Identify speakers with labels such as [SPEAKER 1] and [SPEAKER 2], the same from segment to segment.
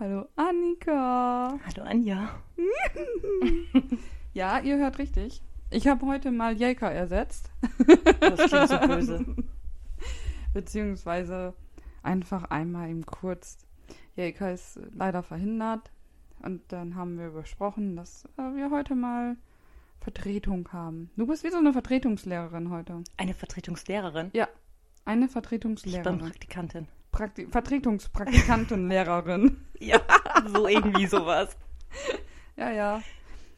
[SPEAKER 1] Hallo Annika.
[SPEAKER 2] Hallo Anja.
[SPEAKER 1] Ja, ihr hört richtig. Ich habe heute mal Jelka ersetzt,
[SPEAKER 2] Das klingt so böse.
[SPEAKER 1] beziehungsweise einfach einmal im Kurz. Jelka ist leider verhindert und dann haben wir besprochen, dass äh, wir heute mal Vertretung haben. Du bist wie so eine Vertretungslehrerin heute.
[SPEAKER 2] Eine Vertretungslehrerin.
[SPEAKER 1] Eine
[SPEAKER 2] Ich bin
[SPEAKER 1] Vertretungslehrerin.
[SPEAKER 2] Praktikantin.
[SPEAKER 1] Prakti Vertretungspraktikantenlehrerin.
[SPEAKER 2] Ja, so irgendwie sowas.
[SPEAKER 1] Ja, ja.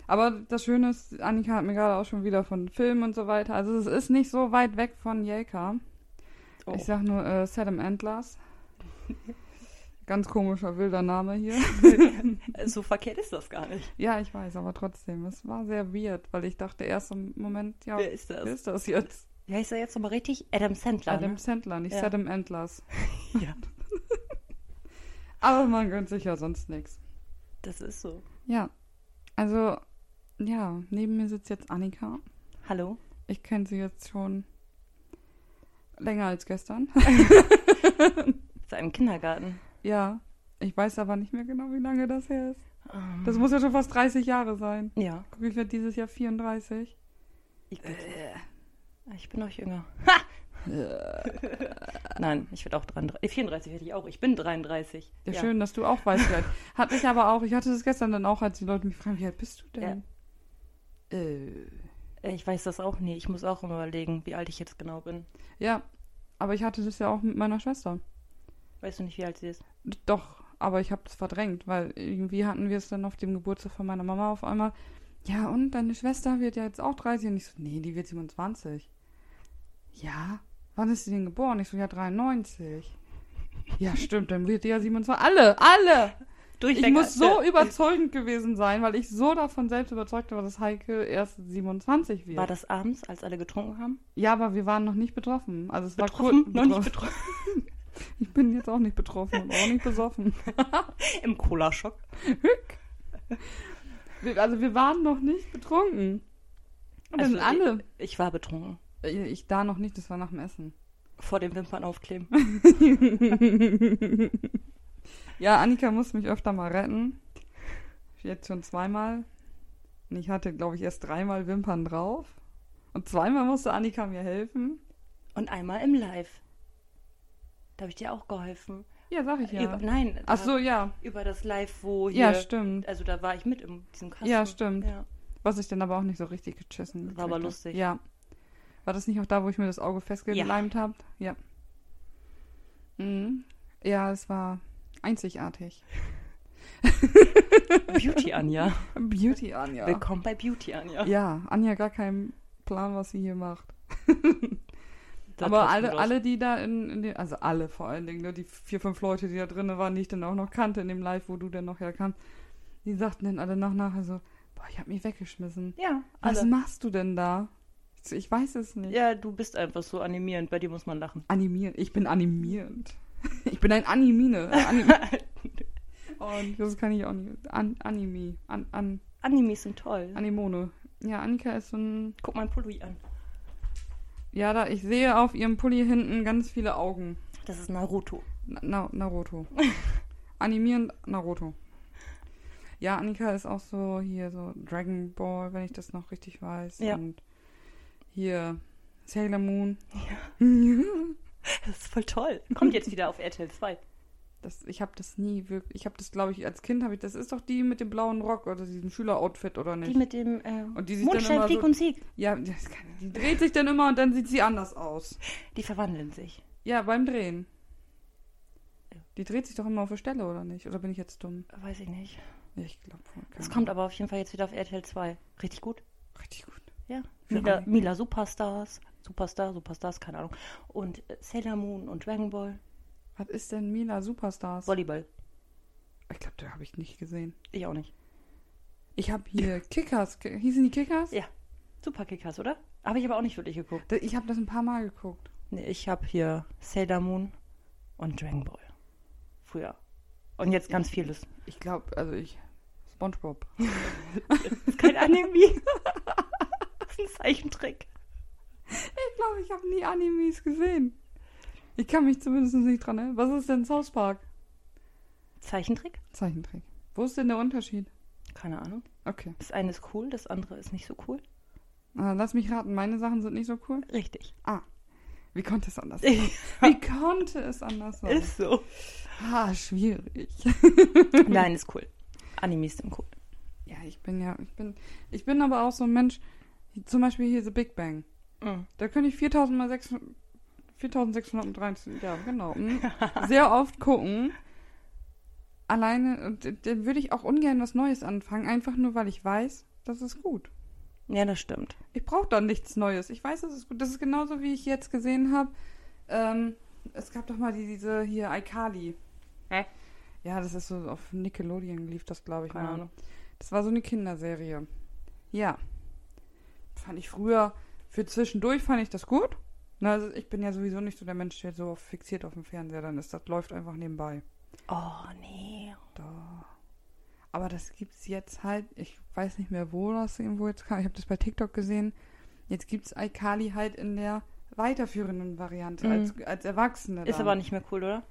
[SPEAKER 1] Aber das Schöne ist, Annika hat mir gerade auch schon wieder von Filmen und so weiter. Also es ist nicht so weit weg von Jelka.
[SPEAKER 2] Oh.
[SPEAKER 1] Ich sag nur äh, Saddam Antlers. Ganz komischer wilder Name hier.
[SPEAKER 2] So verkehrt ist das gar nicht.
[SPEAKER 1] Ja, ich weiß, aber trotzdem, es war sehr weird, weil ich dachte erst im Moment, ja,
[SPEAKER 2] Wer ist das?
[SPEAKER 1] wer ist das jetzt?
[SPEAKER 2] Wie heißt er jetzt nochmal richtig? Adam Sandler. ne?
[SPEAKER 1] Adam Sandler, nicht
[SPEAKER 2] Ja.
[SPEAKER 1] Saddam Antlers.
[SPEAKER 2] Ne? Ja,
[SPEAKER 1] Aber man gönnt sich ja sonst nichts.
[SPEAKER 2] das ist so.
[SPEAKER 1] Ja, also, ja, neben mir sitzt jetzt Annika.
[SPEAKER 2] Hallo.
[SPEAKER 1] Ich kenne sie jetzt schon länger als gestern.
[SPEAKER 2] Zu einem Kindergarten.
[SPEAKER 1] Ja, ich weiß aber nicht mehr genau, wie lange das her ist.
[SPEAKER 2] Ähm,
[SPEAKER 1] Das muss ja schon fast 30 Jahre sein.
[SPEAKER 2] ja.
[SPEAKER 1] Guck, ich werde dieses Jahr 34.
[SPEAKER 2] Ich, ich bin noch jünger. Äh. Ha! Nein, ich werde auch 33. äh, 34 werde ich auch. Ich bin 33.
[SPEAKER 1] Ja, schön, dass du auch weißt, wie alt. Hatte ich aber auch, ich hatte das gestern dann auch, als die Leute mich fragen, wie alt bist du denn? Äh.
[SPEAKER 2] Äh, Ich weiß das auch nie. Ich muss auch immer überlegen, wie alt ich jetzt genau bin.
[SPEAKER 1] Ja, aber ich hatte das ja auch mit meiner Schwester.
[SPEAKER 2] Weißt du nicht, wie alt sie ist?
[SPEAKER 1] Doch, aber ich habe das verdrängt, weil irgendwie hatten wir es dann auf dem Geburtstag von meiner Mama auf einmal. Ja, und deine Schwester wird ja jetzt auch 30. Und ich so, nee, die wird 27. Ja, wann ist sie denn geboren? Ich so, ja, 93. Ja, stimmt, dann wird die ja 27. Alle, alle! Ich
[SPEAKER 2] Durchweg-
[SPEAKER 1] muss so
[SPEAKER 2] Äh,
[SPEAKER 1] überzeugend gewesen sein, weil ich so davon selbst überzeugt war, dass Heike erst 27 wird.
[SPEAKER 2] War das abends, als alle getrunken haben?
[SPEAKER 1] ja, aber wir waren noch nicht betroffen. Also es war
[SPEAKER 2] Betroffen?
[SPEAKER 1] kurz
[SPEAKER 2] Noch nicht betroffen.
[SPEAKER 1] Ich bin jetzt auch nicht betroffen und auch nicht besoffen.
[SPEAKER 2] Im Cola-Schock.
[SPEAKER 1] Wir- Also wir waren noch nicht betrunken. Und
[SPEAKER 2] Also,
[SPEAKER 1] dann alle.
[SPEAKER 2] Ich, ich war betrunken.
[SPEAKER 1] Ich, ich da noch nicht, das war nach dem Essen.
[SPEAKER 2] Vor dem Wimpern aufkleben.
[SPEAKER 1] Ja, Annika muss mich öfter mal retten. Jetzt schon zweimal. Und ich hatte, glaube ich, erst dreimal Wimpern drauf. Und zweimal musste Annika mir helfen.
[SPEAKER 2] Und einmal im Live. Da habe ich dir auch geholfen.
[SPEAKER 1] Ja, sag ich ja.
[SPEAKER 2] Über, nein,
[SPEAKER 1] Ach so, ja.
[SPEAKER 2] über das Live, wo hier.
[SPEAKER 1] Ja, stimmt.
[SPEAKER 2] Also da war ich mit in diesem Kasten.
[SPEAKER 1] Ja, stimmt.
[SPEAKER 2] Ja.
[SPEAKER 1] Was ich dann aber auch nicht so richtig geschissen
[SPEAKER 2] War aber
[SPEAKER 1] gekriegt hab.
[SPEAKER 2] lustig.
[SPEAKER 1] Ja. War das nicht auch da, wo ich mir das Auge festgeleimt habe? Ja. Mhm. Ja, es war einzigartig.
[SPEAKER 2] Beauty Anja.
[SPEAKER 1] Beauty Anja.
[SPEAKER 2] Willkommen bei Beauty Anja.
[SPEAKER 1] Ja, Anja gar keinen Plan, was sie hier macht.
[SPEAKER 2] Das
[SPEAKER 1] aber
[SPEAKER 2] trifft
[SPEAKER 1] alle,
[SPEAKER 2] gut aus.
[SPEAKER 1] alle, die da in, in den, also alle vor allen Dingen, nur die vier, fünf Leute, die da drin waren, die ich dann auch noch kannte in dem Live, wo du dann noch herkamst, die sagten dann alle nach nachher so, boah, ich hab mich weggeschmissen.
[SPEAKER 2] Ja,
[SPEAKER 1] Was
[SPEAKER 2] alle.
[SPEAKER 1] machst du denn da? Ich so, Ich weiß es nicht.
[SPEAKER 2] Ja, du bist einfach so animierend. Bei dir muss man lachen.
[SPEAKER 1] Animiert. Ich bin animierend. Ich bin ein Animine. Äh, Anim Und das kann ich auch nicht. An, Anime. An, an,
[SPEAKER 2] Animes sind toll.
[SPEAKER 1] Animone. Ja, Annika ist so ein.
[SPEAKER 2] Guck mein Pulli an.
[SPEAKER 1] Ja, da, ich sehe auf ihrem Pulli hinten ganz viele Augen.
[SPEAKER 2] Das ist Naruto.
[SPEAKER 1] Na, na, Naruto. Animierend Naruto. Ja, Annika ist auch so hier so Dragon Ball, wenn ich das noch richtig weiß.
[SPEAKER 2] Ja.
[SPEAKER 1] Und hier Sailor Moon.
[SPEAKER 2] Das ist voll toll. Kommt jetzt wieder auf RTL 2.
[SPEAKER 1] Das, ich habe das nie wirklich. Ich habe das, glaube ich, als Kind habe ich. Das ist doch die mit dem blauen Rock oder diesem Schüleroutfit oder nicht?
[SPEAKER 2] Die mit dem äh,
[SPEAKER 1] Und die sieht dann
[SPEAKER 2] Mondstein,
[SPEAKER 1] immer
[SPEAKER 2] Krieg
[SPEAKER 1] so-
[SPEAKER 2] und Sieg.
[SPEAKER 1] ja, das kann, die dreht sich dann immer und dann sieht sie anders aus.
[SPEAKER 2] Die verwandeln sich.
[SPEAKER 1] Ja, beim Drehen. Die dreht sich doch immer auf der Stelle oder nicht? Oder bin ich jetzt dumm?
[SPEAKER 2] Weiß ich nicht.
[SPEAKER 1] Ja, Ich glaube wohl. keine
[SPEAKER 2] Es kommt aber auf jeden Fall jetzt wieder auf RTL 2. Richtig gut.
[SPEAKER 1] Ahnung. richtig gut.
[SPEAKER 2] Ja.
[SPEAKER 1] Für
[SPEAKER 2] Mila,
[SPEAKER 1] alle.
[SPEAKER 2] Mila Superstars. Superstar, Superstars, keine Ahnung. Und äh, Sailor Moon und Dragon Ball.
[SPEAKER 1] Was ist denn Mila Superstars?
[SPEAKER 2] Volleyball.
[SPEAKER 1] Ich glaube, da habe ich nicht gesehen.
[SPEAKER 2] Ich auch nicht.
[SPEAKER 1] Ich habe hier Kickers. Ki- Hießen die Kickers?
[SPEAKER 2] Ja. Superkickers, oder? Habe ich aber auch nicht wirklich geguckt.
[SPEAKER 1] Da- Ich habe das ein paar Mal geguckt.
[SPEAKER 2] Nee, ich habe hier Sailor Moon und Dragon Ball. Früher. Und jetzt ganz vieles.
[SPEAKER 1] Ich glaube, also ich. SpongeBob.
[SPEAKER 2] Das ist kein Anime. das ist ein Zeichentrick.
[SPEAKER 1] Ich glaube, ich habe nie Animes gesehen. Ich kann mich zumindest nicht dran erinnern. Was ist denn South Park?
[SPEAKER 2] Zeichentrick?
[SPEAKER 1] Zeichentrick. Wo ist denn der Unterschied?
[SPEAKER 2] Keine Ahnung.
[SPEAKER 1] Okay.
[SPEAKER 2] Das eine ist cool, das andere ist nicht so cool.
[SPEAKER 1] Äh, lass mich raten, meine Sachen sind nicht so cool.
[SPEAKER 2] Richtig.
[SPEAKER 1] Wie konnte es anders sein? Wie konnte es anders sein?
[SPEAKER 2] ist so.
[SPEAKER 1] Ah, schwierig.
[SPEAKER 2] Nein, ist cool. Animes sind cool.
[SPEAKER 1] Ja, ich bin ja, ich bin, ich bin aber auch so ein Mensch, zum Beispiel hier The Big Bang.
[SPEAKER 2] Mhm.
[SPEAKER 1] Da könnte ich 4000 mal 6, 4613, ja, genau, mhm, sehr oft gucken. Alleine, und d- dann würde ich auch ungern was Neues anfangen, einfach nur, weil ich weiß, das ist gut.
[SPEAKER 2] Ja, das stimmt.
[SPEAKER 1] Ich brauche dann nichts Neues. Ich weiß, das ist gut. Das ist genauso, wie ich jetzt gesehen habe. Ähm, es gab doch mal die, diese hier, Aikali.
[SPEAKER 2] Hä?
[SPEAKER 1] Ja, das ist so, auf Nickelodeon lief das, glaube ich,
[SPEAKER 2] Keine
[SPEAKER 1] mal.
[SPEAKER 2] Ahnung.
[SPEAKER 1] Das war so eine Kinderserie. Ja. Fand ich früher, für zwischendurch fand ich das gut. Na, also ich bin ja sowieso nicht so der Mensch, der so fixiert auf dem Fernseher dann ist. Das läuft einfach nebenbei.
[SPEAKER 2] Oh, nee.
[SPEAKER 1] Aber das gibt's jetzt halt, ich weiß nicht mehr, wo das irgendwo jetzt kam. Ich habe das bei TikTok gesehen. Jetzt gibt's iKali halt in der weiterführenden Variante
[SPEAKER 2] Mhm.
[SPEAKER 1] als, als Erwachsene.
[SPEAKER 2] Ist
[SPEAKER 1] dann.
[SPEAKER 2] aber nicht mehr cool, oder?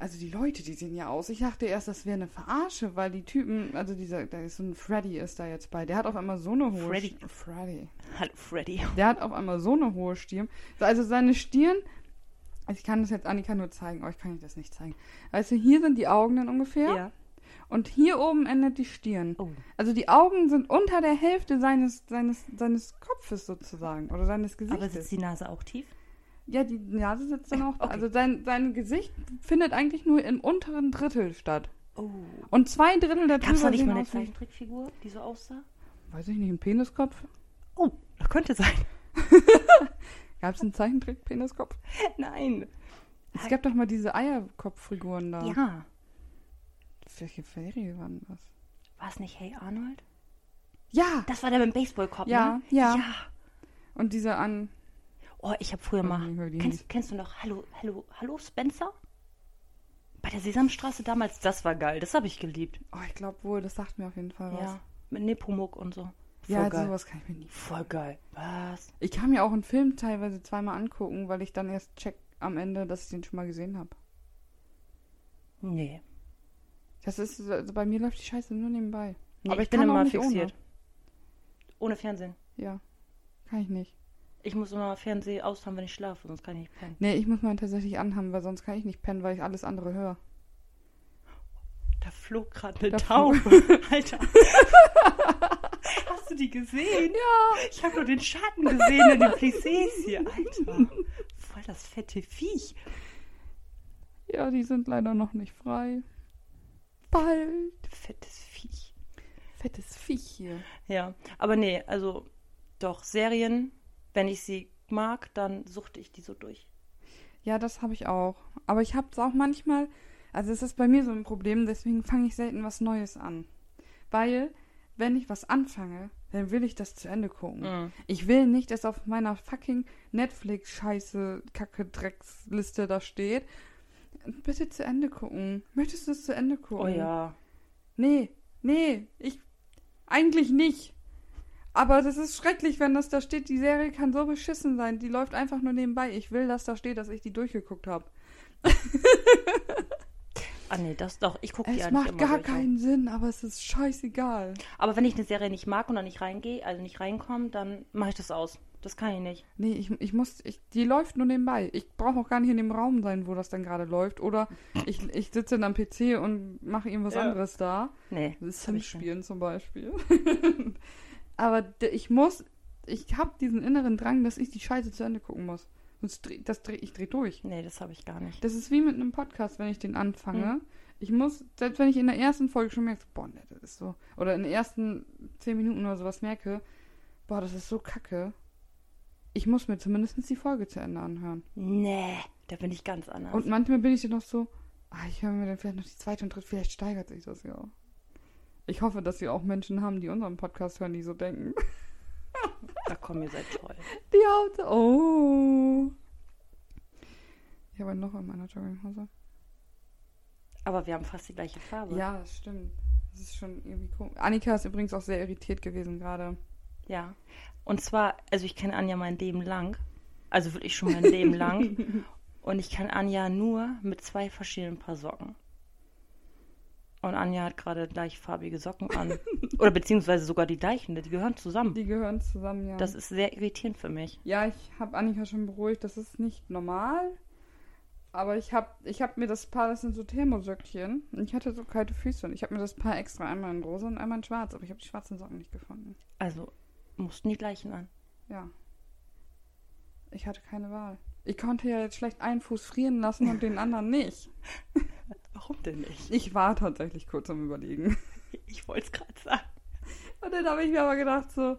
[SPEAKER 1] Also die Leute, die sehen ja aus. Ich dachte erst, das wäre eine Verarsche, weil die Typen, also dieser, da ist so ein Freddy ist da jetzt bei. Der hat auf einmal so eine hohe
[SPEAKER 2] Freddy.
[SPEAKER 1] Sch- Freddy.
[SPEAKER 2] Hallo, Freddy.
[SPEAKER 1] Der hat auf einmal so eine hohe Stirn. Also seine Stirn. also Ich kann das jetzt Annika nur zeigen, euch kann ich das nicht zeigen. Also hier sind die Augen dann ungefähr und hier oben endet die Stirn.
[SPEAKER 2] Oh.
[SPEAKER 1] Also die Augen sind unter der Hälfte seines seines seines Kopfes sozusagen oder seines
[SPEAKER 2] Aber
[SPEAKER 1] Gesichtes.
[SPEAKER 2] sitzt die Nase auch tief?
[SPEAKER 1] ja, die Nase sitzt dann auch. da.
[SPEAKER 2] Okay.
[SPEAKER 1] Also sein sein Gesicht findet eigentlich nur im unteren Drittel statt.
[SPEAKER 2] Oh.
[SPEAKER 1] Und zwei Drittel der
[SPEAKER 2] Gab's noch nicht
[SPEAKER 1] sehen
[SPEAKER 2] mal eine
[SPEAKER 1] aus wie-
[SPEAKER 2] Zeichentrickfigur, die so aussah?
[SPEAKER 1] Weiß ich nicht, ein Peniskopf?
[SPEAKER 2] Oh, das könnte sein.
[SPEAKER 1] Gab es einen Zeichentrick-Peniskopf?
[SPEAKER 2] Nein.
[SPEAKER 1] Es gab doch mal diese Eierkopffiguren da.
[SPEAKER 2] Ja.
[SPEAKER 1] Welche Ferien waren das?
[SPEAKER 2] War es nicht Hey Arnold?
[SPEAKER 1] Ja!
[SPEAKER 2] Das war der mit dem Baseballkorb,
[SPEAKER 1] Ja,
[SPEAKER 2] ne?
[SPEAKER 1] ja.
[SPEAKER 2] ja.
[SPEAKER 1] Und diese an.
[SPEAKER 2] Oh, ich habe früher
[SPEAKER 1] Weiß
[SPEAKER 2] mal.
[SPEAKER 1] nicht, wie die hieß.
[SPEAKER 2] Kennst, kennst du noch Hallo, Hallo, Hallo Spencer? Bei der Sesamstraße damals, das war geil. Das habe ich geliebt.
[SPEAKER 1] Oh, ich glaube wohl, das sagt mir auf jeden Fall was.
[SPEAKER 2] Ja. Mit Nepomuk und so. Voll
[SPEAKER 1] Ja,
[SPEAKER 2] geil.
[SPEAKER 1] sowas kann ich mir nie.
[SPEAKER 2] Voll geil. Was?
[SPEAKER 1] Ich kann mir auch einen Film teilweise zweimal angucken, weil ich dann erst check am Ende, dass ich den schon mal gesehen habe.
[SPEAKER 2] Nee.
[SPEAKER 1] Das ist, also bei mir läuft die Scheiße nur nebenbei.
[SPEAKER 2] nee
[SPEAKER 1] Aber
[SPEAKER 2] ich
[SPEAKER 1] ich
[SPEAKER 2] bin
[SPEAKER 1] kann auch
[SPEAKER 2] immer
[SPEAKER 1] nicht
[SPEAKER 2] fixiert. Ohne. Fernsehen.
[SPEAKER 1] Ja. Kann ich nicht.
[SPEAKER 2] Ich muss immer Fernsehen aus haben, wenn ich schlafe, sonst kann ich nicht pennen.
[SPEAKER 1] Nee, ich muss meinen tatsächlich anhaben, weil sonst kann ich nicht pennen, weil ich alles andere höre.
[SPEAKER 2] Da flog gerade eine
[SPEAKER 1] Da
[SPEAKER 2] Taube. Alter. Hast du die gesehen?
[SPEAKER 1] Ja!
[SPEAKER 2] Ich habe nur den Schatten gesehen in den Plissés hier, Alter. Voll das fette Viech.
[SPEAKER 1] Ja, die sind leider noch nicht frei. Bald!
[SPEAKER 2] Fettes Viech.
[SPEAKER 1] Fettes Viech hier.
[SPEAKER 2] Ja, aber nee, also doch, Serien, wenn ich sie mag, dann suchte ich die so durch.
[SPEAKER 1] Ja, das habe ich auch. Aber ich habe es auch manchmal, also es ist bei mir so ein Problem, deswegen fange ich selten was Neues an. Weil, wenn ich was anfange, dann will ich das zu Ende gucken.
[SPEAKER 2] Mhm.
[SPEAKER 1] Ich will nicht, dass auf meiner fucking Netflix-Scheiße-Kacke-Drecksliste da steht. Bitte zu Ende gucken. Möchtest du es zu Ende gucken?
[SPEAKER 2] Oh ja.
[SPEAKER 1] Nee, nee, ich eigentlich nicht. Aber das ist schrecklich, wenn das da steht, die Serie kann so beschissen sein, die läuft einfach nur nebenbei. Ich will, dass da steht, dass ich die durchgeguckt habe.
[SPEAKER 2] Ah nee, das doch, ich gucke die
[SPEAKER 1] Es
[SPEAKER 2] eigentlich
[SPEAKER 1] macht
[SPEAKER 2] immer
[SPEAKER 1] gar
[SPEAKER 2] durch.
[SPEAKER 1] keinen Sinn, aber es ist scheißegal.
[SPEAKER 2] Aber wenn ich eine Serie nicht mag und da nicht reingehe, also nicht reinkomme, dann mache ich das aus. Das kann ich nicht.
[SPEAKER 1] Nee, ich, ich muss, ich, die läuft nur nebenbei. Ich brauche auch gar nicht in dem Raum sein, wo das dann gerade läuft. Oder ich, ich sitze dann am PC und mache irgendwas
[SPEAKER 2] Hm. Ja.
[SPEAKER 1] anderes da.
[SPEAKER 2] Nee. hab
[SPEAKER 1] Sims
[SPEAKER 2] ich nicht.
[SPEAKER 1] spielen zum Beispiel. Aber d- ich muss, ich habe diesen inneren Drang, dass ich die Scheiße zu Ende gucken muss. Sonst dreh, das dreh, ich dreh durch.
[SPEAKER 2] Nee, das habe ich gar nicht.
[SPEAKER 1] Das ist wie mit einem Podcast, wenn ich den anfange. Ich muss, selbst wenn ich in der ersten Folge schon merke, boah, nee, das ist so, oder in den ersten zehn Minuten oder sowas merke, boah, das ist so kacke. Ich muss mir zumindest die Folge zu Ende anhören.
[SPEAKER 2] Nee, da bin ich ganz anders.
[SPEAKER 1] Und manchmal bin ich dann noch so, ah, ich höre mir dann vielleicht noch die zweite und dritte, vielleicht steigert sich das ja auch. Ich hoffe, dass wir auch Menschen haben, die unseren Podcast hören, die so denken.
[SPEAKER 2] da komm, ihr seid toll.
[SPEAKER 1] Die Haut, oh. Ich habe ein Loch in meiner Jogginghose.
[SPEAKER 2] Aber wir haben fast die gleiche Farbe.
[SPEAKER 1] Ja, das stimmt. Das ist schon irgendwie komisch. Annika ist übrigens auch sehr irritiert gewesen gerade.
[SPEAKER 2] Ja. Und zwar, also ich kenne Anja mein Leben lang. Also wirklich schon mein Leben lang. Und ich kenne Anja nur mit zwei verschiedenen Paar Socken. Und Anja hat gerade gleichfarbige Socken an. Oder beziehungsweise sogar die gleichen, die gehören zusammen.
[SPEAKER 1] Die gehören zusammen, ja.
[SPEAKER 2] Das ist sehr irritierend für mich.
[SPEAKER 1] ja, ich habe Annika schon beruhigt, das ist nicht normal. Aber ich habe ich hab mir das Paar, das sind so Thermosöckchen. Und ich hatte so kalte Füße und ich habe mir das Paar extra einmal in rosa und einmal in schwarz. Aber ich habe die schwarzen Socken nicht gefunden.
[SPEAKER 2] Also mussten die gleichen an.
[SPEAKER 1] Ja. Ich hatte keine Wahl. Ich konnte ja jetzt schlecht einen Fuß frieren lassen und den anderen nicht.
[SPEAKER 2] Warum denn nicht?
[SPEAKER 1] Ich war tatsächlich kurz am Überlegen.
[SPEAKER 2] Ich wollte es gerade sagen.
[SPEAKER 1] Und dann habe ich mir aber gedacht so,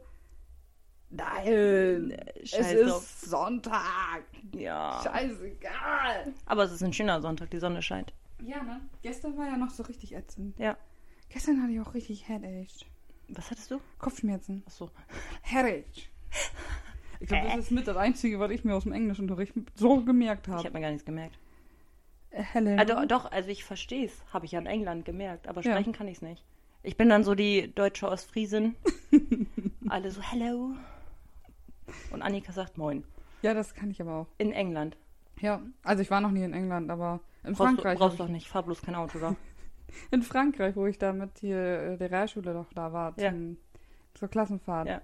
[SPEAKER 1] nein, es
[SPEAKER 2] scheiß Ah.
[SPEAKER 1] ist
[SPEAKER 2] drauf.
[SPEAKER 1] Sonntag,
[SPEAKER 2] Ja.
[SPEAKER 1] scheißegal.
[SPEAKER 2] Aber es ist ein schöner Sonntag, die Sonne scheint.
[SPEAKER 1] Ja, ne? Gestern war ja noch so richtig ätzend.
[SPEAKER 2] Ja.
[SPEAKER 1] Gestern hatte ich auch richtig Headache.
[SPEAKER 2] Was hattest du?
[SPEAKER 1] Kopfschmerzen.
[SPEAKER 2] Achso.
[SPEAKER 1] Headache. Ich glaube, das ist mit das Einzige, was ich mir aus dem Englischunterricht so gemerkt
[SPEAKER 2] Ich habe
[SPEAKER 1] habe.
[SPEAKER 2] mir gar nichts gemerkt.
[SPEAKER 1] Helen.
[SPEAKER 2] Ah, do, doch, also ich verstehe es. Habe ich ja in England gemerkt. Aber
[SPEAKER 1] Mhm. Ja.
[SPEAKER 2] sprechen kann ich es nicht. Ich bin dann so die deutsche Ostfriesin. Alle so, hello. Und Annika sagt moin.
[SPEAKER 1] ja, das kann ich aber auch.
[SPEAKER 2] In England.
[SPEAKER 1] Ja, also ich war noch nie in England, aber in
[SPEAKER 2] Brauchst, du,
[SPEAKER 1] Frankreich.
[SPEAKER 2] brauchst doch nicht. Fahr bloß kein Auto da.
[SPEAKER 1] In Frankreich, wo ich da mit hier, äh, der Realschule doch da war,
[SPEAKER 2] Ja.
[SPEAKER 1] zum, zur Klassenfahrt.
[SPEAKER 2] Ja.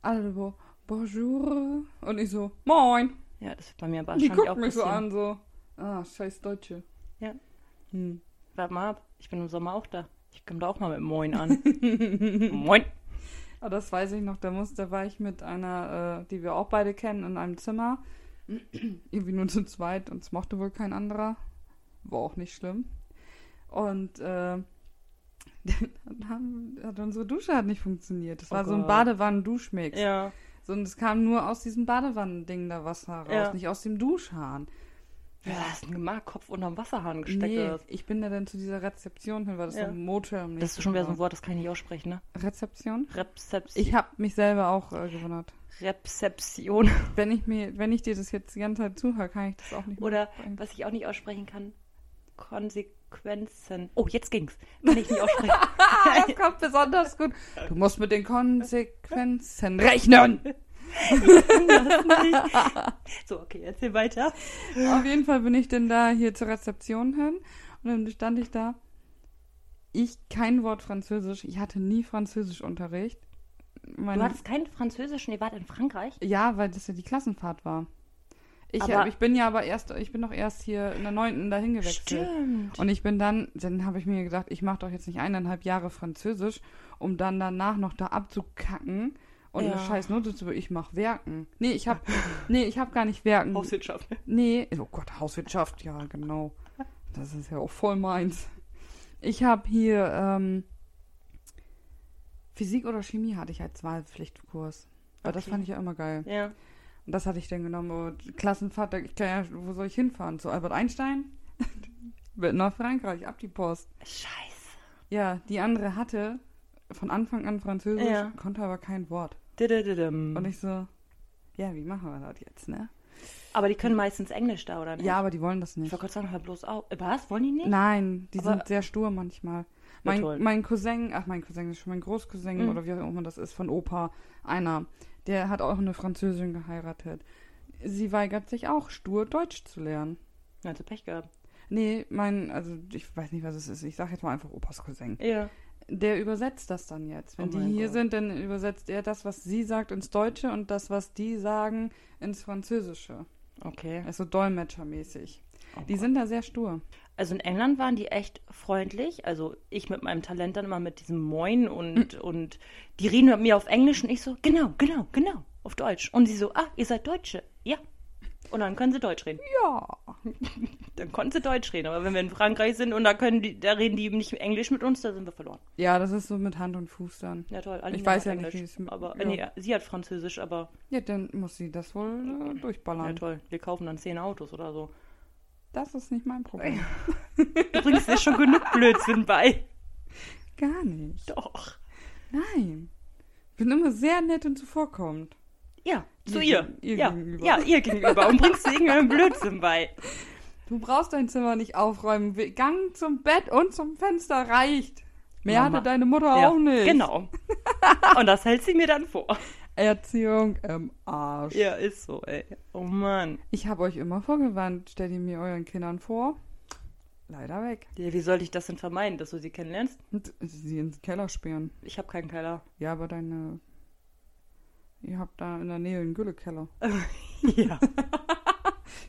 [SPEAKER 1] Alle so, bonjour. Und ich so, moin.
[SPEAKER 2] Ja, das wird bei mir
[SPEAKER 1] Die
[SPEAKER 2] wahrscheinlich auch
[SPEAKER 1] gucken mich so
[SPEAKER 2] passieren.
[SPEAKER 1] an, so, ah, scheiß Deutsche.
[SPEAKER 2] Ja.
[SPEAKER 1] Hm.
[SPEAKER 2] Warte mal ab. Ich bin im Sommer auch da. Ich komme da auch mal mit moin an. moin.
[SPEAKER 1] Aber das weiß ich noch, da, muss, da war ich mit einer, äh, die wir auch beide kennen, in einem Zimmer. Irgendwie nur zu zweit und es mochte wohl kein anderer. War auch nicht schlimm. Und äh, dann haben, hat unsere Dusche hat nicht funktioniert. Das
[SPEAKER 2] Oh
[SPEAKER 1] war so ein
[SPEAKER 2] Gott.
[SPEAKER 1] Badewannen-Duschmix.
[SPEAKER 2] Ja.
[SPEAKER 1] Sondern es kam nur aus diesem Badewannending da Wasser raus,
[SPEAKER 2] Ja.
[SPEAKER 1] nicht aus dem Duschhahn.
[SPEAKER 2] Wer hast du denn gemacht? Kopf unterm Wasserhahn gesteckt
[SPEAKER 1] Nee,
[SPEAKER 2] oder was?
[SPEAKER 1] ich bin da dann zu dieser Rezeption hin, weil das
[SPEAKER 2] Ja.
[SPEAKER 1] so ein Motor im
[SPEAKER 2] Das
[SPEAKER 1] nächsten
[SPEAKER 2] ist schon wieder so
[SPEAKER 1] war.
[SPEAKER 2] ein Wort, das kann ich nicht aussprechen, ne?
[SPEAKER 1] Rezeption?
[SPEAKER 2] Rezeption.
[SPEAKER 1] Ich habe mich selber auch äh, gewundert.
[SPEAKER 2] Rezeption.
[SPEAKER 1] Wenn ich mir, wenn ich dir das jetzt die ganze Zeit zuhöre, kann ich das auch nicht
[SPEAKER 2] Oder
[SPEAKER 1] mitbringen.
[SPEAKER 2] was ich auch nicht aussprechen kann, Konsequenzen. Oh, jetzt ging's. Kann ich nicht aussprechen.
[SPEAKER 1] Ah, das kommt besonders gut. Du musst mit den Konsequenzen rechnen.
[SPEAKER 2] so, okay, erzähl weiter.
[SPEAKER 1] Auf jeden Fall bin ich denn da hier zur Rezeption hin und dann stand ich da. Ich kein Wort Französisch. Ich hatte nie Französischunterricht. Mein-
[SPEAKER 2] Du hattest keinen Französischen, ihr wart in Frankreich?
[SPEAKER 1] Ja, weil das ja die Klassenfahrt war. Ich,
[SPEAKER 2] Aber-
[SPEAKER 1] hab- ich bin ja aber erst, ich bin doch erst hier in der neunten dahin gewechselt.
[SPEAKER 2] Stimmt.
[SPEAKER 1] Und ich bin dann, dann habe ich mir gedacht, ich mache doch jetzt nicht eineinhalb Jahre Französisch, um dann danach noch da abzukacken und
[SPEAKER 2] Ja.
[SPEAKER 1] eine scheiß Note zu. Ich mache Werken. Nee, ich habe, nee, ich habe gar nicht Werken.
[SPEAKER 2] Hauswirtschaft.
[SPEAKER 1] Nee, oh Gott, Hauswirtschaft, ja, genau. Das ist ja auch voll meins. Ich habe hier ähm, Physik oder Chemie hatte ich als Wahlpflichtkurs. Aber das
[SPEAKER 2] Okay.
[SPEAKER 1] fand ich ja immer geil.
[SPEAKER 2] Ja.
[SPEAKER 1] Und das hatte ich dann genommen. Und Klassenfahrt, da- ich kann ja, wo soll ich hinfahren? Zu Albert Einstein? Mit nach Frankreich, ab die Post.
[SPEAKER 2] Scheiße.
[SPEAKER 1] Ja, die andere hatte von Anfang an Französisch,
[SPEAKER 2] Ja.
[SPEAKER 1] konnte aber kein Wort.
[SPEAKER 2] Didididim.
[SPEAKER 1] Und ich so, ja, wie machen wir das jetzt, ne?
[SPEAKER 2] Aber die können meistens Englisch da, oder nicht?
[SPEAKER 1] Ja, aber die wollen das
[SPEAKER 2] Ich
[SPEAKER 1] nicht.
[SPEAKER 2] wollte gerade sagen, hör bloß auf. Äh, Was? Wollen die nicht?
[SPEAKER 1] Nein, die
[SPEAKER 2] Aber-
[SPEAKER 1] sind sehr stur manchmal.
[SPEAKER 2] Na
[SPEAKER 1] Mein,
[SPEAKER 2] toll.
[SPEAKER 1] mein Cousin, ach mein Cousin ist schon mein Großcousin
[SPEAKER 2] Mhm.
[SPEAKER 1] oder wie auch immer das ist, von Opa, einer, der hat auch eine Französin geheiratet. Sie weigert sich auch stur, Deutsch zu lernen.
[SPEAKER 2] Na, hast du Pech gehabt.
[SPEAKER 1] Nee, mein, also ich weiß nicht, was es ist. Ich sag jetzt mal einfach Opas Cousin.
[SPEAKER 2] Ja.
[SPEAKER 1] Der übersetzt das dann jetzt. Wenn
[SPEAKER 2] Oh
[SPEAKER 1] die
[SPEAKER 2] mein
[SPEAKER 1] hier
[SPEAKER 2] Gott.
[SPEAKER 1] sind, dann übersetzt er das, was sie sagt, ins Deutsche und das, was die sagen, ins Französische.
[SPEAKER 2] Okay.
[SPEAKER 1] Also dolmetschermäßig.
[SPEAKER 2] Oh
[SPEAKER 1] die sind da sehr stur.
[SPEAKER 2] Also in England waren die echt freundlich. Also ich mit meinem Talent dann immer mit diesem Moin und,
[SPEAKER 1] Hm.
[SPEAKER 2] und die reden mit mir auf Englisch und ich so, genau, genau, genau, auf Deutsch. Und sie so, ah, ihr seid Deutsche. Ja. Und dann können sie Deutsch reden.
[SPEAKER 1] Ja.
[SPEAKER 2] Dann konnten sie Deutsch reden. Aber wenn wir in Frankreich sind und da können die, da reden die nicht Englisch mit uns, da sind wir verloren.
[SPEAKER 1] Ja, das ist so mit Hand und Fuß dann.
[SPEAKER 2] Ja toll,
[SPEAKER 1] Ich
[SPEAKER 2] Alina hat
[SPEAKER 1] weiß ja nicht, wie
[SPEAKER 2] Englisch,
[SPEAKER 1] es mit-
[SPEAKER 2] aber
[SPEAKER 1] ja.
[SPEAKER 2] nee, sie hat Französisch, aber
[SPEAKER 1] Ja, dann muss sie das wohl äh,
[SPEAKER 2] ja
[SPEAKER 1] durchballern.
[SPEAKER 2] toll, wir kaufen dann zehn Autos oder so.
[SPEAKER 1] das ist nicht mein Problem.
[SPEAKER 2] Du bringst dir schon genug Blödsinn bei.
[SPEAKER 1] Gar nicht.
[SPEAKER 2] Doch.
[SPEAKER 1] Nein. Ich bin immer sehr nett und zuvorkommend.
[SPEAKER 2] Ja, zu
[SPEAKER 1] Ihr
[SPEAKER 2] ihr.
[SPEAKER 1] gegen- ihr
[SPEAKER 2] ja,
[SPEAKER 1] gegenüber.
[SPEAKER 2] ja, ihr gegenüber. Und bringst du irgendeinen Blödsinn bei.
[SPEAKER 1] Du brauchst dein Zimmer nicht aufräumen. We- Gang zum Bett und zum Fenster reicht. Mehr
[SPEAKER 2] Mama.
[SPEAKER 1] hatte deine Mutter
[SPEAKER 2] Ja,
[SPEAKER 1] auch nicht.
[SPEAKER 2] Genau. Und das hält sie mir dann vor.
[SPEAKER 1] Erziehung im Arsch.
[SPEAKER 2] Ja, ist so, ey. Oh Mann.
[SPEAKER 1] Ich habe euch immer vorgewandt. Stellt ihr mir euren Kindern vor. leider weg.
[SPEAKER 2] Ja, wie sollte ich das denn vermeiden, dass du sie kennenlernst?
[SPEAKER 1] Und sie ins Keller sperren.
[SPEAKER 2] Ich habe keinen Keller.
[SPEAKER 1] Ja, aber deine. Ihr habt da in der Nähe einen Güllekeller.
[SPEAKER 2] ja.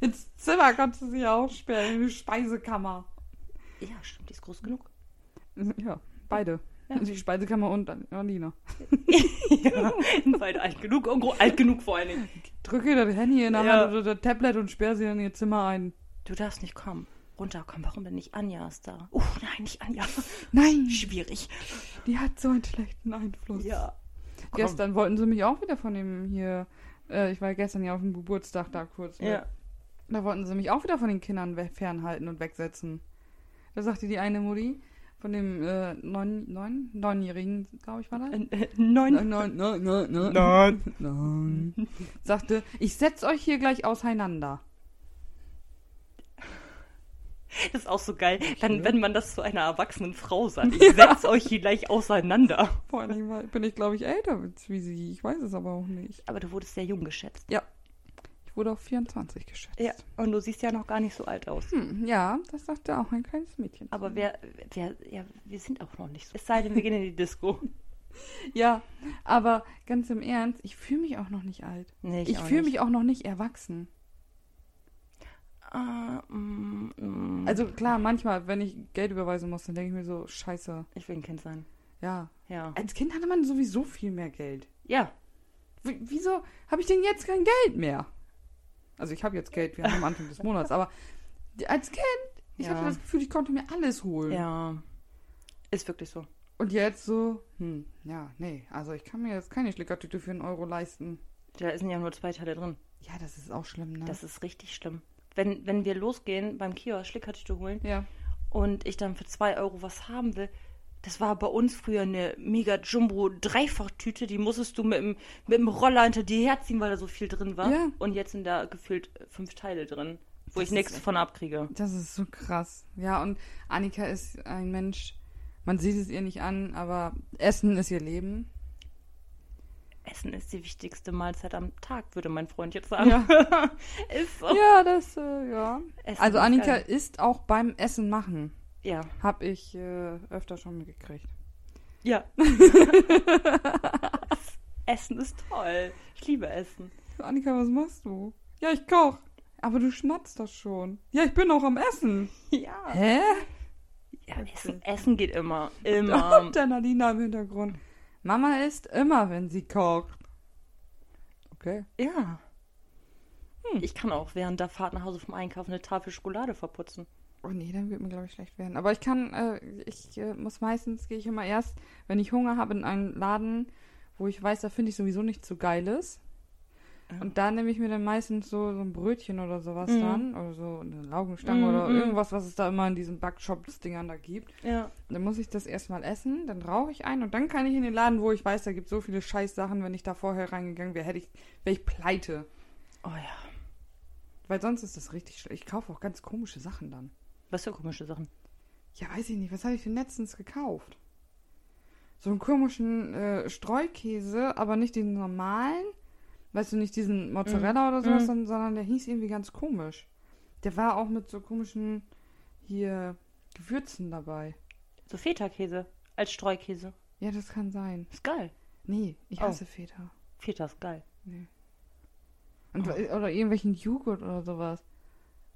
[SPEAKER 1] Ins Zimmer kannst du sie ja auch sperren, in die Speisekammer.
[SPEAKER 2] Ja, stimmt, die ist groß genug.
[SPEAKER 1] Ja, beide.
[SPEAKER 2] Ja.
[SPEAKER 1] Die Speisekammer und dann Alina.
[SPEAKER 2] ja, beide alt genug und gro- alt genug vor allen Dingen.
[SPEAKER 1] Drück ihr das Handy in der
[SPEAKER 2] Ja.
[SPEAKER 1] Hand oder das Tablet und sperr sie in ihr Zimmer ein.
[SPEAKER 2] Du darfst nicht kommen. Runterkommen, warum denn nicht? Anja ist da. Uh, nein, nicht Anja.
[SPEAKER 1] Nein,
[SPEAKER 2] Schwierig.
[SPEAKER 1] die hat so einen schlechten Einfluss.
[SPEAKER 2] Ja. Komm.
[SPEAKER 1] Gestern wollten sie mich auch wieder von dem hier. Äh, ich war gestern ja auf dem Geburtstag da kurz. ne?
[SPEAKER 2] Ja.
[SPEAKER 1] Da wollten sie mich auch wieder von den Kindern we- fernhalten und wegsetzen. Da sagte die eine Mutti von dem äh, neun, neun, neunjährigen, glaube ich, war das?
[SPEAKER 2] Ein- äh, Neun.
[SPEAKER 1] Nein, nein, nein, nein, nein,
[SPEAKER 2] Nein.
[SPEAKER 1] nein. Sagte, ich setz euch hier gleich auseinander.
[SPEAKER 2] Das ist auch so geil, wenn, wenn man das zu einer erwachsenen Frau sagt. Ich setz euch hier gleich auseinander.
[SPEAKER 1] Vor allem weil- bin ich, glaube ich, älter als wie sie. Ich weiß es aber auch nicht.
[SPEAKER 2] Aber du wurdest sehr jung geschätzt.
[SPEAKER 1] Ja. Ich wurde auf 24 geschätzt.
[SPEAKER 2] Ja. Und du siehst ja noch gar nicht so alt aus.
[SPEAKER 1] Hm, ja, das sagte auch ein kleines Mädchen. zu
[SPEAKER 2] Aber
[SPEAKER 1] mir.
[SPEAKER 2] wer, wer, ja, wir sind auch noch nicht so. Es sei denn, wir gehen in die Disco.
[SPEAKER 1] Ja, aber ganz im Ernst, ich fühle mich auch noch nicht alt.
[SPEAKER 2] Nee,
[SPEAKER 1] Ich,
[SPEAKER 2] auch
[SPEAKER 1] fühle
[SPEAKER 2] nicht.
[SPEAKER 1] mich auch noch nicht erwachsen.
[SPEAKER 2] Ah, mm, mm.
[SPEAKER 1] Also klar, manchmal, wenn ich Geld überweisen muss, dann denke ich mir so, scheiße.
[SPEAKER 2] ich will ein Kind sein.
[SPEAKER 1] Ja.
[SPEAKER 2] Ja.
[SPEAKER 1] Als Kind hatte man sowieso viel mehr Geld.
[SPEAKER 2] Ja.
[SPEAKER 1] W wieso habe ich denn jetzt kein Geld mehr? Also ich habe jetzt Geld, wir haben am Anfang des Monats, aber als Kind, ich
[SPEAKER 2] Ja.
[SPEAKER 1] hatte das Gefühl, ich konnte mir alles holen.
[SPEAKER 2] Ja. Ist wirklich so.
[SPEAKER 1] Und jetzt so, hm, ja, nee, also ich kann mir jetzt keine Schlickertüte für einen Euro leisten.
[SPEAKER 2] Da sind ja nur zwei Teile drin.
[SPEAKER 1] Ja, das ist auch schlimm, ne?
[SPEAKER 2] Das ist richtig schlimm. Wenn, wenn wir losgehen beim Kiosk Schlickertüte holen
[SPEAKER 1] ja.
[SPEAKER 2] und ich dann für zwei Euro was haben will, das war bei uns früher eine mega Jumbo Dreifachtüte, die musstest du mit dem, mit dem Roller hinter dir herziehen, weil da so viel drin war.
[SPEAKER 1] Ja.
[SPEAKER 2] Und jetzt sind da gefühlt fünf Teile drin, wo
[SPEAKER 1] Das
[SPEAKER 2] ich nichts
[SPEAKER 1] ist echt-
[SPEAKER 2] von abkriege.
[SPEAKER 1] Das ist so krass. Ja, und Annika ist ein Mensch, man sieht es ihr nicht an, aber Essen ist ihr Leben.
[SPEAKER 2] Essen ist die wichtigste Mahlzeit am Tag, würde mein Freund jetzt sagen. ist so.
[SPEAKER 1] Ja, das, äh, ja.
[SPEAKER 2] Oh. Essen
[SPEAKER 1] also
[SPEAKER 2] ist
[SPEAKER 1] Annika
[SPEAKER 2] geil.
[SPEAKER 1] isst auch beim Essen machen.
[SPEAKER 2] Ja.
[SPEAKER 1] Hab ich äh, öfter schon mitgekriegt.
[SPEAKER 2] Ja. Essen ist toll. Ich liebe Essen.
[SPEAKER 1] Annika, was machst du? Ja, ich koch. Aber du schmatzt das schon. Ja, ich bin auch am Essen.
[SPEAKER 2] Ja.
[SPEAKER 1] Hä?
[SPEAKER 2] Ja, Essen, Essen geht immer. Immer.
[SPEAKER 1] Und dann Alina im Hintergrund. Mama isst immer, wenn sie kocht. Okay.
[SPEAKER 2] ja. Hm. Ich kann auch während der Fahrt nach Hause vom Einkaufen eine Tafel Schokolade verputzen.
[SPEAKER 1] Oh nee, dann wird mir, glaube ich, schlecht werden. Aber ich kann, äh, ich äh, muss meistens, gehe ich immer erst, wenn ich Hunger habe, in einen Laden, wo ich weiß, da finde ich sowieso nichts so Geiles.
[SPEAKER 2] Ja.
[SPEAKER 1] Und da nehme ich mir dann meistens so, so ein Brötchen oder sowas
[SPEAKER 2] Mhm.
[SPEAKER 1] dann. Oder so eine Laugenstange
[SPEAKER 2] Mhm,
[SPEAKER 1] oder
[SPEAKER 2] mhm.
[SPEAKER 1] irgendwas, was es da immer in diesen Backshops-Dingern da gibt.
[SPEAKER 2] Ja.
[SPEAKER 1] Dann muss ich das erstmal essen, dann rauche ich ein und dann kann ich in den Laden, wo ich weiß, da gibt so viele Scheißsachen, wenn ich da vorher reingegangen wäre, hätte ich, wäre ich pleite.
[SPEAKER 2] Oh ja.
[SPEAKER 1] Weil sonst ist das richtig schlecht. Ich kaufe auch ganz komische Sachen dann.
[SPEAKER 2] Was für komische Sachen.
[SPEAKER 1] Ja, weiß ich nicht. Was habe ich denn letztens gekauft? So einen komischen äh, Streukäse, aber nicht den normalen. Weißt du, nicht diesen Mozzarella oder sowas,
[SPEAKER 2] Mm.
[SPEAKER 1] sondern- sondern der hieß irgendwie ganz komisch. Der war auch mit so komischen hier Gewürzen dabei.
[SPEAKER 2] So Feta-Käse als Streukäse.
[SPEAKER 1] Ja, das kann sein.
[SPEAKER 2] Ist geil.
[SPEAKER 1] Nee, ich
[SPEAKER 2] Oh.
[SPEAKER 1] hasse Feta.
[SPEAKER 2] Feta ist geil.
[SPEAKER 1] Und, äh,
[SPEAKER 2] Oh.
[SPEAKER 1] Oder irgendwelchen Joghurt oder sowas.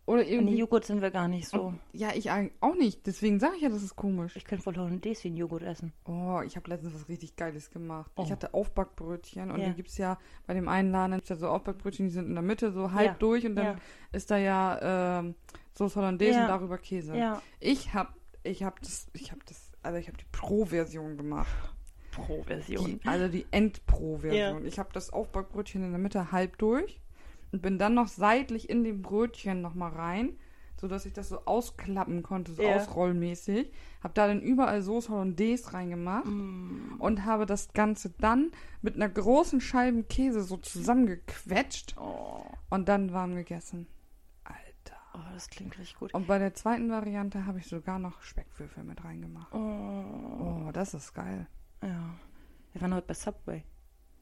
[SPEAKER 1] Oder
[SPEAKER 2] In den
[SPEAKER 1] irgendwie.
[SPEAKER 2] Joghurt sind wir gar nicht so.
[SPEAKER 1] ja, ich eig- auch nicht. Deswegen sage ich ja, das ist komisch.
[SPEAKER 2] Ich könnte voll Hollandaise wie einen Joghurt essen.
[SPEAKER 1] Oh, ich habe letztens was richtig Geiles gemacht.
[SPEAKER 2] Oh.
[SPEAKER 1] Ich hatte Aufbackbrötchen und
[SPEAKER 2] Ja.
[SPEAKER 1] die gibt's ja bei dem einen Laden, gibt's ja so Aufbackbrötchen, die sind in der Mitte so halb
[SPEAKER 2] Ja.
[SPEAKER 1] durch und dann
[SPEAKER 2] Ja.
[SPEAKER 1] ist da ja ähm, Soße Hollandaise
[SPEAKER 2] Ja.
[SPEAKER 1] und darüber Käse.
[SPEAKER 2] Ja.
[SPEAKER 1] Ich hab, ich hab das, ich hab das, also ich hab die Pro-Version gemacht. Die,
[SPEAKER 2] Pro-Version.
[SPEAKER 1] also die End-Pro-Version. Ich hab das Aufbackbrötchen in der Mitte halb durch und bin dann noch seitlich in dem Brötchen nochmal rein, sodass ich das so ausklappen konnte, so
[SPEAKER 2] Ja.
[SPEAKER 1] ausrollmäßig. Hab da dann überall Soße Hollandaise reingemacht
[SPEAKER 2] Mm.
[SPEAKER 1] und habe das Ganze dann mit einer großen Scheibe Käse so zusammengequetscht
[SPEAKER 2] Oh.
[SPEAKER 1] und dann warm gegessen. Alter.
[SPEAKER 2] oh, das klingt richtig gut.
[SPEAKER 1] Und bei der zweiten Variante habe ich sogar noch Speckwürfel mit reingemacht.
[SPEAKER 2] Oh.
[SPEAKER 1] Oh, das ist geil.
[SPEAKER 2] Ja. Wir waren heute bei Subway.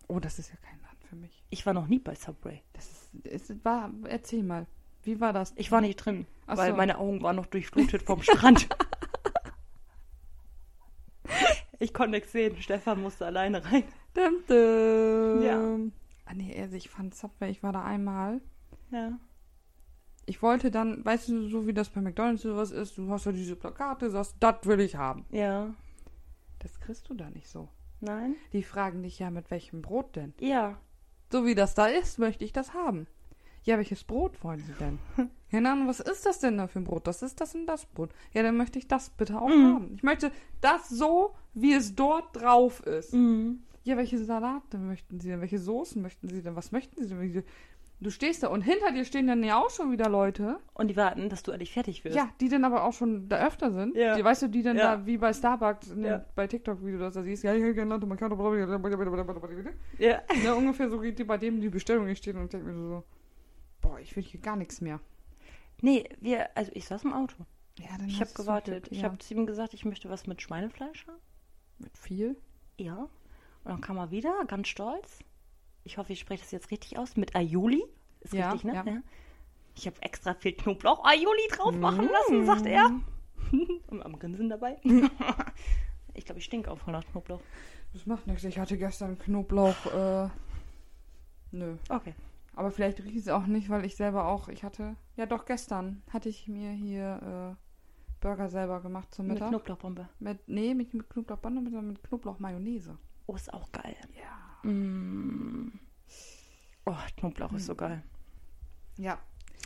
[SPEAKER 1] Oh, das ist ja kein Land für mich.
[SPEAKER 2] Ich war noch nie bei Subway.
[SPEAKER 1] Das ist, es war, erzähl mal. Wie war das?
[SPEAKER 2] Ich war nicht drin,
[SPEAKER 1] Ach
[SPEAKER 2] weil
[SPEAKER 1] so.
[SPEAKER 2] meine Augen waren noch durchflutet vom Strand. ich konnte nichts sehen. Stefan musste alleine rein.
[SPEAKER 1] Dum, dum.
[SPEAKER 2] Ja.
[SPEAKER 1] Ah, nee, also ich fand Subway, ich war da einmal.
[SPEAKER 2] Ja.
[SPEAKER 1] Ich wollte dann, weißt du, so wie das bei McDonalds sowas ist, du hast ja diese Plakate, sagst, das will ich haben.
[SPEAKER 2] Ja.
[SPEAKER 1] Das kriegst du da nicht so.
[SPEAKER 2] Nein?
[SPEAKER 1] Die fragen dich ja, mit welchem Brot denn?
[SPEAKER 2] Ja.
[SPEAKER 1] So wie das da ist, möchte ich das haben. Ja, welches Brot wollen Sie denn? Ja, na, und was ist das denn da für ein Brot? Das ist das und das Brot. Ja, dann möchte ich das bitte auch
[SPEAKER 2] Mhm.
[SPEAKER 1] haben. Ich möchte das so, wie es dort drauf ist.
[SPEAKER 2] Mhm.
[SPEAKER 1] Ja, welche Salate möchten Sie denn? Welche Soßen möchten Sie denn? Was möchten Sie denn? Wie- Du stehst da und hinter dir stehen dann ja auch schon wieder Leute.
[SPEAKER 2] Und die warten, dass du endlich fertig wirst.
[SPEAKER 1] Ja, die dann aber auch schon da öfter sind.
[SPEAKER 2] Ja.
[SPEAKER 1] Die, weißt du, die dann
[SPEAKER 2] Ja.
[SPEAKER 1] da wie bei Starbucks, in den-
[SPEAKER 2] Ja.
[SPEAKER 1] bei TikTok, wie du das da siehst. Ja, ja, gerne Latte, Macchiato, blablabla, blablabla, blablabla.
[SPEAKER 2] Ja.
[SPEAKER 1] Ne, ungefähr so geht dir bei dem die Bestellung nicht stehen und ich denke mir so, boah, ich will hier gar nichts mehr.
[SPEAKER 2] Nee, wir, also ich saß im Auto.
[SPEAKER 1] Ja, dann
[SPEAKER 2] Ich habe
[SPEAKER 1] hast du so
[SPEAKER 2] gewartet.
[SPEAKER 1] Glück,
[SPEAKER 2] Ich
[SPEAKER 1] ja.
[SPEAKER 2] habe zu ihm gesagt, ich möchte was mit Schweinefleisch haben.
[SPEAKER 1] Mit viel?
[SPEAKER 2] Ja. Und dann kam er wieder, ganz stolz. Ich hoffe, ich spreche das jetzt richtig aus. Mit Aioli. Ist
[SPEAKER 1] Ja,
[SPEAKER 2] richtig, ne?
[SPEAKER 1] ja.
[SPEAKER 2] Ich habe extra viel Knoblauch-Aioli drauf machen lassen, sagt er. Und am Grinsen dabei. ich glaube, ich stinke auch voll nach Knoblauch.
[SPEAKER 1] Das macht nichts. Ich hatte gestern Knoblauch, äh, nö.
[SPEAKER 2] Okay.
[SPEAKER 1] Aber vielleicht riecht es auch nicht, weil ich selber auch, ich hatte, ja doch gestern hatte ich mir hier äh, Burger selber gemacht zum
[SPEAKER 2] Mit
[SPEAKER 1] Mittag. Mit
[SPEAKER 2] Knoblauchbombe.
[SPEAKER 1] nee, nicht mit Knoblauchbande, sondern mit Knoblauchmayonnaise.
[SPEAKER 2] Oh, ist auch geil.
[SPEAKER 1] Ja.
[SPEAKER 2] Oh, Knoblauch ist so geil.
[SPEAKER 1] Ja.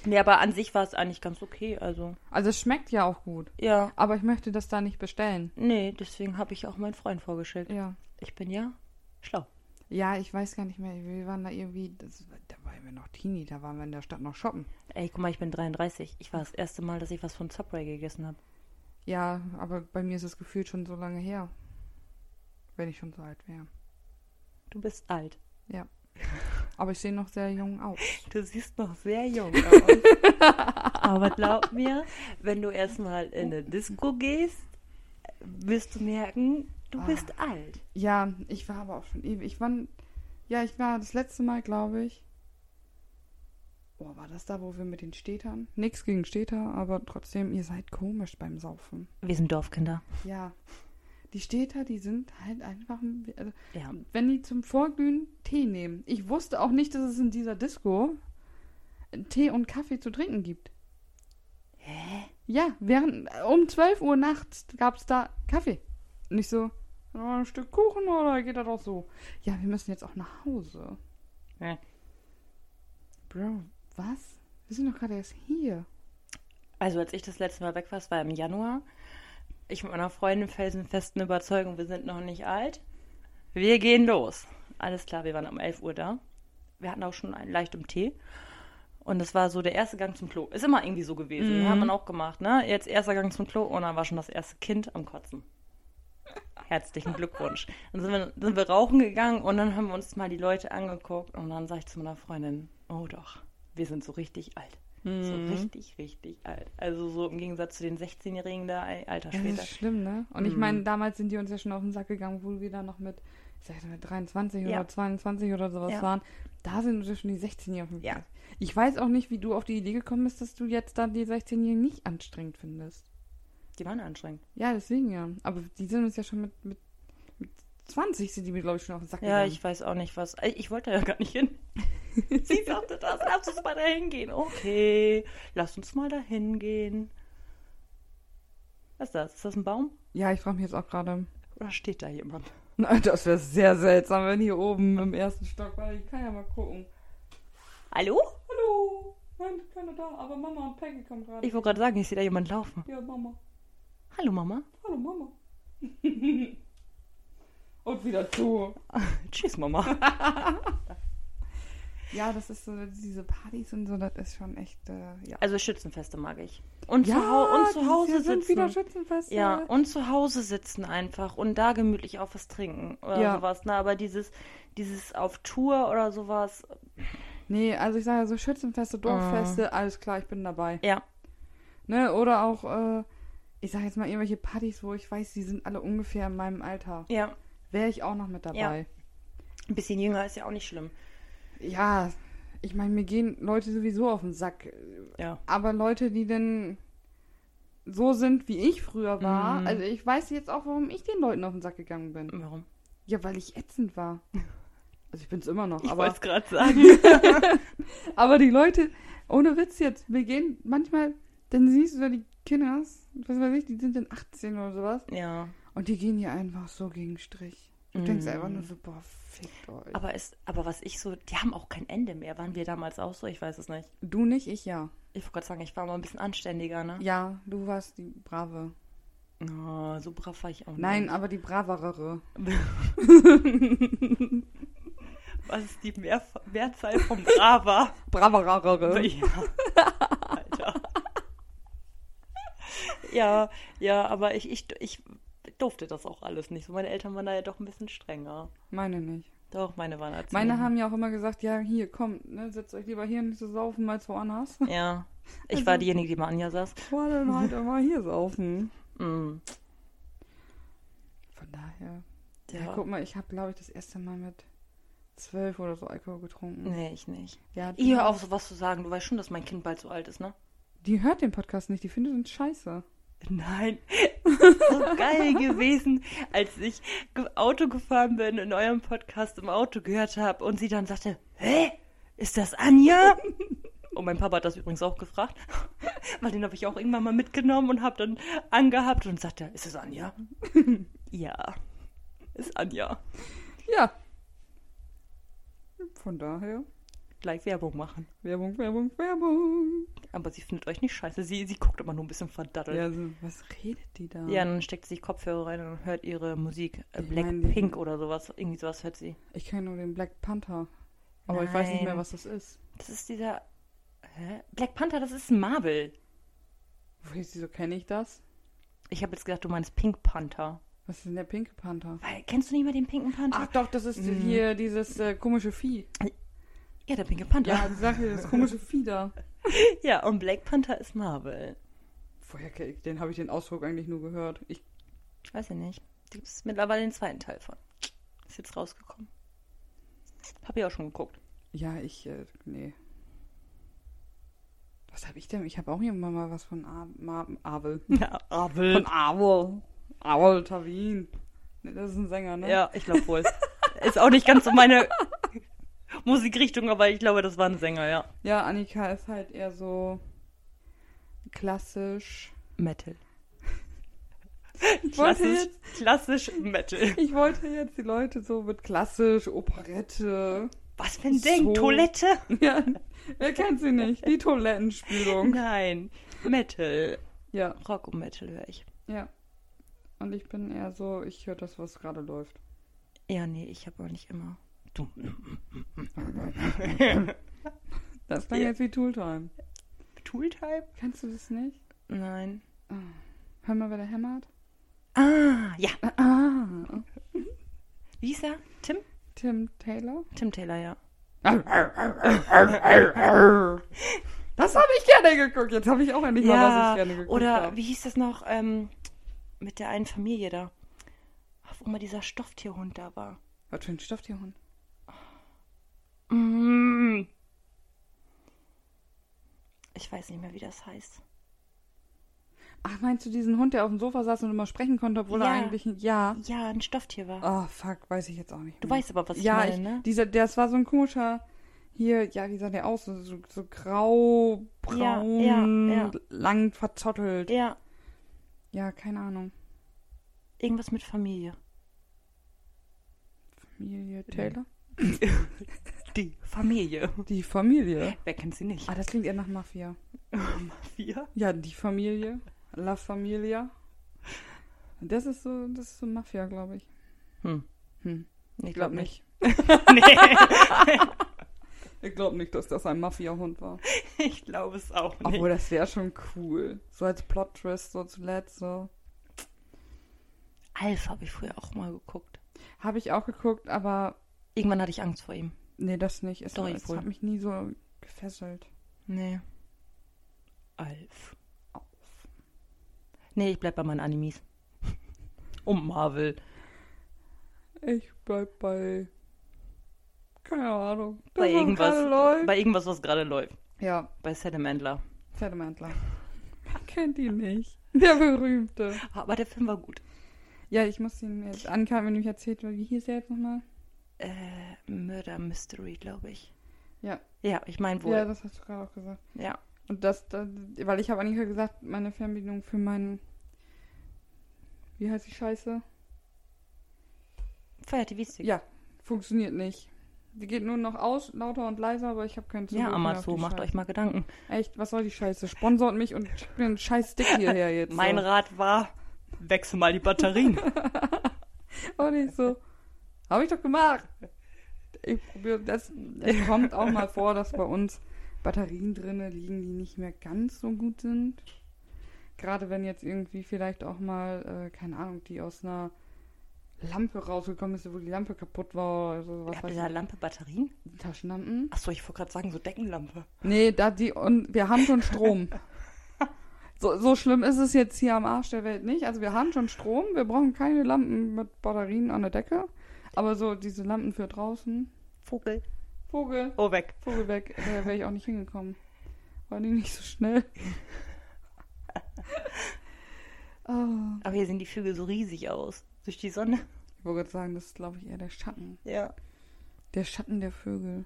[SPEAKER 2] Nee, aber an sich war es eigentlich ganz okay. Also,
[SPEAKER 1] Also es schmeckt ja auch gut.
[SPEAKER 2] ja.
[SPEAKER 1] Aber ich möchte das da nicht bestellen.
[SPEAKER 2] Nee, deswegen habe ich auch meinen Freund vorgeschickt.
[SPEAKER 1] Ja.
[SPEAKER 2] Ich bin ja schlau.
[SPEAKER 1] Ja, ich weiß gar nicht mehr. Wir waren da irgendwie, das, da waren wir noch Teenie, da waren wir in der Stadt noch shoppen.
[SPEAKER 2] Ey, guck mal, ich bin 33. Ich war das erste Mal, dass ich was von Subway gegessen habe.
[SPEAKER 1] Ja, aber bei mir ist das Gefühl schon so lange her. Wenn ich schon so alt wäre.
[SPEAKER 2] Du bist alt.
[SPEAKER 1] Ja. Aber ich sehe noch sehr jung aus.
[SPEAKER 2] Du siehst noch sehr jung aus. Aber glaub mir, wenn du erstmal in eine Disco gehst, wirst du merken, du
[SPEAKER 1] Ah.
[SPEAKER 2] bist alt.
[SPEAKER 1] Ja, ich war aber auch schon ewig. Ich war, ja, ich war das letzte Mal, glaube ich. Boah, war das da, wo wir mit den Städtern? Nix gegen Städter, aber trotzdem, ihr seid komisch beim Saufen.
[SPEAKER 2] Wir sind Dorfkinder.
[SPEAKER 1] Ja. Die Städter, die sind halt einfach. ein- Also,
[SPEAKER 2] Ja.
[SPEAKER 1] wenn die zum Vorglühen Tee nehmen. Ich wusste auch nicht, dass es in dieser Disco äh, Tee und Kaffee zu trinken gibt.
[SPEAKER 2] Hä?
[SPEAKER 1] Ja, während um 12 Uhr nachts gab es da Kaffee. Nicht so "Ja, ein Stück Kuchen oder geht das auch so? Ja, wir müssen jetzt auch nach Hause.
[SPEAKER 2] Ja.
[SPEAKER 1] Bro, was? Wir sind doch gerade erst hier.
[SPEAKER 2] Also als ich das letzte Mal weg war, es war im Januar. Ich mit meiner Freundin felsenfesten Überzeugung, wir sind noch nicht alt. Wir gehen los. Alles klar, wir waren um 11 Uhr da. Wir hatten auch schon einen leicht um Tee. Und das war so der erste Gang zum Klo. Ist immer irgendwie so gewesen.
[SPEAKER 1] Mhm.
[SPEAKER 2] Haben wir auch gemacht, ne? Jetzt erster Gang zum Klo und dann war schon das erste Kind am Kotzen. Herzlichen Glückwunsch. Dann sind wir, sind wir rauchen gegangen und dann haben wir uns mal die Leute angeguckt und dann sage ich zu meiner Freundin, oh doch, wir sind so richtig alt. So
[SPEAKER 1] Mhm.
[SPEAKER 2] richtig, richtig alt. Also so im Gegensatz zu den 16-Jährigen da, ein Alter
[SPEAKER 1] Ja, das
[SPEAKER 2] später.
[SPEAKER 1] ist schlimm, ne? Und ich
[SPEAKER 2] Mhm.
[SPEAKER 1] meine, damals sind die uns ja schon auf den Sack gegangen, wo wir da noch mit, ich sag jetzt mal, 23
[SPEAKER 2] Ja.
[SPEAKER 1] oder 22 oder sowas
[SPEAKER 2] Ja.
[SPEAKER 1] waren. Da sind uns ja schon die 16-Jährigen.
[SPEAKER 2] Ja.
[SPEAKER 1] Ich weiß auch nicht, wie du auf die Idee gekommen bist, dass du jetzt dann die 16-Jährigen nicht anstrengend findest.
[SPEAKER 2] Die waren anstrengend.
[SPEAKER 1] Ja, deswegen ja. Aber die sind uns ja schon mit, mit, mit 20 sind die mir, glaube ich, schon auf den Sack
[SPEAKER 2] Ja,
[SPEAKER 1] gegangen.
[SPEAKER 2] ich weiß auch nicht, was. äh, Ich wollte ja gar nicht hin. Sie sagte, das lass uns mal da hingehen. Okay, lass uns mal da hingehen. Was ist das? Ist das ein Baum?
[SPEAKER 1] Ja, ich frage mich jetzt auch gerade.
[SPEAKER 2] Oder steht da jemand?
[SPEAKER 1] Na, Das wäre sehr seltsam, wenn hier oben im ersten Stock, weil ich kann ja mal gucken.
[SPEAKER 2] Hallo?
[SPEAKER 1] Hallo! Nein, keiner da, aber Mama und Peggy kommen gerade.
[SPEAKER 2] Ich wollte gerade sagen, ich sehe da jemand laufen.
[SPEAKER 1] Ja, Mama.
[SPEAKER 2] Hallo Mama.
[SPEAKER 1] Hallo Mama. Und wieder zu.
[SPEAKER 2] Tschüss Mama.
[SPEAKER 1] Ja, das ist so, diese Partys und so, das ist schon echt, äh, ja.
[SPEAKER 2] Also Schützenfeste mag ich. Und,
[SPEAKER 1] ja,
[SPEAKER 2] zu, Hau- und zu
[SPEAKER 1] dieses
[SPEAKER 2] Hause
[SPEAKER 1] Jahr
[SPEAKER 2] sitzen.
[SPEAKER 1] sind wieder Schützenfeste.
[SPEAKER 2] Ja, und zu Hause sitzen einfach und da gemütlich auch was trinken oder
[SPEAKER 1] Ja.
[SPEAKER 2] sowas. Ne? Aber dieses, dieses auf Tour oder sowas,
[SPEAKER 1] Nee, also ich sage ja so Schützenfeste, Dorffeste,
[SPEAKER 2] Ah.
[SPEAKER 1] alles klar, ich bin dabei.
[SPEAKER 2] ja,
[SPEAKER 1] Ne, oder auch, äh, ich sage jetzt mal irgendwelche Partys, wo ich weiß, die sind alle ungefähr in meinem Alter.
[SPEAKER 2] ja.
[SPEAKER 1] Wäre ich auch noch mit dabei.
[SPEAKER 2] Ein bisschen jünger ist ja auch nicht schlimm.
[SPEAKER 1] Ja, ich meine, mir gehen Leute sowieso auf den Sack.
[SPEAKER 2] Ja.
[SPEAKER 1] Aber Leute, die dann so sind, wie ich früher war,
[SPEAKER 2] Mhm.
[SPEAKER 1] also ich weiß jetzt auch, warum ich den Leuten auf den Sack gegangen bin.
[SPEAKER 2] Warum?
[SPEAKER 1] Ja, weil ich ätzend war. Also ich bin's immer noch,
[SPEAKER 2] Ich
[SPEAKER 1] aber.
[SPEAKER 2] wollte es gerade sagen.
[SPEAKER 1] Aber die Leute, ohne Witz jetzt, wir gehen manchmal, dann siehst du da die Kinder, was weiß ich, die sind dann 18 oder sowas,
[SPEAKER 2] ja.
[SPEAKER 1] und die gehen hier einfach so gegen Strich. Du denkst
[SPEAKER 2] Mm.
[SPEAKER 1] einfach nur so, boah, fickt euch.
[SPEAKER 2] Aber, es, aber was ich so, die haben auch kein Ende mehr. Waren wir damals auch so? Ich weiß es nicht.
[SPEAKER 1] du nicht, ich ja.
[SPEAKER 2] Ich wollte gerade sagen, ich war mal ein bisschen anständiger, ne?
[SPEAKER 1] Ja, du warst die Brave.
[SPEAKER 2] Oh, so brav war ich auch
[SPEAKER 1] Nein, aber die braverere.
[SPEAKER 2] nicht. was ist die Mehr Mehrzahl vom Brava?
[SPEAKER 1] Braverere.
[SPEAKER 2] ja. Alter. Ja, ja, aber ich, ich, ich durfte das auch alles nicht. So, meine Eltern waren da ja doch ein bisschen strenger.
[SPEAKER 1] Meine nicht.
[SPEAKER 2] Doch, meine waren erzogen.
[SPEAKER 1] Meine haben ja auch immer gesagt, ja, hier, kommt, ne, setzt euch lieber hier nicht so saufen als woanders.
[SPEAKER 2] Ja. Ich
[SPEAKER 1] Also-
[SPEAKER 2] war diejenige, die mal Anja saß.
[SPEAKER 1] Boah, dann halt immer hier saufen.
[SPEAKER 2] Mm.
[SPEAKER 1] Von daher. Ja,
[SPEAKER 2] Ja.
[SPEAKER 1] guck mal, ich habe, glaube ich, das erste Mal mit zwölf oder so Alkohol getrunken.
[SPEAKER 2] Nee, ich nicht.
[SPEAKER 1] Ja, die,
[SPEAKER 2] Ich hör auf, sowas zu sagen. Du weißt schon, dass mein Kind bald so alt ist, ne?
[SPEAKER 1] die hört den Podcast nicht, die findet uns scheiße.
[SPEAKER 2] Nein. Es ist so geil gewesen, als ich ge- Auto gefahren bin, in eurem Podcast im Auto gehört habe und sie dann sagte, hä? Ist das Anja? Und mein Papa hat das übrigens auch gefragt, weil den habe ich auch irgendwann mal mitgenommen und habe dann angehabt und sagte, ist es Anja? ja, ist Anja.
[SPEAKER 1] Ja. Von daher,
[SPEAKER 2] Gleich Werbung machen.
[SPEAKER 1] Werbung, Werbung, Werbung.
[SPEAKER 2] Aber sie findet euch nicht scheiße. Sie, sie guckt immer nur ein bisschen verdattelt.
[SPEAKER 1] Ja, so, was redet die da?
[SPEAKER 2] Ja, dann steckt sie sich Kopfhörer rein und hört ihre Musik. Äh,
[SPEAKER 1] Ich meine, die-
[SPEAKER 2] Blackpink oder sowas. Irgendwie sowas hört sie.
[SPEAKER 1] Ich kenne nur den Black Panther. Aber ich weiß nicht
[SPEAKER 2] Nein.
[SPEAKER 1] mehr, was das ist.
[SPEAKER 2] Das ist dieser. Hä? Black Panther, das ist ein Marvel.
[SPEAKER 1] Wieso kenne ich das?
[SPEAKER 2] Ich habe jetzt gedacht, du meinst Pink Panther.
[SPEAKER 1] Was ist denn der pinke Panther?
[SPEAKER 2] Weil, kennst du nicht mal den pinken Panther?
[SPEAKER 1] Ach doch, das ist
[SPEAKER 2] Mm.
[SPEAKER 1] hier dieses äh, komische Vieh.
[SPEAKER 2] Ja, der pinke Panther.
[SPEAKER 1] Ja,
[SPEAKER 2] Ja.
[SPEAKER 1] die Sache, das komische Vieh da.
[SPEAKER 2] und Black Panther ist Marvel.
[SPEAKER 1] Woher kenn ich den? Habe ich den Ausdruck eigentlich nur gehört. Ich,
[SPEAKER 2] Ich weiß ja nicht. Da gibt es mittlerweile den zweiten Teil von. Ist jetzt rausgekommen. Hab ich auch schon geguckt.
[SPEAKER 1] ja, ich, äh, nee. Was habe ich denn? Ich habe auch irgendwann mal was von A Ma Abel.
[SPEAKER 2] Ja, Marvel.
[SPEAKER 1] Von Abel. Abel Tawin. Ne, Das ist ein Sänger, ne?
[SPEAKER 2] Ja, ich glaube wohl. ist auch nicht ganz so meine Musikrichtung, aber ich glaube, das war ein Sänger, ja.
[SPEAKER 1] Ja, Annika ist halt eher so klassisch.
[SPEAKER 2] Metal.
[SPEAKER 1] Ich wollte,
[SPEAKER 2] Klassisch,
[SPEAKER 1] jetzt,
[SPEAKER 2] klassisch Metal.
[SPEAKER 1] ich wollte jetzt die Leute so mit klassisch, Operette.
[SPEAKER 2] Was für ein Ding?
[SPEAKER 1] So.
[SPEAKER 2] Toilette?
[SPEAKER 1] Ja, wer kennt sie nicht? Die Toilettenspülung.
[SPEAKER 2] Nein. Metal.
[SPEAKER 1] Ja,
[SPEAKER 2] Rock und Metal höre ich.
[SPEAKER 1] ja. Und ich bin eher so, ich höre das, was gerade läuft.
[SPEAKER 2] Ja, nee, ich habe aber nicht immer. Du.
[SPEAKER 1] Das klang
[SPEAKER 2] Ja.
[SPEAKER 1] jetzt wie Tooltime.
[SPEAKER 2] Tooltype?
[SPEAKER 1] Kennst du das nicht?
[SPEAKER 2] Nein.
[SPEAKER 1] Hör mal, wer da hämmert.
[SPEAKER 2] Ah, ja.
[SPEAKER 1] Ah,
[SPEAKER 2] Wie hieß er? Tim?
[SPEAKER 1] Tim Taylor.
[SPEAKER 2] Tim Taylor, ja.
[SPEAKER 1] Das habe ich gerne geguckt. Jetzt habe ich auch endlich mal was ich gerne geguckt
[SPEAKER 2] oder
[SPEAKER 1] habe.
[SPEAKER 2] wie hieß das noch ähm, mit der einen Familie da? Auf immer dieser Stofftierhund da war.
[SPEAKER 1] Was für ein Stofftierhund.
[SPEAKER 2] Mm. Ich weiß nicht mehr, wie das heißt.
[SPEAKER 1] Ach, meinst du diesen Hund, der auf dem Sofa saß und immer sprechen konnte, obwohl er
[SPEAKER 2] Ja.
[SPEAKER 1] eigentlich ein Ja.
[SPEAKER 2] Ja, ein Stofftier war.
[SPEAKER 1] Oh, fuck, weiß ich jetzt auch nicht.
[SPEAKER 2] Du
[SPEAKER 1] mehr.
[SPEAKER 2] weißt aber, was ich
[SPEAKER 1] ja,
[SPEAKER 2] meine,
[SPEAKER 1] ich,
[SPEAKER 2] ne?
[SPEAKER 1] dieser, das war so ein komischer, hier, ja, wie sah der aus? So, so, so grau,
[SPEAKER 2] Ja,
[SPEAKER 1] braun,
[SPEAKER 2] ja, ja.
[SPEAKER 1] lang verzottelt.
[SPEAKER 2] Ja,
[SPEAKER 1] Ja, keine Ahnung.
[SPEAKER 2] irgendwas mit Familie.
[SPEAKER 1] Familie Taylor?
[SPEAKER 2] Die Familie.
[SPEAKER 1] Die Familie.
[SPEAKER 2] Wer kennt sie nicht?
[SPEAKER 1] Ah, das klingt eher nach Mafia.
[SPEAKER 2] Mafia?
[SPEAKER 1] Ja, die Familie. La Familia. Das ist so, das ist so Mafia, glaube ich.
[SPEAKER 2] Hm.
[SPEAKER 1] Hm.
[SPEAKER 2] Ich glaube nicht.
[SPEAKER 1] Ich glaube nicht, dass das ein Mafia-Hund war.
[SPEAKER 2] Ich glaube es auch nicht.
[SPEAKER 1] Obwohl, das wäre schon cool. So als Plot-Twist, so zuletzt, so.
[SPEAKER 2] Alf habe ich früher auch mal geguckt.
[SPEAKER 1] Habe ich auch geguckt, aber
[SPEAKER 2] Irgendwann hatte ich Angst vor ihm.
[SPEAKER 1] nee, das nicht. Es,
[SPEAKER 2] Doch, ich
[SPEAKER 1] es
[SPEAKER 2] wohl.
[SPEAKER 1] hat mich nie so gefesselt.
[SPEAKER 2] Nee. Alf.
[SPEAKER 1] Auf.
[SPEAKER 2] Nee, ich bleib bei meinen Animes. Und Um Marvel.
[SPEAKER 1] Ich bleib bei Keine Ahnung. Das
[SPEAKER 2] Bei
[SPEAKER 1] war gerade
[SPEAKER 2] irgendwas,
[SPEAKER 1] läuft.
[SPEAKER 2] bei irgendwas, was gerade läuft.
[SPEAKER 1] ja,
[SPEAKER 2] Bei Sedimantler.
[SPEAKER 1] Pferdemantler. Man kennt ihn nicht. Der berühmte.
[SPEAKER 2] Ah, Aber der Film war gut.
[SPEAKER 1] Ja, ich muss ihn jetzt ankamen, wenn du mich erzählt, wie hieß er jetzt nochmal?
[SPEAKER 2] Äh, Murder Mystery, glaube ich.
[SPEAKER 1] Ja.
[SPEAKER 2] Ja, ich meine wohl.
[SPEAKER 1] Ja,
[SPEAKER 2] Ja.
[SPEAKER 1] das hast du gerade auch gesagt. Und das, das weil ich habe Annika gesagt, meine Fernbedienung für meinen. Wie heißt die Scheiße?
[SPEAKER 2] Fire TV Stick.
[SPEAKER 1] Ja, funktioniert nicht. Die geht nur noch aus, lauter und leiser, aber ich habe keinen
[SPEAKER 2] Ja,
[SPEAKER 1] mehr auf
[SPEAKER 2] Amazon,
[SPEAKER 1] die
[SPEAKER 2] macht
[SPEAKER 1] Scheiße.
[SPEAKER 2] euch mal Gedanken.
[SPEAKER 1] Echt, was soll die Scheiße? Sponsort mich und schickt mir einen scheiß Stick hierher jetzt.
[SPEAKER 2] Mein
[SPEAKER 1] so.
[SPEAKER 2] Rat war, wechsel mal die Batterien.
[SPEAKER 1] Auch nicht so. Habe ich doch gemacht. Ich probiere das. Es kommt auch mal vor, dass bei uns Batterien drinne liegen, die nicht mehr ganz so gut sind. Gerade wenn jetzt irgendwie vielleicht auch mal, äh, keine Ahnung, die aus einer Lampe rausgekommen ist, wo die Lampe kaputt war oder so,
[SPEAKER 2] Ihr
[SPEAKER 1] was
[SPEAKER 2] habt
[SPEAKER 1] weiß
[SPEAKER 2] in der Lampe Batterien?
[SPEAKER 1] ich. Taschenlampen.
[SPEAKER 2] Achso, ich wollte gerade sagen, so Deckenlampe.
[SPEAKER 1] Nee, da die und wir haben schon Strom. So, so schlimm ist es jetzt hier am Arsch der Welt nicht. Also wir haben schon Strom, wir brauchen keine Lampen mit Batterien an der Decke. Aber so diese Lampen für draußen.
[SPEAKER 2] Vogel.
[SPEAKER 1] Vogel,
[SPEAKER 2] Oh, weg.
[SPEAKER 1] Vogel weg, da wäre ich auch nicht hingekommen. Vor allem nicht so schnell. Oh,
[SPEAKER 2] Aber hier sehen die Vögel so riesig aus. Durch die Sonne.
[SPEAKER 1] ich wollte gerade sagen, das ist glaube ich eher der Schatten.
[SPEAKER 2] Ja.
[SPEAKER 1] Der Schatten der Vögel.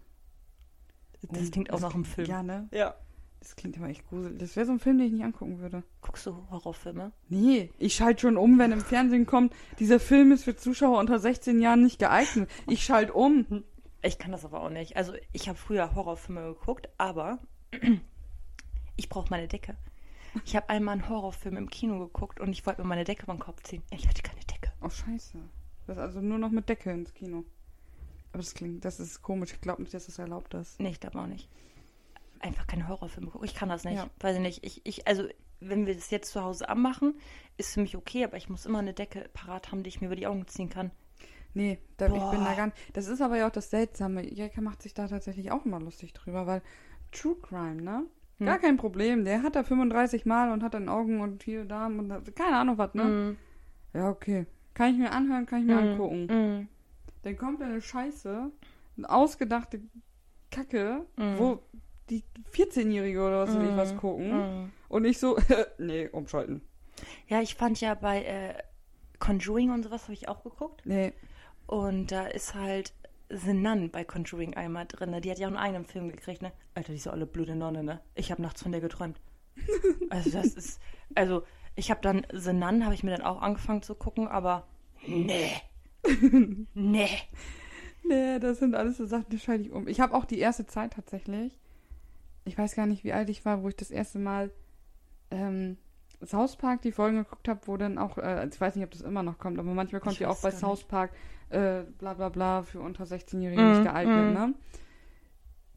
[SPEAKER 2] Das klingt auch nach einem Film.
[SPEAKER 1] Ja, ne?
[SPEAKER 2] ja.
[SPEAKER 1] Das klingt immer echt gruselig. Das wäre so ein Film, den ich nicht angucken würde.
[SPEAKER 2] Guckst du Horrorfilme?
[SPEAKER 1] Nee, ich schalte schon um, wenn im Fernsehen kommt, dieser Film ist für Zuschauer unter 16 Jahren nicht geeignet. Ich schalte um.
[SPEAKER 2] Ich kann das aber auch nicht. Also, ich habe früher Horrorfilme geguckt, aber ich brauche meine Decke. Ich habe einmal einen Horrorfilm im Kino geguckt und ich wollte mir meine Decke über den Kopf ziehen. Ich hatte keine Decke.
[SPEAKER 1] Oh, scheiße. Das ist also nur noch mit Decke ins Kino. Aber das klingt, das ist komisch. Ich glaube nicht, dass das erlaubt ist.
[SPEAKER 2] Nee, ich glaube auch nicht. Einfach keine Horrorfilme gucken. Ich kann das nicht.
[SPEAKER 1] Ja.
[SPEAKER 2] Weiß ich nicht. Ich, ich, also, wenn wir das jetzt zu Hause anmachen, ist für mich okay, aber ich muss immer eine Decke parat haben, die ich mir über die Augen ziehen kann.
[SPEAKER 1] Nee, da, ich bin da
[SPEAKER 2] Boah.
[SPEAKER 1] gar nicht. Das ist aber ja auch das Seltsame. Jäger macht sich da tatsächlich auch immer lustig drüber, weil True Crime, ne? Gar
[SPEAKER 2] Hm.
[SPEAKER 1] kein Problem. Der hat da 35 Mal und hat dann Augen und hier, da und da. keine Ahnung was, ne?
[SPEAKER 2] Hm.
[SPEAKER 1] Ja, okay. Kann ich mir anhören, kann ich mir angucken.
[SPEAKER 2] Mhm.
[SPEAKER 1] Dann kommt da eine Scheiße, eine ausgedachte Kacke,
[SPEAKER 2] Mhm.
[SPEAKER 1] wo die 14-Jährige oder was will ich was gucken.
[SPEAKER 2] Mhm.
[SPEAKER 1] Und ich so, nee, umschalten.
[SPEAKER 2] Ja, ich fand ja bei äh, Conjuring und sowas habe ich auch geguckt.
[SPEAKER 1] Nee.
[SPEAKER 2] Und da ist halt The Nun bei Conjuring einmal drin. Ne? Die hat ja auch einen eigenen Film gekriegt, ne? Alter, diese olle blöde Nonne, ne? Ich habe nachts von der geträumt. Also das ist, also ich habe dann The Nun, habe ich mir dann auch angefangen zu gucken, aber nee. nee.
[SPEAKER 1] Nee, das sind alles so Sachen, die schalte ich um. Ich habe auch die erste Zeit tatsächlich. Ich weiß gar nicht, wie alt ich war, wo ich das erste Mal ähm, South Park die Folgen geguckt habe, wo dann auch, äh, ich weiß nicht, ob das immer noch kommt, aber manchmal kommt
[SPEAKER 2] Ich
[SPEAKER 1] ja
[SPEAKER 2] weiß
[SPEAKER 1] auch bei
[SPEAKER 2] gar
[SPEAKER 1] South Park äh, bla bla bla für unter 16-Jährige
[SPEAKER 2] Mm,
[SPEAKER 1] nicht geeignet,
[SPEAKER 2] mm.
[SPEAKER 1] ne?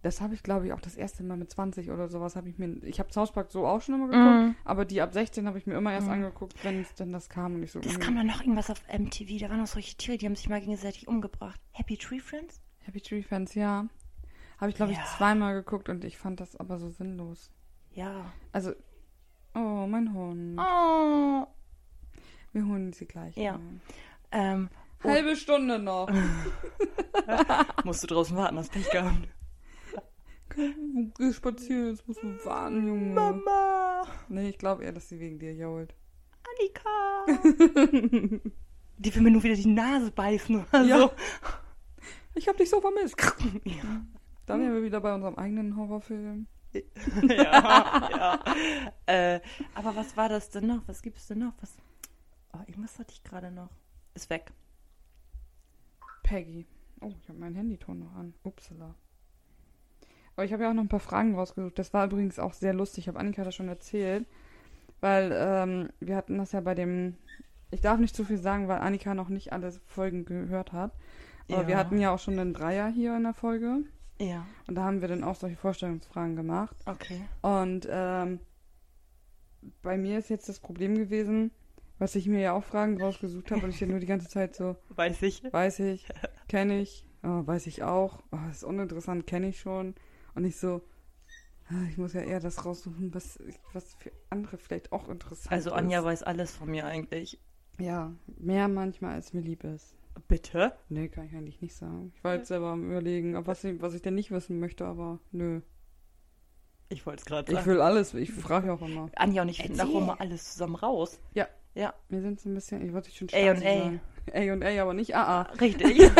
[SPEAKER 1] Das habe ich, glaube ich, auch das erste Mal mit 20 oder sowas habe ich mir. Ich habe South Park so auch schon immer
[SPEAKER 2] Mhm.
[SPEAKER 1] geguckt, aber die ab 16 habe ich mir immer erst angeguckt, wenn es denn das kam und ich so.
[SPEAKER 2] Das
[SPEAKER 1] mm.
[SPEAKER 2] kam dann noch irgendwas auf MTV, da waren noch solche Tiere, die haben sich mal gegenseitig umgebracht. Happy Tree Friends?
[SPEAKER 1] Happy Tree Fans, ja. Habe ich, glaube
[SPEAKER 2] Ja.
[SPEAKER 1] ich, zweimal geguckt und ich fand das aber so sinnlos.
[SPEAKER 2] Ja.
[SPEAKER 1] Also, oh, mein Hund.
[SPEAKER 2] Oh.
[SPEAKER 1] Wir holen sie gleich.
[SPEAKER 2] Ja.
[SPEAKER 1] ein.
[SPEAKER 2] Ähm,
[SPEAKER 1] Halbe Stunde noch.
[SPEAKER 2] musst du draußen warten, hast Pech gehabt.
[SPEAKER 1] Geh spazieren, jetzt musst du warten, Junge.
[SPEAKER 2] Mama.
[SPEAKER 1] Nee, ich glaube eher, dass sie wegen dir jault.
[SPEAKER 2] Annika! die will mir nur wieder die Nase beißen oder
[SPEAKER 1] Ja.
[SPEAKER 2] so.
[SPEAKER 1] Ich hab dich so vermisst.
[SPEAKER 2] Ja.
[SPEAKER 1] Da wären wir wieder bei unserem eigenen Horrorfilm.
[SPEAKER 2] ja, ja. Äh, aber was war das denn noch? Was gibt's denn noch? Was? Oh, irgendwas hatte ich gerade noch. Ist weg.
[SPEAKER 1] Peggy. Oh, ich habe meinen Handyton noch an. Upsala. Aber ich habe ja auch noch ein paar Fragen rausgesucht. Das war übrigens auch sehr lustig. Ich habe Annika das schon erzählt. Weil ähm, wir hatten das ja bei dem. Ich darf nicht zu viel sagen, weil Annika noch nicht alle Folgen gehört hat. Aber
[SPEAKER 2] Ja.
[SPEAKER 1] wir hatten ja auch schon einen Dreier hier in der Folge.
[SPEAKER 2] Ja,
[SPEAKER 1] Und da haben wir dann auch solche Vorstellungsfragen gemacht.
[SPEAKER 2] okay.
[SPEAKER 1] Und ähm, bei mir ist jetzt das Problem gewesen, was ich mir ja auch Fragen rausgesucht habe und ich ja nur die ganze Zeit so,
[SPEAKER 2] Weiß ich.
[SPEAKER 1] weiß ich, kenne ich, oh, weiß ich auch, oh, ist uninteressant, kenne ich schon. Und ich so, ah, ich muss ja eher das raussuchen, was, was für andere vielleicht auch interessant
[SPEAKER 2] Also Anja
[SPEAKER 1] ist.
[SPEAKER 2] weiß alles von mir eigentlich.
[SPEAKER 1] Ja, mehr manchmal als mir lieb ist.
[SPEAKER 2] Bitte?
[SPEAKER 1] Nee, kann ich eigentlich nicht sagen. Ich war jetzt selber am überlegen, ob was ich, was ich denn nicht wissen möchte, aber nö.
[SPEAKER 2] Ich wollte es gerade
[SPEAKER 1] Ich
[SPEAKER 2] sagen.
[SPEAKER 1] will alles, ich frage ja auch immer.
[SPEAKER 2] Anja und ich finden da
[SPEAKER 1] Erzähl.
[SPEAKER 2] mal alles zusammen raus.
[SPEAKER 1] Ja,
[SPEAKER 2] Ja,
[SPEAKER 1] wir sind so ein bisschen, ich wollte schon
[SPEAKER 2] A und
[SPEAKER 1] scheiße
[SPEAKER 2] A.
[SPEAKER 1] sagen. A und A, aber nicht AA.
[SPEAKER 2] richtig.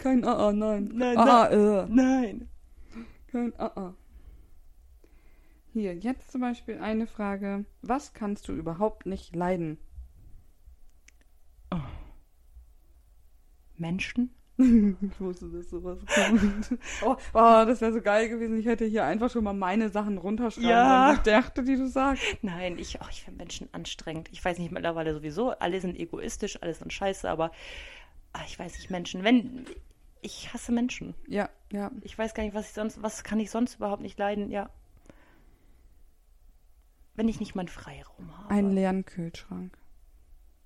[SPEAKER 1] Kein AA, nein.
[SPEAKER 2] Nein,
[SPEAKER 1] AA, äh.
[SPEAKER 2] Nein.
[SPEAKER 1] Kein AA. oh, Hier, jetzt zum Beispiel eine Frage. Was kannst du überhaupt nicht leiden?
[SPEAKER 2] Menschen?
[SPEAKER 1] Ich wusste, dass sowas kommt. Oh, oh das wäre so geil gewesen. Ich hätte hier einfach schon mal meine Sachen runterschreiben
[SPEAKER 2] Ja.
[SPEAKER 1] und ich dachte, die du sagst.
[SPEAKER 2] Nein, ich, ach, ich finde Menschen anstrengend. Ich weiß nicht, mittlerweile sowieso, alle sind egoistisch, alle sind scheiße, aber ah, ich weiß nicht, Menschen, wenn, ich hasse Menschen.
[SPEAKER 1] Ja, ja.
[SPEAKER 2] Ich weiß gar nicht, was ich sonst, was kann ich sonst überhaupt nicht leiden, ja. Wenn ich nicht meinen Freiraum habe.
[SPEAKER 1] Einen leeren Kühlschrank.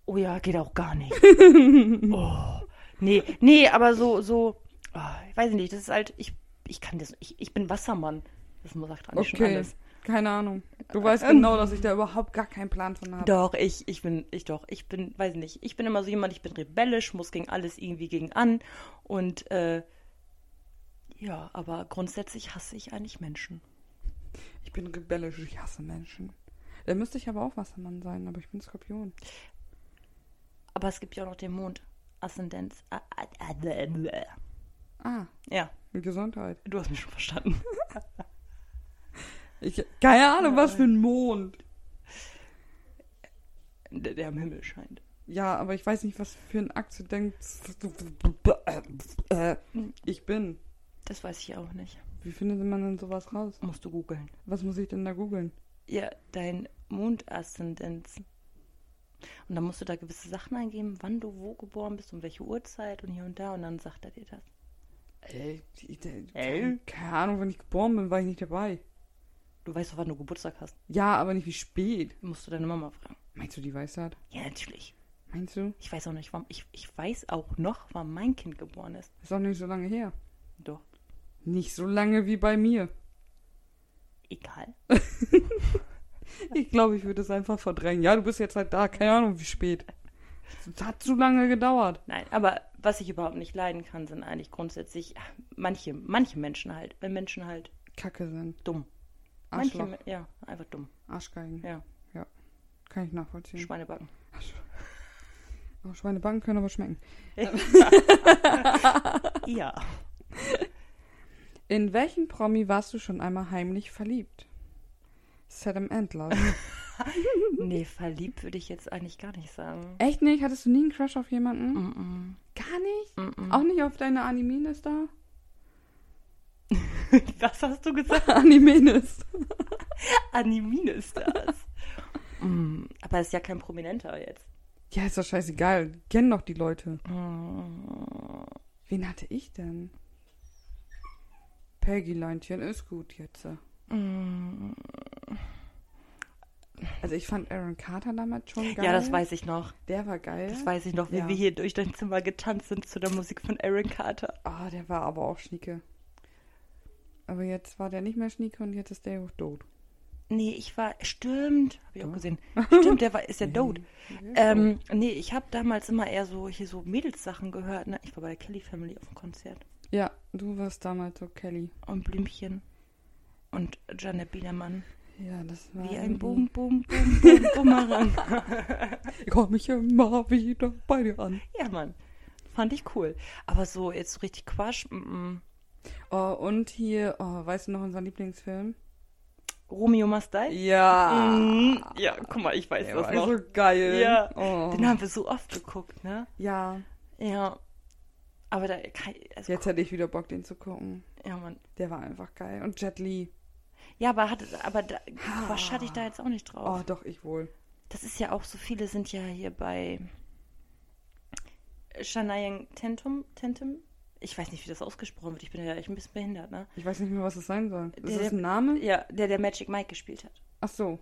[SPEAKER 2] Oh ja, geht auch gar nicht. oh, nee, nee, aber so, so, ah, ich weiß nicht, das ist halt, ich, ich kann das, ich, ich bin Wassermann. Das sagt eigentlich schon
[SPEAKER 1] Okay.
[SPEAKER 2] alles. Äh, ähm.
[SPEAKER 1] Keine Ahnung. Du weißt genau, dass ich da überhaupt gar keinen Plan von habe.
[SPEAKER 2] Doch, ich, ich bin, ich doch, ich bin, weiß nicht, ich bin immer so jemand, ich bin rebellisch, muss gegen alles irgendwie gegen an und, äh, ja, aber grundsätzlich hasse ich eigentlich Menschen.
[SPEAKER 1] Ich bin rebellisch, ich hasse Menschen. Da müsste ich aber auch Wassermann sein, aber ich bin Skorpion.
[SPEAKER 2] Aber es gibt ja auch noch den Mond, Aszendenz. Ah, ah, ah, bläh, bläh.
[SPEAKER 1] Ah,
[SPEAKER 2] Ja,
[SPEAKER 1] Gesundheit.
[SPEAKER 2] du hast mich schon verstanden.
[SPEAKER 1] Ich, keine Ahnung, was für ein Mond.
[SPEAKER 2] Der, der am Himmel scheint.
[SPEAKER 1] Ja, aber ich weiß nicht, was für ein Akzident äh, ich bin.
[SPEAKER 2] Das weiß ich auch nicht.
[SPEAKER 1] Wie findet man denn sowas raus?
[SPEAKER 2] Musst du googeln.
[SPEAKER 1] Was muss ich denn da googeln?
[SPEAKER 2] Ja, dein Mondaszendenz. Und dann musst du da gewisse Sachen eingeben, wann du wo geboren bist und welche Uhrzeit und hier und da und dann sagt er dir das. Äh,
[SPEAKER 1] Ey, die- die-
[SPEAKER 2] Ey?
[SPEAKER 1] Äh? keine Ahnung, wenn ich geboren bin, war ich nicht dabei.
[SPEAKER 2] Du weißt doch, wann du Geburtstag hast.
[SPEAKER 1] Ja, aber nicht wie spät.
[SPEAKER 2] Musst du deine Mama fragen.
[SPEAKER 1] Meinst du, die weiß das?
[SPEAKER 2] Ja, natürlich.
[SPEAKER 1] Meinst du?
[SPEAKER 2] Ich weiß auch nicht, warum. Ich, ich weiß auch noch, wann mein Kind geboren ist.
[SPEAKER 1] Ist auch nicht so lange her.
[SPEAKER 2] Doch,
[SPEAKER 1] Nicht so lange wie bei mir.
[SPEAKER 2] egal.
[SPEAKER 1] Ich glaube, ich würde es einfach verdrängen. Ja, du bist jetzt halt da. Keine Ahnung, wie spät. Es hat zu lange gedauert.
[SPEAKER 2] Nein, aber was ich überhaupt nicht leiden kann, sind eigentlich grundsätzlich ach, manche, manche Menschen halt. Wenn Menschen halt
[SPEAKER 1] Kacke sind.
[SPEAKER 2] dumm. Manche,
[SPEAKER 1] Arschloch.
[SPEAKER 2] Me- ja, einfach dumm.
[SPEAKER 1] Arschgeigen.
[SPEAKER 2] Ja,
[SPEAKER 1] Kann ich
[SPEAKER 2] Hm.
[SPEAKER 1] nachvollziehen.
[SPEAKER 2] Schweinebacken.
[SPEAKER 1] Oh, Schweinebacken können aber schmecken.
[SPEAKER 2] Ja.
[SPEAKER 1] In welchen Promi warst du schon einmal heimlich verliebt? Sam Endler.
[SPEAKER 2] Nee, verliebt würde ich jetzt eigentlich gar nicht sagen.
[SPEAKER 1] Echt nicht? Hattest du nie einen Crush auf jemanden?
[SPEAKER 2] Mm
[SPEAKER 1] Gar nicht?
[SPEAKER 2] -mm. Mm
[SPEAKER 1] Auch nicht auf deine Animenes da?
[SPEAKER 2] -mm. Was hast du gesagt?
[SPEAKER 1] Animenes.
[SPEAKER 2] Animine ist das. mm, aber ist ja kein Prominenter jetzt.
[SPEAKER 1] Ja, ist doch scheißegal. Die Kennen doch die Leute.
[SPEAKER 2] Mm.
[SPEAKER 1] Wen hatte ich denn? Peggy Leinchen ist gut jetzt.
[SPEAKER 2] Mm.
[SPEAKER 1] Also ich fand Aaron Carter damals schon geil.
[SPEAKER 2] Ja, das weiß ich noch.
[SPEAKER 1] Der war geil.
[SPEAKER 2] Das weiß ich noch, wie
[SPEAKER 1] Ja.
[SPEAKER 2] wir hier durch dein Zimmer getanzt sind zu der Musik von Aaron Carter.
[SPEAKER 1] Ah, der war aber auch schnieke. Aber jetzt war der nicht mehr schnieke und jetzt ist der auch tot.
[SPEAKER 2] Nee, ich war. Stimmt. Hab ich auch
[SPEAKER 1] Ja.
[SPEAKER 2] gesehen. Stimmt, der war, ist ja
[SPEAKER 1] Nee.
[SPEAKER 2] dood. Ähm, nee, ich habe damals immer eher so hier so Mädelssachen gehört. Ne? Ich war bei der Kelly Family auf dem Konzert.
[SPEAKER 1] Ja, du warst damals so Kelly.
[SPEAKER 2] und Blümchen und Janet Biedermann.
[SPEAKER 1] Ja, das war
[SPEAKER 2] Wie ein
[SPEAKER 1] irgendwie-
[SPEAKER 2] Boom, Boom, Boom, Boom, Bumerang.
[SPEAKER 1] Ich komme mich immer wieder bei dir an.
[SPEAKER 2] ja, Mann. Fand ich cool. Aber so jetzt so richtig Quatsch. Mm -mm.
[SPEAKER 1] Oh, und hier, oh, weißt du noch unseren Lieblingsfilm?
[SPEAKER 2] Romeo Mastei?
[SPEAKER 1] Ja.
[SPEAKER 2] Mhm. Ja, guck mal, ich weiß
[SPEAKER 1] Der
[SPEAKER 2] das
[SPEAKER 1] war
[SPEAKER 2] noch.
[SPEAKER 1] so geil.
[SPEAKER 2] Ja.
[SPEAKER 1] Oh.
[SPEAKER 2] Den haben wir so oft geguckt, ne?
[SPEAKER 1] ja.
[SPEAKER 2] Ja. Aber da kann also,
[SPEAKER 1] Jetzt hätte ich wieder Bock, den zu gucken.
[SPEAKER 2] Ja, Mann.
[SPEAKER 1] Der war einfach geil. Und Jet Li.
[SPEAKER 2] Ja, aber, hatte, aber da, Quatsch hatte ich da jetzt auch nicht drauf.
[SPEAKER 1] Ah. Oh, doch, ich wohl.
[SPEAKER 2] Das ist ja auch so, viele sind ja hier bei Shanayan Tentum, Tentum. Ich weiß nicht, wie das ausgesprochen wird. Ich bin ja echt ein bisschen behindert, ne?
[SPEAKER 1] Ich weiß nicht mehr, was das sein soll. Ist
[SPEAKER 2] Der-
[SPEAKER 1] das ein Name?
[SPEAKER 2] Ja, der, der Magic Mike gespielt hat.
[SPEAKER 1] Ach so.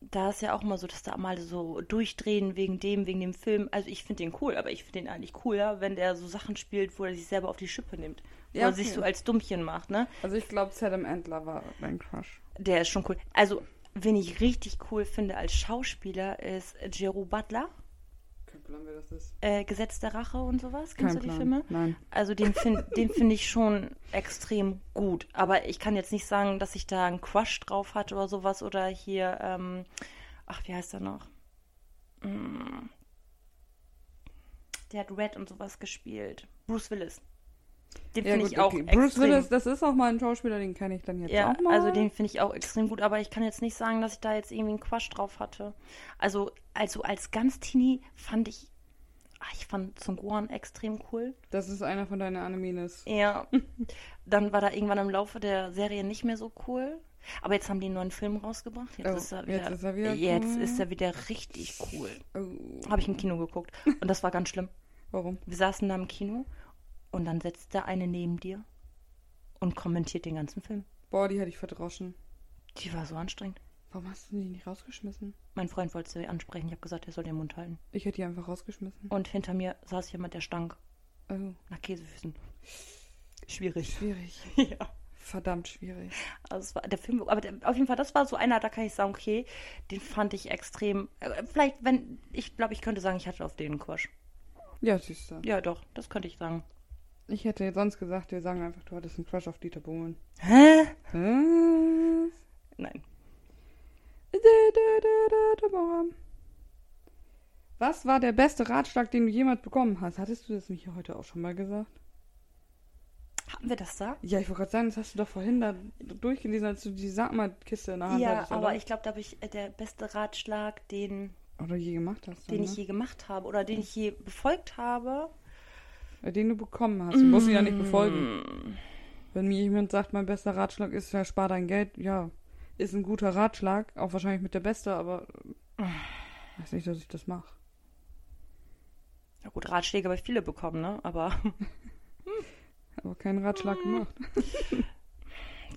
[SPEAKER 2] Da ist ja auch immer so, dass da mal so durchdrehen wegen dem, wegen dem Film. Also ich finde den cool, aber ich finde den eigentlich cooler, wenn der so Sachen spielt, wo er sich selber auf die Schippe nimmt. Wo
[SPEAKER 1] Ja,
[SPEAKER 2] er sich
[SPEAKER 1] okay.
[SPEAKER 2] so als Dummchen macht, ne?
[SPEAKER 1] Also ich glaube, Adam Endler war mein Crush.
[SPEAKER 2] Der ist schon cool. Also, wen ich richtig cool finde als Schauspieler ist Jero Butler.
[SPEAKER 1] Kein Blondel das ist.
[SPEAKER 2] äh, Gesetz der Rache und sowas. Kennst
[SPEAKER 1] Kein
[SPEAKER 2] du die
[SPEAKER 1] Plan.
[SPEAKER 2] Filme?
[SPEAKER 1] Nein.
[SPEAKER 2] Also den finde den find ich schon extrem gut. Aber ich kann jetzt nicht sagen, dass ich da einen Crush drauf hatte oder sowas. Oder hier, ähm, ach, wie heißt er noch? Mm. Der hat Red und sowas gespielt. Bruce Willis. Den
[SPEAKER 1] Ja,
[SPEAKER 2] finde
[SPEAKER 1] gut,
[SPEAKER 2] ich auch
[SPEAKER 1] okay.
[SPEAKER 2] extrem
[SPEAKER 1] Bruce Willis, das ist auch mal ein Schauspieler, den kenne ich dann jetzt
[SPEAKER 2] ja,
[SPEAKER 1] auch mal.
[SPEAKER 2] also den finde ich auch extrem gut, aber ich kann jetzt nicht sagen, dass ich da jetzt irgendwie einen Quatsch drauf hatte. Also, also als ganz Teenie fand ich, ah, ich fand Zunguan extrem cool.
[SPEAKER 1] das ist einer von deinen Animines.
[SPEAKER 2] Ja, dann war da irgendwann im Laufe der Serie nicht mehr so cool. Aber jetzt haben die einen neuen Film rausgebracht. Jetzt,
[SPEAKER 1] Oh,
[SPEAKER 2] ist, er wieder,
[SPEAKER 1] jetzt ist er wieder
[SPEAKER 2] jetzt
[SPEAKER 1] cool.
[SPEAKER 2] ist er wieder richtig cool.
[SPEAKER 1] Oh,
[SPEAKER 2] Habe ich im Kino geguckt und das war ganz schlimm.
[SPEAKER 1] warum?
[SPEAKER 2] Wir saßen da im Kino und dann sitzt da eine neben dir und kommentiert den ganzen Film.
[SPEAKER 1] Boah, die hätte ich verdroschen.
[SPEAKER 2] Die war so anstrengend.
[SPEAKER 1] Warum hast du die nicht rausgeschmissen?
[SPEAKER 2] Mein Freund wollte sie ansprechen. Ich habe gesagt, er soll den Mund halten.
[SPEAKER 1] Ich hätte die einfach rausgeschmissen.
[SPEAKER 2] Und hinter mir saß jemand, der stank
[SPEAKER 1] Oh,
[SPEAKER 2] nach Käsefüßen. Schwierig.
[SPEAKER 1] schwierig.
[SPEAKER 2] Ja.
[SPEAKER 1] Verdammt schwierig.
[SPEAKER 2] Also es war der Film, aber der, auf jeden Fall, das war so einer, da kann ich sagen, okay, den fand ich extrem. äh, Vielleicht, wenn, ich glaube, ich könnte sagen, ich hatte auf den einen Quatsch.
[SPEAKER 1] Ja, siehst du.
[SPEAKER 2] Ja, doch, das könnte ich sagen.
[SPEAKER 1] Ich hätte jetzt sonst gesagt, wir sagen einfach, du hattest einen Crush auf Dieter Bohlen.
[SPEAKER 2] Hä?
[SPEAKER 1] Was?
[SPEAKER 2] Nein.
[SPEAKER 1] Was war der beste Ratschlag, den du jemals bekommen hast? Hattest du das nicht heute auch schon mal gesagt?
[SPEAKER 2] Haben wir das da?
[SPEAKER 1] Ja, ich wollte gerade sagen, das hast du doch vorhin da durchgelesen, als du die Sagma-Kiste in der Hand
[SPEAKER 2] ja,
[SPEAKER 1] hattest,
[SPEAKER 2] aber
[SPEAKER 1] oder?
[SPEAKER 2] Ah, ich glaube, da habe ich äh, der beste Ratschlag, den,
[SPEAKER 1] Oder je gemacht hast.
[SPEAKER 2] den
[SPEAKER 1] dann,
[SPEAKER 2] ich
[SPEAKER 1] ne?
[SPEAKER 2] je gemacht habe oder den ich je befolgt habe.
[SPEAKER 1] Äh, Den du bekommen hast. Du musst ihn ja nicht befolgen.
[SPEAKER 2] Mm.
[SPEAKER 1] Wenn mir jemand sagt, mein bester Ratschlag ist, ja, spar dein Geld, ja, ist ein guter Ratschlag. Auch wahrscheinlich mit der beste, aber äh, weiß nicht, dass ich das mache.
[SPEAKER 2] Na gut, Ratschläge habe ich viele bekommen, ne? Aber
[SPEAKER 1] Aber keinen Ratschlag
[SPEAKER 2] Mm.
[SPEAKER 1] gemacht.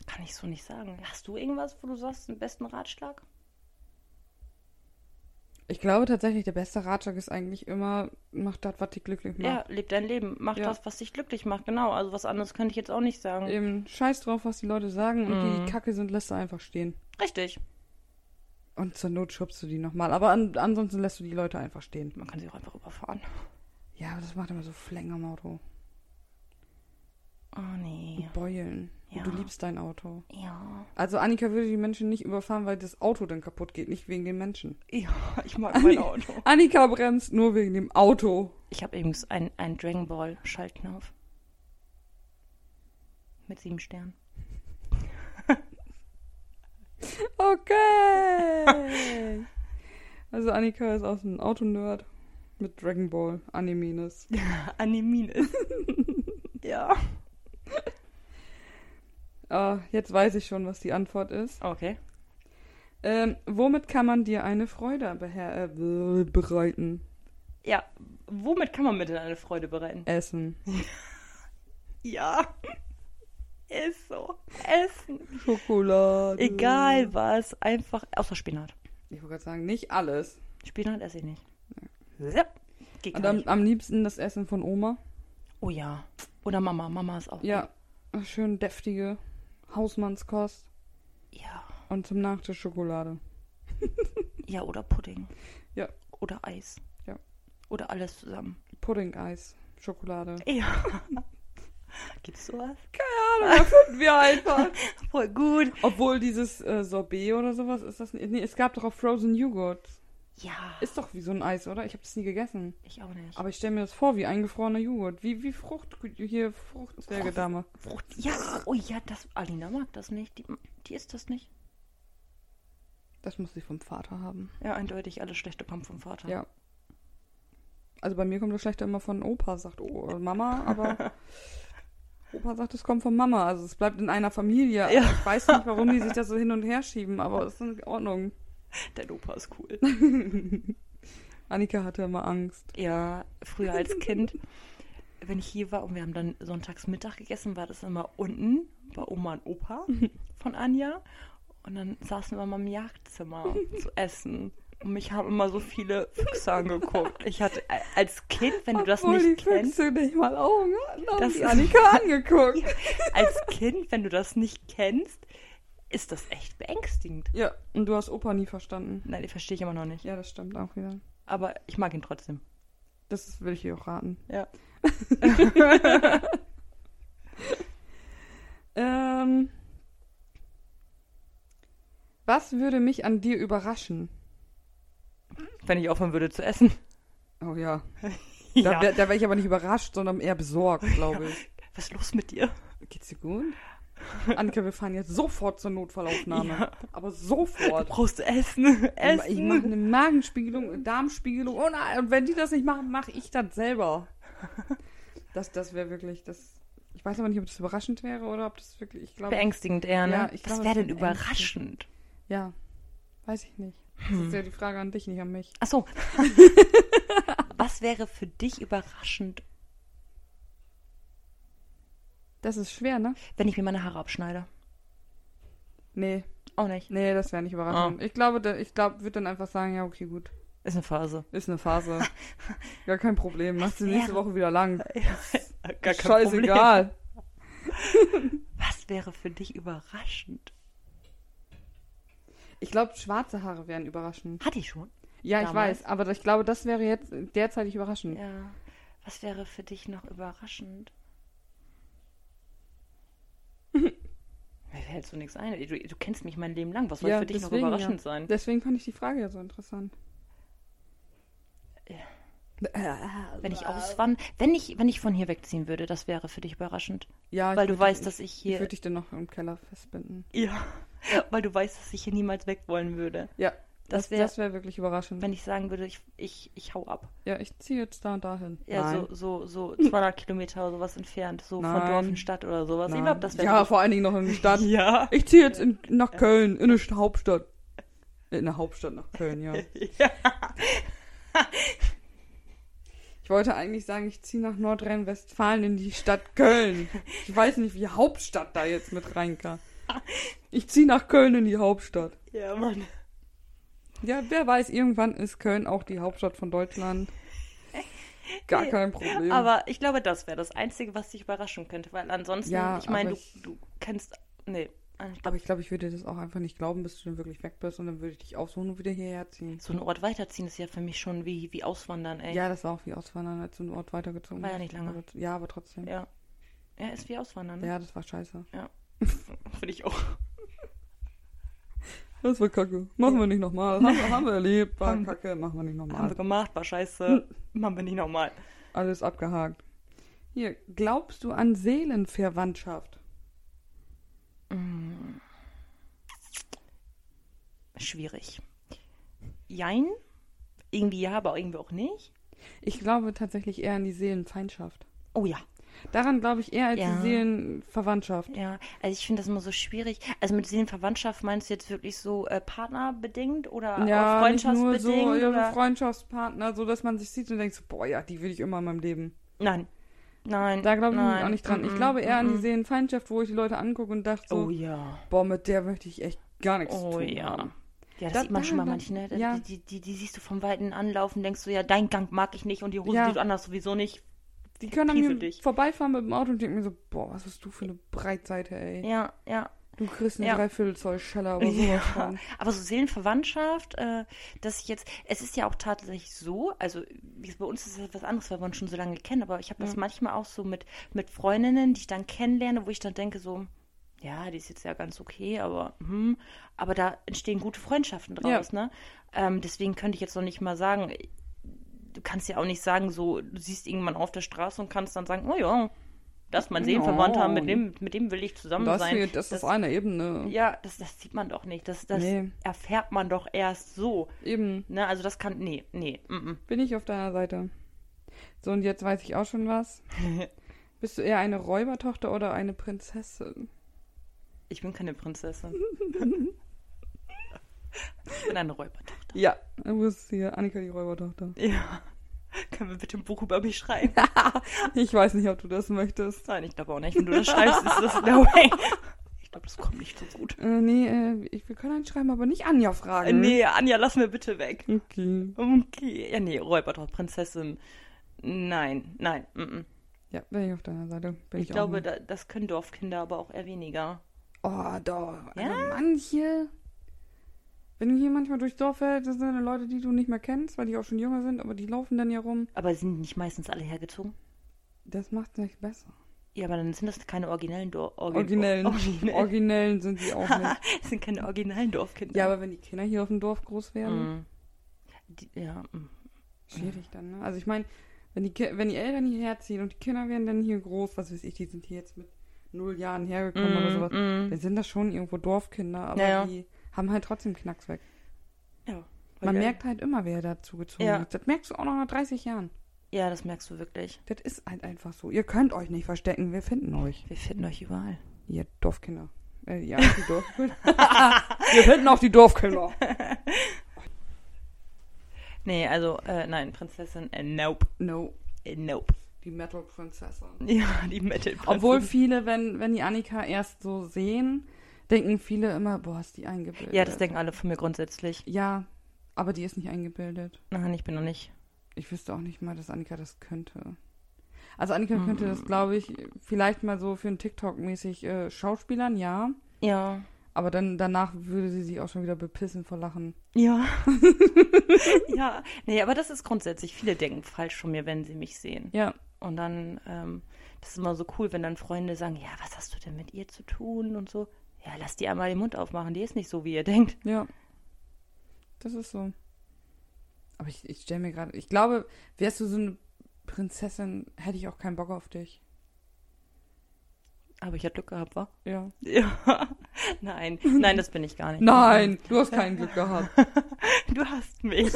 [SPEAKER 2] Kann ich so nicht sagen. Hast du irgendwas, wo du sagst, den besten Ratschlag?
[SPEAKER 1] Ich glaube tatsächlich, der beste Ratschlag ist eigentlich immer, mach das, was dich glücklich
[SPEAKER 2] Ja,
[SPEAKER 1] macht.
[SPEAKER 2] leb dein Leben. Mach
[SPEAKER 1] Ja.
[SPEAKER 2] das, was dich glücklich macht. Genau. Also was anderes könnte ich jetzt auch nicht sagen.
[SPEAKER 1] Eben scheiß drauf, was die Leute sagen und die,
[SPEAKER 2] Mhm.
[SPEAKER 1] die kacke sind, lässt du einfach stehen.
[SPEAKER 2] Richtig.
[SPEAKER 1] Und zur Not schubst du die nochmal. Aber an, ansonsten lässt du die Leute einfach stehen.
[SPEAKER 2] Man kann sie auch einfach überfahren.
[SPEAKER 1] Ja, aber das macht immer so Flänge am Auto.
[SPEAKER 2] Oh nee.
[SPEAKER 1] Beulen.
[SPEAKER 2] Ja.
[SPEAKER 1] Du liebst dein Auto.
[SPEAKER 2] Ja.
[SPEAKER 1] Also Annika würde die Menschen nicht überfahren, weil das Auto dann kaputt geht, nicht wegen den Menschen.
[SPEAKER 2] Ja, ich mag mein Auto.
[SPEAKER 1] Annika bremst nur wegen dem Auto.
[SPEAKER 2] Ich habe übrigens einen, einen Dragon Ball Schaltknopf. Mit sieben Sternen.
[SPEAKER 1] Okay. also Annika ist aus dem Autonerd mit Dragon Ball Animines.
[SPEAKER 2] Anemin ist. ja.
[SPEAKER 1] Ah, jetzt weiß ich schon, was die Antwort ist.
[SPEAKER 2] Okay.
[SPEAKER 1] Ähm, womit kann man dir eine Freude beher äh, be- bereiten?
[SPEAKER 2] Ja. Womit kann man mir denn eine Freude bereiten?
[SPEAKER 1] Essen.
[SPEAKER 2] Ja. Ist so. Essen.
[SPEAKER 1] Schokolade. Mm.
[SPEAKER 2] Egal was, einfach außer Spinat.
[SPEAKER 1] Ich wollte gerade sagen, nicht alles.
[SPEAKER 2] Spinat esse ich nicht. Ja, geht
[SPEAKER 1] Und
[SPEAKER 2] gar
[SPEAKER 1] am,
[SPEAKER 2] nicht.
[SPEAKER 1] am liebsten das Essen von Oma.
[SPEAKER 2] Oh ja. Oder Mama. Mama ist auch.
[SPEAKER 1] Ja, schön deftige Hausmannskost
[SPEAKER 2] Ja.
[SPEAKER 1] und zum Nachtisch Schokolade.
[SPEAKER 2] Ja, oder Pudding.
[SPEAKER 1] Ja,
[SPEAKER 2] Oder Eis.
[SPEAKER 1] Ja.
[SPEAKER 2] Oder alles zusammen.
[SPEAKER 1] Pudding-Eis, Schokolade.
[SPEAKER 2] Ja. Gibt's sowas?
[SPEAKER 1] Da finden wir einfach.
[SPEAKER 2] Voll gut.
[SPEAKER 1] Obwohl dieses äh, Sorbet oder sowas ist das nicht. Nee, es gab doch auch Frozen Joghurt.
[SPEAKER 2] Ja.
[SPEAKER 1] Ist doch wie so ein Eis, oder? Ich habe das nie gegessen.
[SPEAKER 2] Ich auch nicht.
[SPEAKER 1] Aber ich stelle mir das vor wie eingefrorener Joghurt. Wie, wie Frucht, hier Fruchtzwerge
[SPEAKER 2] Frucht-
[SPEAKER 1] damals.
[SPEAKER 2] Frucht. Ja. Oh ja, das. Alina mag das nicht. Die, die isst das nicht.
[SPEAKER 1] Das muss ich vom Vater haben.
[SPEAKER 2] Ja, eindeutig. Alles schlechte kommt vom Vater.
[SPEAKER 1] Ja. Also bei mir kommt das Schlechte immer von Opa, sagt o äh, Mama, aber Opa sagt, es kommt von Mama. Also es bleibt in einer Familie. Also
[SPEAKER 2] Ja.
[SPEAKER 1] Ich weiß nicht, warum die sich das so hin und her schieben, aber es ist in Ordnung.
[SPEAKER 2] Der Opa ist cool.
[SPEAKER 1] Annika hatte immer Angst.
[SPEAKER 2] Ja, früher als Kind, wenn ich hier war und wir haben dann sonntags Mittag gegessen, war das immer unten bei Oma und Opa von Anja. Und dann saßen wir mal im Jagdzimmer zu essen. Und mich haben immer so viele Füchse angeguckt. Ich hatte äh, als Kind, wenn du das
[SPEAKER 1] Obwohl
[SPEAKER 2] nicht
[SPEAKER 1] die
[SPEAKER 2] kennst,
[SPEAKER 1] Füchse nicht mal Augen hatten, haben
[SPEAKER 2] Das
[SPEAKER 1] die
[SPEAKER 2] ist-
[SPEAKER 1] Annika angeguckt.
[SPEAKER 2] als Kind, wenn du das nicht kennst, ist das echt beängstigend.
[SPEAKER 1] Ja, und du hast Opa nie verstanden.
[SPEAKER 2] Nein, die verstehe ich immer noch nicht.
[SPEAKER 1] Ja, das stimmt auch wieder.
[SPEAKER 2] Aber ich mag ihn trotzdem.
[SPEAKER 1] Das will ich ihr auch raten.
[SPEAKER 2] Ja.
[SPEAKER 1] Ähm, was würde mich an dir überraschen?
[SPEAKER 2] Wenn ich aufhören würde zu essen.
[SPEAKER 1] Oh ja. Da, wär- da wäre ich aber nicht überrascht, sondern eher besorgt, glaube ich.
[SPEAKER 2] Was ist los mit dir?
[SPEAKER 1] Geht's dir gut? Anke, wir fahren jetzt sofort zur Notfallaufnahme.
[SPEAKER 2] Ja.
[SPEAKER 1] Aber
[SPEAKER 2] Du
[SPEAKER 1] sofort.
[SPEAKER 2] brauchst Essen.
[SPEAKER 1] Ich mache
[SPEAKER 2] Essen.
[SPEAKER 1] eine Magenspiegelung, eine Darmspiegelung. Oh nein, und wenn die das nicht machen, mache ich das selber. Das, das wäre wirklich, das. Ich weiß aber nicht, ob das überraschend wäre oder ob das wirklich. Ich glaube,
[SPEAKER 2] Beängstigend eher, ne?
[SPEAKER 1] Ja, ich
[SPEAKER 2] was
[SPEAKER 1] glaube,
[SPEAKER 2] wäre
[SPEAKER 1] das
[SPEAKER 2] denn
[SPEAKER 1] ist
[SPEAKER 2] überraschend?
[SPEAKER 1] ja, weiß ich nicht. Das
[SPEAKER 2] Hm.
[SPEAKER 1] ist ja die Frage an dich, nicht an mich.
[SPEAKER 2] Ach so. was wäre für dich überraschend,
[SPEAKER 1] Das ist schwer, ne?
[SPEAKER 2] wenn ich mir meine Haare abschneide?
[SPEAKER 1] Nee,
[SPEAKER 2] Auch nicht.
[SPEAKER 1] nee, das wäre nicht
[SPEAKER 2] Ah.
[SPEAKER 1] überraschend. Ich glaube, da, ich glaube, würde dann einfach sagen, ja, okay, gut.
[SPEAKER 2] Ist eine Phase.
[SPEAKER 1] Ist eine Phase. Gar kein Problem. Machst du nächste
[SPEAKER 2] wäre-
[SPEAKER 1] Woche wieder lang.
[SPEAKER 2] Gar
[SPEAKER 1] Scheißegal.
[SPEAKER 2] Was wäre für dich überraschend?
[SPEAKER 1] Ich glaube, schwarze Haare wären überraschend.
[SPEAKER 2] Hatte ich schon.
[SPEAKER 1] Ja, ich
[SPEAKER 2] Damals.
[SPEAKER 1] weiß, aber ich glaube, das wäre jetzt derzeitig überraschend.
[SPEAKER 2] Ja. Was wäre für dich noch überraschend? Mir fällt so nichts ein. Du, du kennst mich mein Leben lang. Was soll
[SPEAKER 1] Ja,
[SPEAKER 2] für dich
[SPEAKER 1] deswegen,
[SPEAKER 2] noch überraschend
[SPEAKER 1] ja.
[SPEAKER 2] sein?
[SPEAKER 1] Deswegen fand ich die Frage ja so interessant.
[SPEAKER 2] Wenn ich auswandern, wenn ich, wenn ich von hier wegziehen würde, das wäre für dich überraschend.
[SPEAKER 1] Ja, ich
[SPEAKER 2] Weil du
[SPEAKER 1] würd
[SPEAKER 2] weißt,
[SPEAKER 1] dich,
[SPEAKER 2] dass ich
[SPEAKER 1] Ich
[SPEAKER 2] hier.
[SPEAKER 1] würde dich dann noch im Keller festbinden.
[SPEAKER 2] ja. Weil du weißt, dass ich hier niemals weg wollen würde.
[SPEAKER 1] Ja,
[SPEAKER 2] Das
[SPEAKER 1] das,
[SPEAKER 2] wär-
[SPEAKER 1] das wäre wirklich überraschend.
[SPEAKER 2] Wenn ich sagen würde, ich, ich, ich hau ab.
[SPEAKER 1] ja, ich ziehe jetzt da und dahin.
[SPEAKER 2] Ja,
[SPEAKER 1] Nein.
[SPEAKER 2] so, so, so 200 Kilometer oder sowas entfernt. So von
[SPEAKER 1] Nein.
[SPEAKER 2] Dorf in Stadt oder sowas. Ich
[SPEAKER 1] Nein.
[SPEAKER 2] glaube, das wäre.
[SPEAKER 1] ja, vor allen Dingen noch in die Stadt.
[SPEAKER 2] ja.
[SPEAKER 1] Ich ziehe jetzt in, nach Köln, in eine St- Hauptstadt. In eine Hauptstadt nach Köln, ja.
[SPEAKER 2] ja.
[SPEAKER 1] Ich wollte eigentlich sagen, ich ziehe nach Nordrhein-Westfalen in die Stadt Köln. Ich weiß nicht, wie Hauptstadt da jetzt mit reinkam. Ich ziehe nach Köln in die Hauptstadt.
[SPEAKER 2] Ja, Mann.
[SPEAKER 1] Ja, wer weiß, irgendwann ist Köln auch die Hauptstadt von Deutschland. Gar kein Problem.
[SPEAKER 2] Aber ich glaube, das wäre das Einzige, was dich überraschen könnte. Weil ansonsten,
[SPEAKER 1] Ja,
[SPEAKER 2] ich meine,
[SPEAKER 1] aber
[SPEAKER 2] du,
[SPEAKER 1] ich-
[SPEAKER 2] du kennst. Nee. Ich glaub,
[SPEAKER 1] Aber ich glaube, ich würde das auch einfach nicht glauben, bis du dann wirklich weg bist und dann würde ich dich aufsuchen und wieder hierher ziehen.
[SPEAKER 2] so einen Ort weiterziehen ist ja für mich schon wie, wie Auswandern, ey.
[SPEAKER 1] Ja, das war auch wie auswandern, als du einen Ort weitergezogen
[SPEAKER 2] War ja
[SPEAKER 1] bist.
[SPEAKER 2] nicht lange.
[SPEAKER 1] Aber- Ja, aber trotzdem. Ja.
[SPEAKER 2] Ja, Ja, ist wie Auswandern. Ne?
[SPEAKER 1] das war scheiße.
[SPEAKER 2] Finde ich auch.
[SPEAKER 1] Das war kacke. Machen wir nicht nochmal. Haben, haben wir erlebt. War kacke. Machen wir nicht
[SPEAKER 2] Haben
[SPEAKER 1] nochmal.
[SPEAKER 2] wir gemacht, war scheiße.
[SPEAKER 1] Hm.
[SPEAKER 2] Machen wir nicht nochmal.
[SPEAKER 1] Alles abgehakt. Hier, glaubst du an Seelenverwandtschaft?
[SPEAKER 2] Schwierig. Jein. Irgendwie ja, aber irgendwie auch nicht.
[SPEAKER 1] Ich glaube tatsächlich eher an die Seelenfeindschaft.
[SPEAKER 2] Oh ja.
[SPEAKER 1] Daran glaube ich eher als
[SPEAKER 2] Ja.
[SPEAKER 1] die Seelenverwandtschaft.
[SPEAKER 2] Ja, also ich finde das immer so schwierig. Also mit Seelenverwandtschaft meinst du jetzt wirklich so äh, partnerbedingt oder
[SPEAKER 1] Ja,
[SPEAKER 2] auch
[SPEAKER 1] nicht nur
[SPEAKER 2] freundschaftsbedingt?
[SPEAKER 1] so ihre
[SPEAKER 2] oder?
[SPEAKER 1] Freundschaftspartner, so dass man sich sieht und denkt, so, boah, ja, die will ich immer in meinem Leben.
[SPEAKER 2] Nein. Nein.
[SPEAKER 1] Da glaube ich
[SPEAKER 2] nein.
[SPEAKER 1] auch nicht dran.
[SPEAKER 2] Mm,
[SPEAKER 1] Ich glaube eher an
[SPEAKER 2] mm,
[SPEAKER 1] die Seelenfeindschaft, wo ich die Leute angucke und dachte
[SPEAKER 2] mm.
[SPEAKER 1] so,
[SPEAKER 2] Oh ja.
[SPEAKER 1] boah, mit der möchte ich echt gar nichts zu
[SPEAKER 2] Oh
[SPEAKER 1] tun
[SPEAKER 2] ja.
[SPEAKER 1] haben.
[SPEAKER 2] Ja, das
[SPEAKER 1] Da-
[SPEAKER 2] sieht man schon mal
[SPEAKER 1] da-
[SPEAKER 2] manchmal. Ne? Da-
[SPEAKER 1] ja.
[SPEAKER 2] Die, die, die, die siehst du vom Weiten anlaufen, denkst du, ja, dein Gang mag ich nicht und die Hose,
[SPEAKER 1] Ja.
[SPEAKER 2] die du anhast, sowieso nicht.
[SPEAKER 1] Die können an
[SPEAKER 2] Piesel
[SPEAKER 1] mir
[SPEAKER 2] dich.
[SPEAKER 1] vorbeifahren mit dem Auto und denken mir so, boah, was bist du für eine Breitseite, ey.
[SPEAKER 2] Ja, ja.
[SPEAKER 1] Du kriegst eine
[SPEAKER 2] Ja.
[SPEAKER 1] Dreiviertelzoll Scheller oder sowas von.
[SPEAKER 2] Aber so Seelenverwandtschaft, äh, dass ich jetzt, es ist ja auch tatsächlich so, also wie es bei uns ist es was anderes, weil wir uns schon so lange kennen, aber ich habe das manchmal auch so mit, mit Freundinnen, die ich dann kennenlerne, wo ich dann denke so, ja, die ist jetzt ja ganz okay, aber hm, aber da entstehen gute Freundschaften draus, ne? Ähm, deswegen könnte ich jetzt noch nicht mal sagen, du kannst ja auch nicht sagen, so, du siehst irgendwann auf der Straße und kannst dann sagen, oh ja, das ist mein Seelenverwandter, mit dem, mit dem will ich zusammen
[SPEAKER 1] Das,
[SPEAKER 2] sein.
[SPEAKER 1] hier, das, ist eine Ebene.
[SPEAKER 2] Ja, das, das sieht man doch nicht. Das, das
[SPEAKER 1] Nee.
[SPEAKER 2] erfährt man doch erst so.
[SPEAKER 1] Eben,
[SPEAKER 2] Ne, also das kann. Nee, nee. Mm -mm.
[SPEAKER 1] bin ich auf deiner Seite. So, und jetzt weiß ich auch schon was. Bist du eher eine Räubertochter oder eine Prinzessin?
[SPEAKER 2] Ich bin keine Prinzessin. ich bin eine Räubertochter.
[SPEAKER 1] Ja. Du bist hier Annika die Räubertochter.
[SPEAKER 2] Ja. Können wir bitte ein Buch über mich schreiben?
[SPEAKER 1] Ich weiß nicht, ob du das möchtest.
[SPEAKER 2] Nein, ich glaube auch nicht. Wenn du das schreibst, ist das no way. Ich glaube, das kommt nicht so gut.
[SPEAKER 1] Äh, nee, äh, ich, wir können einen schreiben, aber nicht Anja fragen.
[SPEAKER 2] Äh, nee, Anja, lass mir bitte weg.
[SPEAKER 1] Okay.
[SPEAKER 2] Okay. Ja, nee, Räubertochter, Prinzessin. Nein, nein. Mm -mm.
[SPEAKER 1] Ja, bin ich auf deiner Seite. Bin ich,
[SPEAKER 2] Ich glaube,
[SPEAKER 1] auch
[SPEAKER 2] da, das können Dorfkinder aber auch eher weniger.
[SPEAKER 1] Oh, doch.
[SPEAKER 2] Ja?
[SPEAKER 1] Also manche Wenn hier manchmal durchs Dorf fällt, das sind dann Leute, die du nicht mehr kennst, weil die auch schon jünger sind, aber die laufen dann ja rum.
[SPEAKER 2] Aber sind nicht meistens alle hergezogen?
[SPEAKER 1] Das macht's nicht besser.
[SPEAKER 2] Ja, aber dann sind das keine originellen Dorf...
[SPEAKER 1] Originellen. Originellen,
[SPEAKER 2] Originellen.
[SPEAKER 1] sind sie auch nicht.
[SPEAKER 2] das sind keine originellen Dorfkinder.
[SPEAKER 1] ja, aber wenn die Kinder hier auf dem Dorf groß werden,
[SPEAKER 2] Mhm. Die, ja, mhm.
[SPEAKER 1] schwierig dann, ne? Also ich meine, wenn die, Ki- wenn die Eltern hierher ziehen und die Kinder werden dann hier groß, was weiß ich, die sind hier jetzt mit null Jahren hergekommen oder
[SPEAKER 2] Mm,
[SPEAKER 1] sowas,
[SPEAKER 2] mm.
[SPEAKER 1] dann sind das schon irgendwo Dorfkinder, aber
[SPEAKER 2] Ja, ja.
[SPEAKER 1] die haben halt trotzdem Knacks weg.
[SPEAKER 2] ja.
[SPEAKER 1] Man
[SPEAKER 2] Weil-
[SPEAKER 1] merkt halt immer, wer dazugezogen
[SPEAKER 2] Ja.
[SPEAKER 1] ist. Das merkst du auch noch nach 30 Jahren.
[SPEAKER 2] Ja, das merkst du wirklich.
[SPEAKER 1] Das ist halt einfach so. Ihr könnt euch nicht verstecken, wir finden euch.
[SPEAKER 2] Wir finden euch überall.
[SPEAKER 1] Ihr Dorfkinder. Äh, ja, die Dorfkinder. wir finden auch die Dorfkinder.
[SPEAKER 2] Nee, also, äh, nein, Prinzessin, äh, nope,
[SPEAKER 1] No,
[SPEAKER 2] äh, nope.
[SPEAKER 1] die Metal-Prinzessin.
[SPEAKER 2] Ja, die metal
[SPEAKER 1] Obwohl viele, wenn, wenn die Annika erst so sehen, denken viele immer, boah, ist die eingebildet.
[SPEAKER 2] Ja, das denken alle von mir grundsätzlich.
[SPEAKER 1] Ja, aber die ist nicht eingebildet.
[SPEAKER 2] Nein, ich bin noch nicht.
[SPEAKER 1] Ich wüsste auch nicht mal, dass Annika das könnte. Also Annika
[SPEAKER 2] Hm.
[SPEAKER 1] könnte das, glaube ich, vielleicht mal so für einen TikTok-mäßig äh, Schauspielern, ja.
[SPEAKER 2] Ja.
[SPEAKER 1] Aber dann danach würde sie sich auch schon wieder bepissen vor Lachen.
[SPEAKER 2] Ja. ja. Nee, aber das ist grundsätzlich. Viele denken falsch von mir, wenn sie mich sehen.
[SPEAKER 1] Ja,
[SPEAKER 2] Und dann, ähm, das ist immer so cool, wenn dann Freunde sagen, ja, was hast du denn mit ihr zu tun und so. Ja, lass die einmal den Mund aufmachen, die ist nicht so, wie ihr denkt.
[SPEAKER 1] ja. Das ist so. Aber ich, ich stelle mir gerade, ich glaube, wärst du so eine Prinzessin, hätte ich auch keinen Bock auf dich.
[SPEAKER 2] Aber ich hatte Glück gehabt, wa?
[SPEAKER 1] Ja.
[SPEAKER 2] Ja. Nein, nein, das bin ich gar nicht.
[SPEAKER 1] Nein, du hast kein Glück gehabt.
[SPEAKER 2] Du hast mich.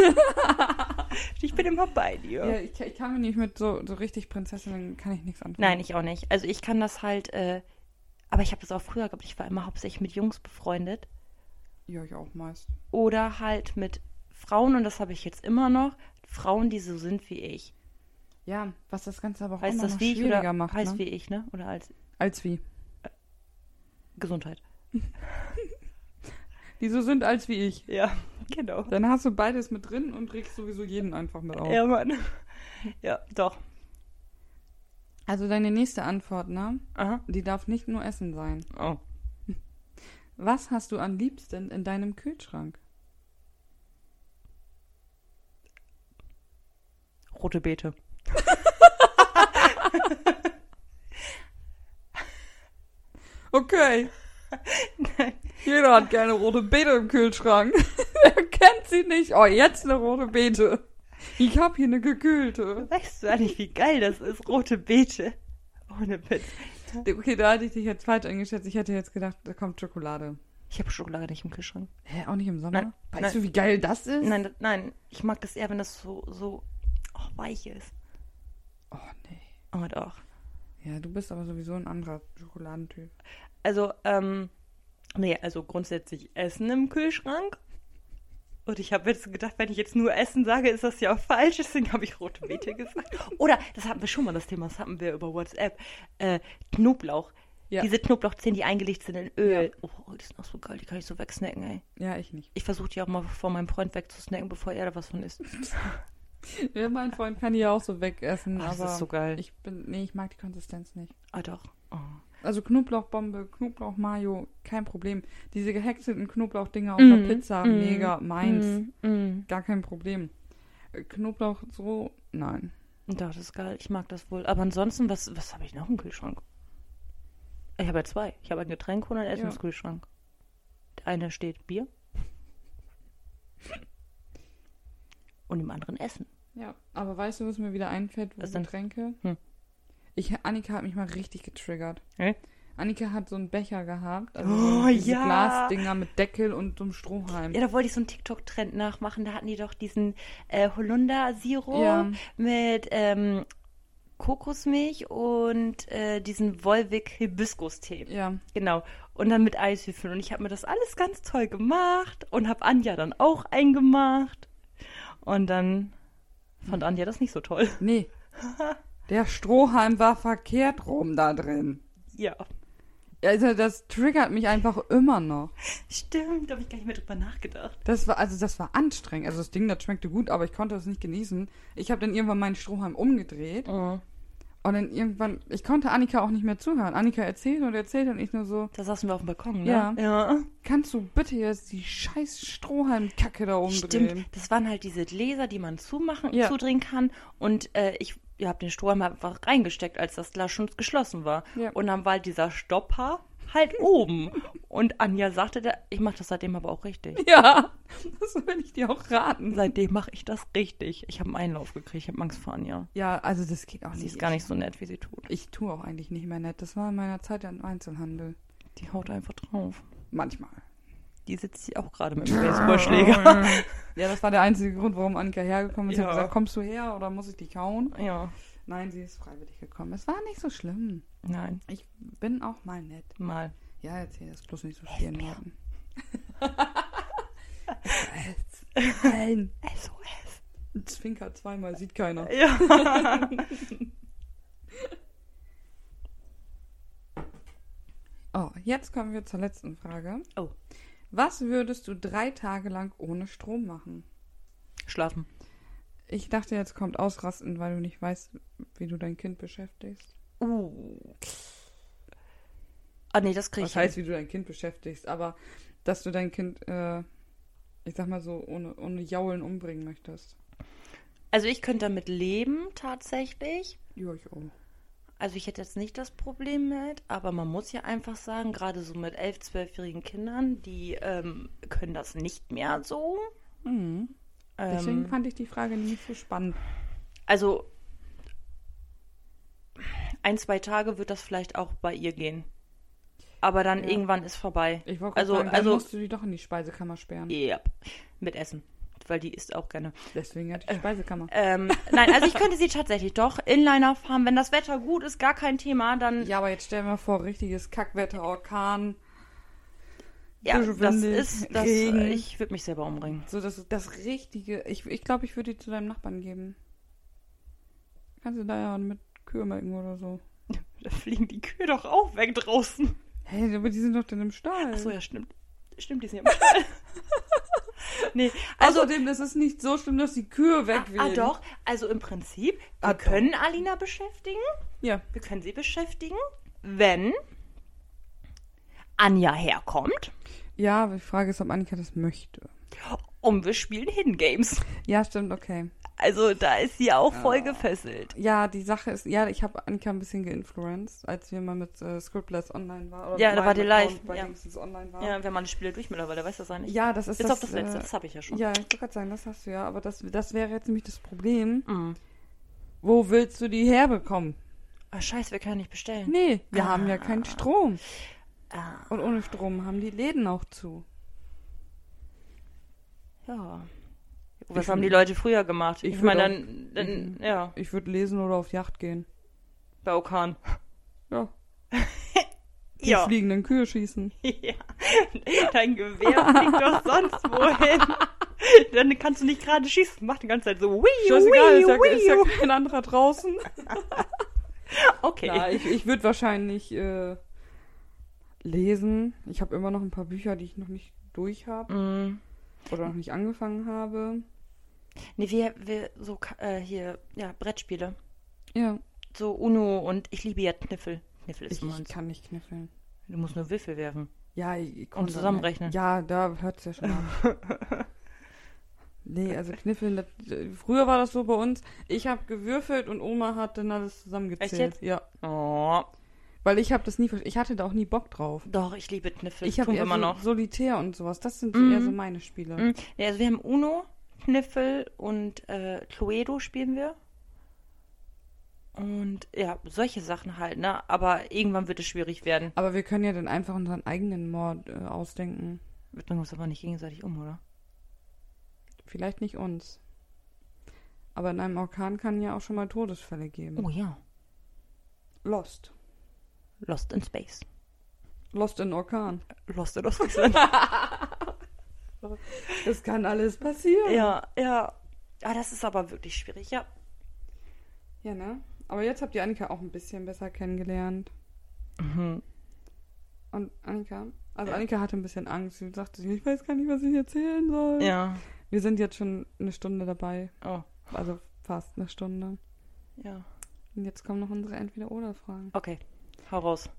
[SPEAKER 2] ich bin immer bei dir.
[SPEAKER 1] Ja, ich, ich kann mir nicht mit so, so richtig Prinzessinnen, kann ich nichts anfangen.
[SPEAKER 2] Nein, ich auch nicht. Also ich kann das halt, äh, aber ich habe das auch früher gehabt. Ich war immer hauptsächlich mit Jungs befreundet
[SPEAKER 1] Ja, ich auch meist.
[SPEAKER 2] oder halt mit Frauen und das habe ich jetzt immer noch. Frauen, die so sind wie ich.
[SPEAKER 1] Ja, was das Ganze aber auch
[SPEAKER 2] Heißt
[SPEAKER 1] immer
[SPEAKER 2] das
[SPEAKER 1] noch
[SPEAKER 2] wie ich
[SPEAKER 1] schwieriger
[SPEAKER 2] oder
[SPEAKER 1] macht.
[SPEAKER 2] heißt
[SPEAKER 1] Ne?
[SPEAKER 2] wie ich, ne? Oder als
[SPEAKER 1] Als wie.
[SPEAKER 2] Gesundheit.
[SPEAKER 1] Die so sind als wie ich.
[SPEAKER 2] Ja, oh. genau.
[SPEAKER 1] Dann hast du beides mit drin und regst sowieso jeden einfach mit auf.
[SPEAKER 2] Ja, Mann. Ja, doch.
[SPEAKER 1] Also deine nächste Antwort, ne?
[SPEAKER 2] Aha.
[SPEAKER 1] Die darf nicht nur Essen sein.
[SPEAKER 2] Oh.
[SPEAKER 1] Was hast du am liebsten in deinem Kühlschrank?
[SPEAKER 2] Rote Beete.
[SPEAKER 1] Okay. Jeder hat gerne rote Beete im Kühlschrank. Wer kennt sie nicht? Oh, jetzt eine rote Beete. Ich hab hier eine gekühlte.
[SPEAKER 2] Weißt du eigentlich, wie geil das ist? Rote Beete. Ohne Witz.
[SPEAKER 1] Okay, da hatte ich dich jetzt falsch eingeschätzt. Ich hätte jetzt gedacht, da kommt Schokolade.
[SPEAKER 2] Ich habe Schokolade nicht im Kühlschrank.
[SPEAKER 1] Hä, auch nicht im Sommer?
[SPEAKER 2] Nein,
[SPEAKER 1] weißt
[SPEAKER 2] nein.
[SPEAKER 1] du, wie geil das ist?
[SPEAKER 2] Nein, das- nein, ich mag das eher, wenn das so, so oh, weich ist.
[SPEAKER 1] Oh, nee.
[SPEAKER 2] Oh, doch.
[SPEAKER 1] Ja, du bist aber sowieso ein anderer Schokoladentyp.
[SPEAKER 2] Also, ähm, nee, also grundsätzlich Essen im Kühlschrank. Und ich habe jetzt gedacht, wenn ich jetzt nur Essen sage, ist das ja auch falsch. Deswegen habe ich rote Beete gesagt. Oder, das hatten wir schon mal, das Thema, das hatten wir über WhatsApp. Äh, Knoblauch.
[SPEAKER 1] Ja.
[SPEAKER 2] Diese Knoblauchzehen, die eingelegt sind in Öl. Oh, die sind auch so geil, die kann ich so wegsnacken, ey.
[SPEAKER 1] Ja, ich nicht.
[SPEAKER 2] Ich versuche die auch mal vor meinem Freund wegzusnacken, bevor er da was von isst.
[SPEAKER 1] Ja, mein Freund kann die ja auch so wegessen,
[SPEAKER 2] Ah, das
[SPEAKER 1] aber
[SPEAKER 2] ist so geil.
[SPEAKER 1] ich bin, nee, ich mag die Konsistenz nicht.
[SPEAKER 2] Ah, doch. Oh.
[SPEAKER 1] Also Knoblauchbombe, Knoblauchmayo, kein Problem. Diese gehäckselten Knoblauchdinger auf
[SPEAKER 2] Mm,
[SPEAKER 1] der Pizza,
[SPEAKER 2] mm,
[SPEAKER 1] mega, meins,
[SPEAKER 2] Mm, mm.
[SPEAKER 1] gar kein Problem. Äh, Knoblauch so, nein.
[SPEAKER 2] Doch, das ist geil. Ich mag das wohl. Aber ansonsten, was, was habe ich noch im Kühlschrank? Ich habe ja zwei. Ich habe ein Getränk und einen Essenskühlschrank. Der eine steht Bier. Und im anderen Essen.
[SPEAKER 1] Ja, aber weißt du, was mir wieder einfällt, wo
[SPEAKER 2] Was denn?
[SPEAKER 1] Getränke?
[SPEAKER 2] Hm.
[SPEAKER 1] Ich, Annika hat mich mal richtig getriggert.
[SPEAKER 2] Hä?
[SPEAKER 1] Annika hat so einen Becher gehabt, also
[SPEAKER 2] Oh,
[SPEAKER 1] so diese
[SPEAKER 2] ja.
[SPEAKER 1] Glasdinger mit Deckel und so einem Strohhalm.
[SPEAKER 2] Ja, da wollte ich so einen TikTok-Trend nachmachen. Da hatten die doch diesen äh, Holunder-Sirup
[SPEAKER 1] Ja.
[SPEAKER 2] mit ähm, Kokosmilch und äh, diesen Wolwig-Hibiskus-Tee.
[SPEAKER 1] Ja,
[SPEAKER 2] Genau. Und dann mit Eishüffeln. Und ich habe mir das alles ganz toll gemacht und habe Anja dann auch eingemacht. Und dann fand
[SPEAKER 1] Mhm.
[SPEAKER 2] Anja das nicht so toll.
[SPEAKER 1] nee. Der Strohhalm war verkehrt rum da drin.
[SPEAKER 2] Ja.
[SPEAKER 1] Also das triggert mich einfach immer noch.
[SPEAKER 2] Stimmt, da habe ich gar nicht mehr drüber nachgedacht.
[SPEAKER 1] Das war also das war anstrengend. Also das Mhm. Ding, das schmeckte gut, aber ich konnte es nicht genießen. Ich habe dann irgendwann meinen Strohhalm umgedreht Und dann irgendwann, ich konnte Annika auch nicht mehr zuhören. Annika erzählt und erzählt und ich nur so,
[SPEAKER 2] Da saßen wir auf dem Balkon, ne?
[SPEAKER 1] Ja.
[SPEAKER 2] ja.
[SPEAKER 1] kannst du bitte jetzt die scheiß Strohhalmkacke da umdrehen?
[SPEAKER 2] Stimmt, das waren halt diese Gläser, die man zumachen,
[SPEAKER 1] Ja.
[SPEAKER 2] zudrehen kann. Und äh, ich ja, habe den Strohhalm einfach reingesteckt, als das Glas schon geschlossen war.
[SPEAKER 1] Ja.
[SPEAKER 2] Und dann war halt dieser Stopper halt oben. Und Anja sagte, da, ich mache das seitdem aber auch richtig.
[SPEAKER 1] Ja, das will ich dir auch raten.
[SPEAKER 2] Seitdem mache ich das richtig. Ich habe einen Einlauf gekriegt, ich habe Angst vor Anja.
[SPEAKER 1] Ja, also das geht auch
[SPEAKER 2] Sie
[SPEAKER 1] nicht.
[SPEAKER 2] ist gar nicht so nett, wie sie tut.
[SPEAKER 1] Ich tue auch eigentlich nicht mehr nett. Das war in meiner Zeit im Einzelhandel.
[SPEAKER 2] Die haut einfach drauf.
[SPEAKER 1] Manchmal.
[SPEAKER 2] Die sitzt hier auch gerade mit dem Baseballschläger.
[SPEAKER 1] Ja, das war der einzige Grund, warum Annika hergekommen ist. Sie
[SPEAKER 2] Ja.
[SPEAKER 1] hat gesagt, kommst du her oder muss ich dich hauen?
[SPEAKER 2] ja,
[SPEAKER 1] Nein, sie ist freiwillig gekommen. Es war nicht so schlimm.
[SPEAKER 2] nein,
[SPEAKER 1] Ich bin auch mal nett.
[SPEAKER 2] mal.
[SPEAKER 1] Ja, erzähl das bloß nicht so vielen Leuten. Nein,
[SPEAKER 2] SOS.
[SPEAKER 1] ein Zwinker zweimal sieht keiner.
[SPEAKER 2] Ja.
[SPEAKER 1] Oh, jetzt kommen wir zur letzten Frage.
[SPEAKER 2] Oh,
[SPEAKER 1] Was würdest du drei Tage lang ohne Strom machen?
[SPEAKER 2] schlafen.
[SPEAKER 1] Ich dachte, jetzt kommt Ausrasten, weil du nicht weißt, wie du dein Kind beschäftigst.
[SPEAKER 2] Uh. Ah, nee, das kriege ich.
[SPEAKER 1] Was heißt, wie du dein Kind beschäftigst, aber dass du dein Kind, äh, ich sag mal so, ohne, ohne Jaulen umbringen möchtest.
[SPEAKER 2] hin. Also, ich könnte damit leben, tatsächlich.
[SPEAKER 1] Ja, ich auch.
[SPEAKER 2] Also, ich hätte jetzt nicht das Problem mit, aber man muss ja einfach sagen, gerade so mit 11-, 12-jährigen Kindern, die ähm, können das nicht mehr so.
[SPEAKER 1] Mhm. Deswegen
[SPEAKER 2] Ähm,
[SPEAKER 1] fand ich die Frage nicht so spannend.
[SPEAKER 2] also, ein, zwei Tage wird das vielleicht auch bei ihr gehen. Aber dann
[SPEAKER 1] Ja.
[SPEAKER 2] irgendwann ist vorbei.
[SPEAKER 1] Ich wollte
[SPEAKER 2] also,
[SPEAKER 1] also, sagen, dann
[SPEAKER 2] also, Äh.
[SPEAKER 1] musst du die doch in die Speisekammer sperren.
[SPEAKER 2] ja, mit Essen. Weil die isst auch gerne.
[SPEAKER 1] Deswegen hatte ich Speisekammer.
[SPEAKER 2] Ähm, nein, also ich könnte sie tatsächlich doch Inliner fahren. Wenn das Wetter gut ist, gar kein Thema, dann
[SPEAKER 1] Ja, aber jetzt stellen wir vor, richtiges Kackwetter, Orkan,
[SPEAKER 2] ja,
[SPEAKER 1] bisschen
[SPEAKER 2] das
[SPEAKER 1] windig,
[SPEAKER 2] ist das. äh,
[SPEAKER 1] Regen.
[SPEAKER 2] Ich würde mich selber umbringen.
[SPEAKER 1] so das, das richtige. Ich ich, glaube, ich würde die zu deinem Nachbarn geben. Kannst du da ja mit Kühe melken oder so.
[SPEAKER 2] Da fliegen die Kühe doch auch weg draußen.
[SPEAKER 1] Hey, aber die sind doch dann im Stall.
[SPEAKER 2] Achso, ja, stimmt. Stimmt, die sind ja im Stall. nee, also.
[SPEAKER 1] Außerdem, das ist nicht so schlimm, dass die Kühe weg
[SPEAKER 2] Ah doch, also im Prinzip, wir
[SPEAKER 1] Ah, doch.
[SPEAKER 2] können Alina beschäftigen.
[SPEAKER 1] Ja.
[SPEAKER 2] Wir können sie beschäftigen, wenn Anja herkommt
[SPEAKER 1] Ja, aber die Frage ist, ob Annika das möchte.
[SPEAKER 2] und wir spielen Hidden Games.
[SPEAKER 1] Ja, stimmt, okay.
[SPEAKER 2] Also da ist sie auch voll gefesselt.
[SPEAKER 1] Ja, die Sache ist, ja, ich habe Annika ein bisschen geinfluenced, als wir mal mit äh, Scriptless online war. Oder
[SPEAKER 2] Ja,
[SPEAKER 1] mit
[SPEAKER 2] da
[SPEAKER 1] meinem
[SPEAKER 2] war die
[SPEAKER 1] Account
[SPEAKER 2] live,
[SPEAKER 1] Bei
[SPEAKER 2] ja.
[SPEAKER 1] Dingsens online war.
[SPEAKER 2] Ja, wenn man Spiele durch mittlerweile, weiß das ja nicht.
[SPEAKER 1] Ja, das ist
[SPEAKER 2] Bis
[SPEAKER 1] das,
[SPEAKER 2] auf das letzte,
[SPEAKER 1] äh,
[SPEAKER 2] das habe ich ja schon.
[SPEAKER 1] Ja, ich wollte gerade sagen, das hast du ja, aber das, das wäre jetzt nämlich das Problem.
[SPEAKER 2] Mhm.
[SPEAKER 1] Wo willst du die herbekommen?
[SPEAKER 2] Ah, scheiße, wir können nicht bestellen.
[SPEAKER 1] Nee, wir
[SPEAKER 2] Ah.
[SPEAKER 1] haben ja keinen Strom.
[SPEAKER 2] Ah,
[SPEAKER 1] Und ohne Strom haben die Läden auch zu.
[SPEAKER 2] ja. Was
[SPEAKER 1] Ich
[SPEAKER 2] haben
[SPEAKER 1] würd-
[SPEAKER 2] die Leute früher gemacht?
[SPEAKER 1] ich
[SPEAKER 2] Ich, mhm. meine,
[SPEAKER 1] würd
[SPEAKER 2] dann, dann ja,
[SPEAKER 1] Ich würde lesen oder auf Yacht gehen.
[SPEAKER 2] bei Okan.
[SPEAKER 1] Ja. Die
[SPEAKER 2] Ja.
[SPEAKER 1] fliegenden Kühe schießen.
[SPEAKER 2] ja. Dein Gewehr fliegt doch sonst wohin. dann kannst du nicht gerade schießen. Macht die ganze Zeit so. Wii,
[SPEAKER 1] Scheißegal, ist ja,
[SPEAKER 2] wii,
[SPEAKER 1] ist ja
[SPEAKER 2] wii.
[SPEAKER 1] kein anderer draußen.
[SPEAKER 2] Okay.
[SPEAKER 1] Ja, ich, ich würde wahrscheinlich äh, lesen. Ich habe immer noch ein paar Bücher, die ich noch nicht durch habe
[SPEAKER 2] Mhm.
[SPEAKER 1] oder noch nicht angefangen habe.
[SPEAKER 2] Nee, wir, wir so ka- äh, hier, ja, Brettspiele.
[SPEAKER 1] Ja,
[SPEAKER 2] So Uno und ich liebe ja Kniffel. Kniffel ist
[SPEAKER 1] ich, ich
[SPEAKER 2] meins.
[SPEAKER 1] kann nicht kniffeln.
[SPEAKER 2] Du musst nur Würfel werfen.
[SPEAKER 1] Ja, ich, ich
[SPEAKER 2] Und zusammenrechnen.
[SPEAKER 1] Ja, da hört es ja schon auf. nee, also kniffeln, das, früher war das so bei uns, ich habe gewürfelt und Oma hat dann alles zusammengezählt.
[SPEAKER 2] Echt jetzt?
[SPEAKER 1] Ja,
[SPEAKER 2] Oh.
[SPEAKER 1] weil ich habe das nie, ver- ich hatte da auch nie Bock drauf.
[SPEAKER 2] Doch, ich liebe Kniffel.
[SPEAKER 1] Ich
[SPEAKER 2] Tun
[SPEAKER 1] habe
[SPEAKER 2] wir
[SPEAKER 1] eher
[SPEAKER 2] immer
[SPEAKER 1] so Hm.
[SPEAKER 2] noch.
[SPEAKER 1] Solitär und sowas, das sind
[SPEAKER 2] Mhm.
[SPEAKER 1] eher so meine Spiele.
[SPEAKER 2] Mhm. Ja, also wir haben Uno, Kniffel und äh, Cluedo spielen wir. Und ja, solche Sachen halt, ne? Aber irgendwann wird es schwierig werden.
[SPEAKER 1] Aber wir können ja dann einfach unseren eigenen Mord äh, ausdenken.
[SPEAKER 2] Wir bringen uns aber nicht gegenseitig um, oder?
[SPEAKER 1] Vielleicht nicht uns. Aber in einem Orkan kann ja auch schon mal Todesfälle geben.
[SPEAKER 2] Oh ja.
[SPEAKER 1] Lost.
[SPEAKER 2] Lost in Space.
[SPEAKER 1] Lost in Orkan.
[SPEAKER 2] Lost in Space.
[SPEAKER 1] Das kann alles passieren.
[SPEAKER 2] ja, ja. Ah, das ist aber wirklich schwierig, ja.
[SPEAKER 1] Ja, ne? Aber jetzt habt ihr Annika auch ein bisschen besser kennengelernt.
[SPEAKER 2] Mhm.
[SPEAKER 1] Und Annika? Also Annika hatte ein bisschen Angst. Sie sagte, ich weiß gar nicht, was ich erzählen soll.
[SPEAKER 2] Ja.
[SPEAKER 1] Wir sind jetzt schon eine Stunde dabei.
[SPEAKER 2] Oh.
[SPEAKER 1] Also fast eine Stunde.
[SPEAKER 2] Ja.
[SPEAKER 1] Und jetzt kommen noch unsere Entweder-Oder-Fragen.
[SPEAKER 2] Okay, hau raus.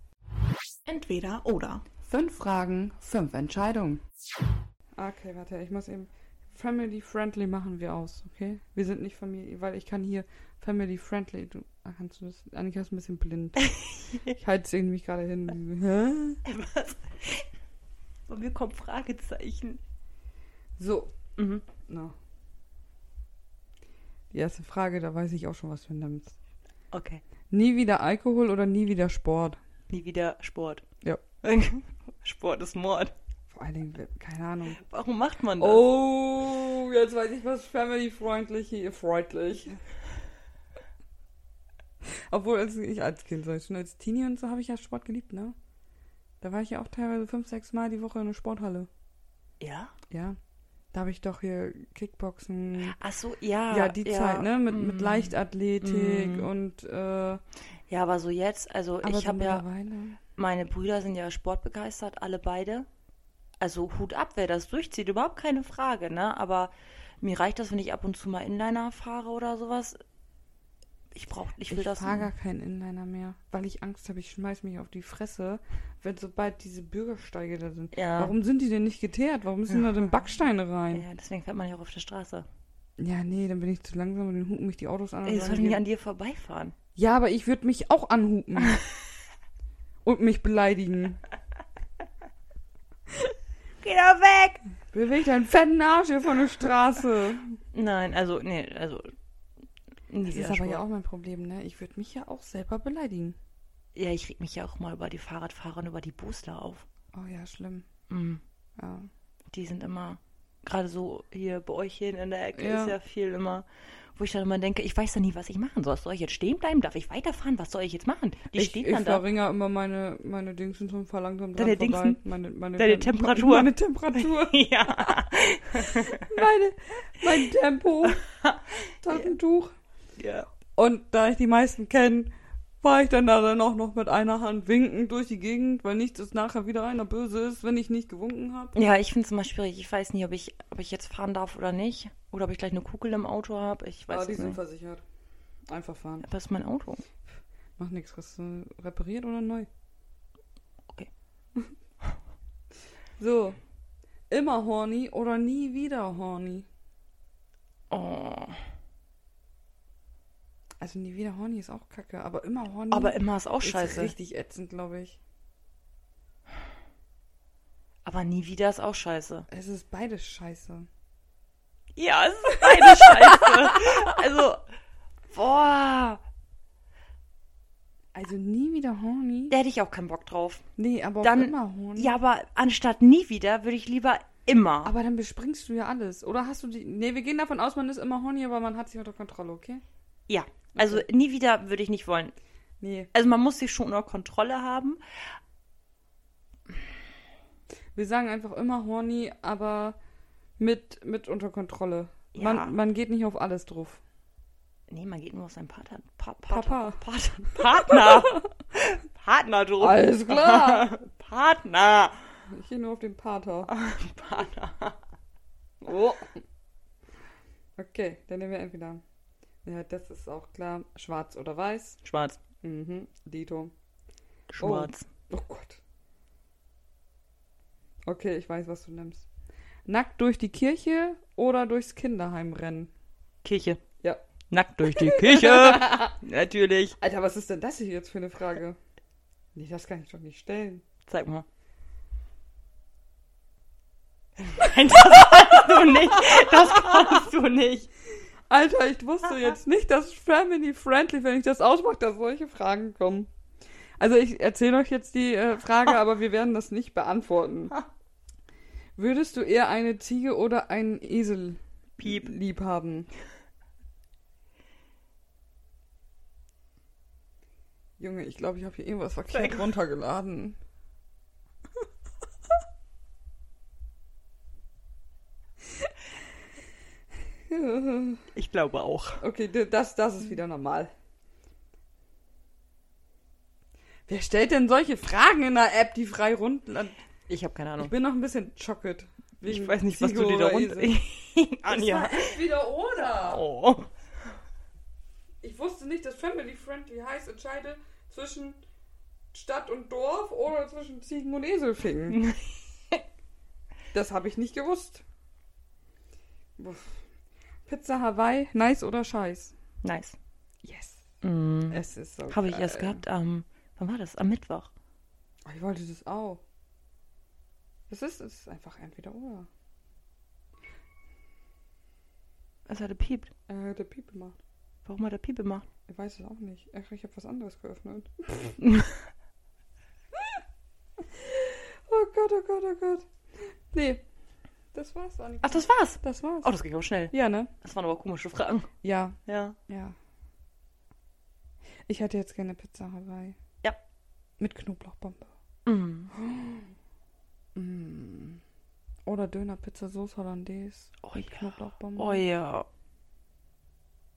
[SPEAKER 3] Entweder oder.
[SPEAKER 1] Fünf Fragen, fünf Entscheidungen. Okay, warte, ich muss eben. Family friendly machen wir aus, okay? Wir sind nicht Familie, weil ich kann hier Family friendly. Du ah, kannst du das. Annika ist ein bisschen blind. ich halte es irgendwie gerade hin. Hä?
[SPEAKER 2] Was? Bei mir kommt Fragezeichen.
[SPEAKER 1] So,
[SPEAKER 2] Mhm.
[SPEAKER 1] na. Die erste Frage, da weiß ich auch schon, was du nimmst.
[SPEAKER 2] Okay.
[SPEAKER 1] Nie wieder Alkohol oder nie wieder Sport?
[SPEAKER 2] Nie wieder Sport.
[SPEAKER 1] Ja.
[SPEAKER 2] Sport ist Mord.
[SPEAKER 1] Vor allen Dingen, keine Ahnung.
[SPEAKER 2] Warum macht man das?
[SPEAKER 1] Oh, jetzt weiß ich, was family-freundlich hier freundlich. Obwohl, als ich als Kind, so, schon als Teenie und so, habe ich ja Sport geliebt, ne? Da war ich ja auch teilweise fünf, sechs Mal die Woche in der Sporthalle.
[SPEAKER 2] Ja?
[SPEAKER 1] Ja. Da habe ich doch hier Kickboxen.
[SPEAKER 2] Ach so, Ah, ja.
[SPEAKER 1] ja, die Zeit, ne? Mit, mit
[SPEAKER 2] Mm.
[SPEAKER 1] Leichtathletik
[SPEAKER 2] Mm.
[SPEAKER 1] und, äh, aber
[SPEAKER 2] Ja, aber so jetzt, also ich
[SPEAKER 1] so
[SPEAKER 2] habe ja,
[SPEAKER 1] mittlerweile-
[SPEAKER 2] meine Brüder sind ja sportbegeistert, alle beide. Also Hut ab, wer das durchzieht, überhaupt keine Frage, ne? Aber mir reicht das, wenn ich ab und zu mal Inliner fahre oder sowas. Ich brauche, ich will
[SPEAKER 1] Ich
[SPEAKER 2] das.
[SPEAKER 1] fahre gar keinen Inliner mehr, weil ich Angst habe, ich schmeiß mich auf die Fresse, wenn sobald diese Bürgersteige da sind.
[SPEAKER 2] Ja.
[SPEAKER 1] Warum sind die denn nicht geteert? Warum müssen da denn Backsteine rein?
[SPEAKER 2] Ja, deswegen fährt man ja auch auf der Straße.
[SPEAKER 1] Ja, nee, dann bin ich zu langsam und dann hupen mich die Autos an. und
[SPEAKER 2] Ich
[SPEAKER 1] dann
[SPEAKER 2] soll
[SPEAKER 1] geht-
[SPEAKER 2] nicht an dir vorbeifahren.
[SPEAKER 1] ja, aber ich würde mich auch anhupen. und mich beleidigen.
[SPEAKER 2] Geh doch weg!
[SPEAKER 1] Beweg deinen fetten Arsch hier von der Straße.
[SPEAKER 2] Nein, also, nee, also.
[SPEAKER 1] Das ist aber ja auch mein Problem, ne? Ich würde mich ja auch selber beleidigen.
[SPEAKER 2] Ja, ich reg mich ja auch mal über die Fahrradfahrer und über die Booster auf.
[SPEAKER 1] Oh ja, schlimm.
[SPEAKER 2] Mhm.
[SPEAKER 1] Ja.
[SPEAKER 2] Die sind immer, gerade so hier bei euch hier in der Ecke
[SPEAKER 1] Ja.
[SPEAKER 2] ist ja viel immer, wo ich dann immer denke, ich weiß ja nie, was ich machen soll. Soll ich jetzt stehen bleiben? Darf ich weiterfahren? Was soll ich jetzt machen? Die
[SPEAKER 1] ich
[SPEAKER 2] stehen
[SPEAKER 1] ich
[SPEAKER 2] dann da.
[SPEAKER 1] verringere immer meine, meine Dingsen zum Verlangsamen dran
[SPEAKER 2] Deine
[SPEAKER 1] vorbei.
[SPEAKER 2] Dingsen?
[SPEAKER 1] Meine, meine,
[SPEAKER 2] Deine
[SPEAKER 1] meine-
[SPEAKER 2] Temperatur?
[SPEAKER 1] Meine Temperatur.
[SPEAKER 2] Ja,
[SPEAKER 1] meine, mein Tempo. Taschentuch.
[SPEAKER 2] ja.
[SPEAKER 1] Und da ich die meisten kenne, war ich dann da dann auch noch mit einer Hand winkend durch die Gegend, weil nichts ist nachher wieder einer böse ist, wenn ich nicht gewunken habe.
[SPEAKER 2] ja ich finde es immer schwierig. Ich weiß nie, ob ich, ob ich jetzt fahren darf oder nicht. Oder ob ich gleich eine Kugel im Auto habe. Ich weiß
[SPEAKER 1] Aber die
[SPEAKER 2] es
[SPEAKER 1] sind
[SPEAKER 2] nicht.
[SPEAKER 1] versichert. Einfach fahren.
[SPEAKER 2] Was ist mein Auto?
[SPEAKER 1] Macht nichts. Kriegst du repariert oder neu?
[SPEAKER 2] Okay.
[SPEAKER 1] so. Immer horny oder nie wieder horny?
[SPEAKER 2] Oh.
[SPEAKER 1] Also nie wieder horny ist auch kacke, aber immer horny
[SPEAKER 2] Aber immer ist auch
[SPEAKER 1] ist
[SPEAKER 2] scheiße.
[SPEAKER 1] richtig ätzend, glaube ich.
[SPEAKER 2] Aber nie wieder ist auch scheiße.
[SPEAKER 1] Es ist beides scheiße.
[SPEAKER 2] Ja, es ist eine Scheiße. Also, boah,
[SPEAKER 1] Also nie wieder horny?
[SPEAKER 2] da hätte ich auch keinen Bock drauf.
[SPEAKER 1] Nee, aber
[SPEAKER 2] Dann-
[SPEAKER 1] auch immer horny.
[SPEAKER 2] Ja, aber anstatt nie wieder würde ich lieber immer.
[SPEAKER 1] Aber dann bespringst du ja alles. Oder hast du die. Nee, wir gehen davon aus, man ist immer horny, aber man hat sich unter Kontrolle, okay?
[SPEAKER 2] Ja, also nie wieder würde ich nicht wollen.
[SPEAKER 1] Nee.
[SPEAKER 2] Also man muss sich schon unter Kontrolle haben.
[SPEAKER 1] Wir sagen einfach immer horny, aber mit, mit unter Kontrolle.
[SPEAKER 2] Ja.
[SPEAKER 1] Man, man geht nicht auf alles drauf.
[SPEAKER 2] Nee, man geht nur auf seinen Partner. Pa
[SPEAKER 1] Papa.
[SPEAKER 2] Partner. Partner. Partner. Partner drauf.
[SPEAKER 1] Alles klar.
[SPEAKER 2] Partner.
[SPEAKER 1] Ich gehe nur auf den Pater.
[SPEAKER 2] Partner.
[SPEAKER 1] Oh. Okay, dann nehmen wir entweder. Ja, das ist auch klar. Schwarz oder weiß.
[SPEAKER 2] Schwarz.
[SPEAKER 1] Mhm. Dito.
[SPEAKER 2] Schwarz.
[SPEAKER 1] Oh Gott. Okay, ich weiß, was du nimmst. Nackt durch die Kirche oder durchs Kinderheim rennen?
[SPEAKER 2] Kirche.
[SPEAKER 1] Ja.
[SPEAKER 2] Nackt durch die Kirche. Natürlich.
[SPEAKER 1] Alter, was ist denn das hier jetzt für eine Frage? Nee, das kann ich doch nicht stellen.
[SPEAKER 2] Zeig mal. Nein, das kannst du nicht. Das kannst du nicht.
[SPEAKER 1] Alter, ich wusste jetzt nicht, dass Family Friendly, wenn ich das ausmache, dass solche Fragen kommen. Also ich erzähle euch jetzt die äh, Frage, aber wir werden das nicht beantworten. Würdest du eher eine Ziege oder einen Esel
[SPEAKER 2] Piep.
[SPEAKER 1] lieb haben? Junge, ich glaube, ich habe hier irgendwas verkehrt runtergeladen.
[SPEAKER 2] Ich glaube auch.
[SPEAKER 1] Okay, d- das, das ist wieder normal. Wer stellt denn solche Fragen in der App, die frei rund?
[SPEAKER 2] Ich habe keine
[SPEAKER 1] Ich
[SPEAKER 2] Ahnung.
[SPEAKER 1] bin noch ein bisschen chocket.
[SPEAKER 2] Ich weiß nicht, was du dir da runter.
[SPEAKER 1] Anja. Wieder oder?
[SPEAKER 2] Oh.
[SPEAKER 1] Ich wusste nicht, dass Family Friendly heißt, entscheide zwischen Stadt und Dorf oder zwischen Ziegen und Eselfingen. das habe ich nicht gewusst. Uff. Pizza Hawaii, nice oder scheiß?
[SPEAKER 2] Nice.
[SPEAKER 1] Yes.
[SPEAKER 2] Mm.
[SPEAKER 1] Es ist so
[SPEAKER 2] Habe ich
[SPEAKER 1] geil.
[SPEAKER 2] erst gehabt am, wann war das? Am Mittwoch.
[SPEAKER 1] Oh, ich wollte das auch. Es ist, es ist einfach entweder oder.
[SPEAKER 2] Es hat gepiept.
[SPEAKER 1] Äh, der Piep gemacht.
[SPEAKER 2] Warum hat er Piepe gemacht?
[SPEAKER 1] Ich weiß es auch nicht. Ach, ich habe was anderes geöffnet. oh Gott, oh Gott, oh Gott. Nee, das war's, Annika.
[SPEAKER 2] Ach, das war's.
[SPEAKER 1] Das war's.
[SPEAKER 2] Oh, das ging aber schnell.
[SPEAKER 1] Ja, ne?
[SPEAKER 2] Das waren aber komische Fragen.
[SPEAKER 1] Ja,
[SPEAKER 2] Ja.
[SPEAKER 1] ja. Ich hätte jetzt gerne Pizza Hawaii.
[SPEAKER 2] Ja.
[SPEAKER 1] Mit Knoblauchbombe.
[SPEAKER 2] Mm.
[SPEAKER 1] Mm. Oder Döner, Pizza, Soße Hollandaise.
[SPEAKER 2] Oh
[SPEAKER 1] mit
[SPEAKER 2] ja.
[SPEAKER 1] Knoblauchbombe.
[SPEAKER 2] Oh ja.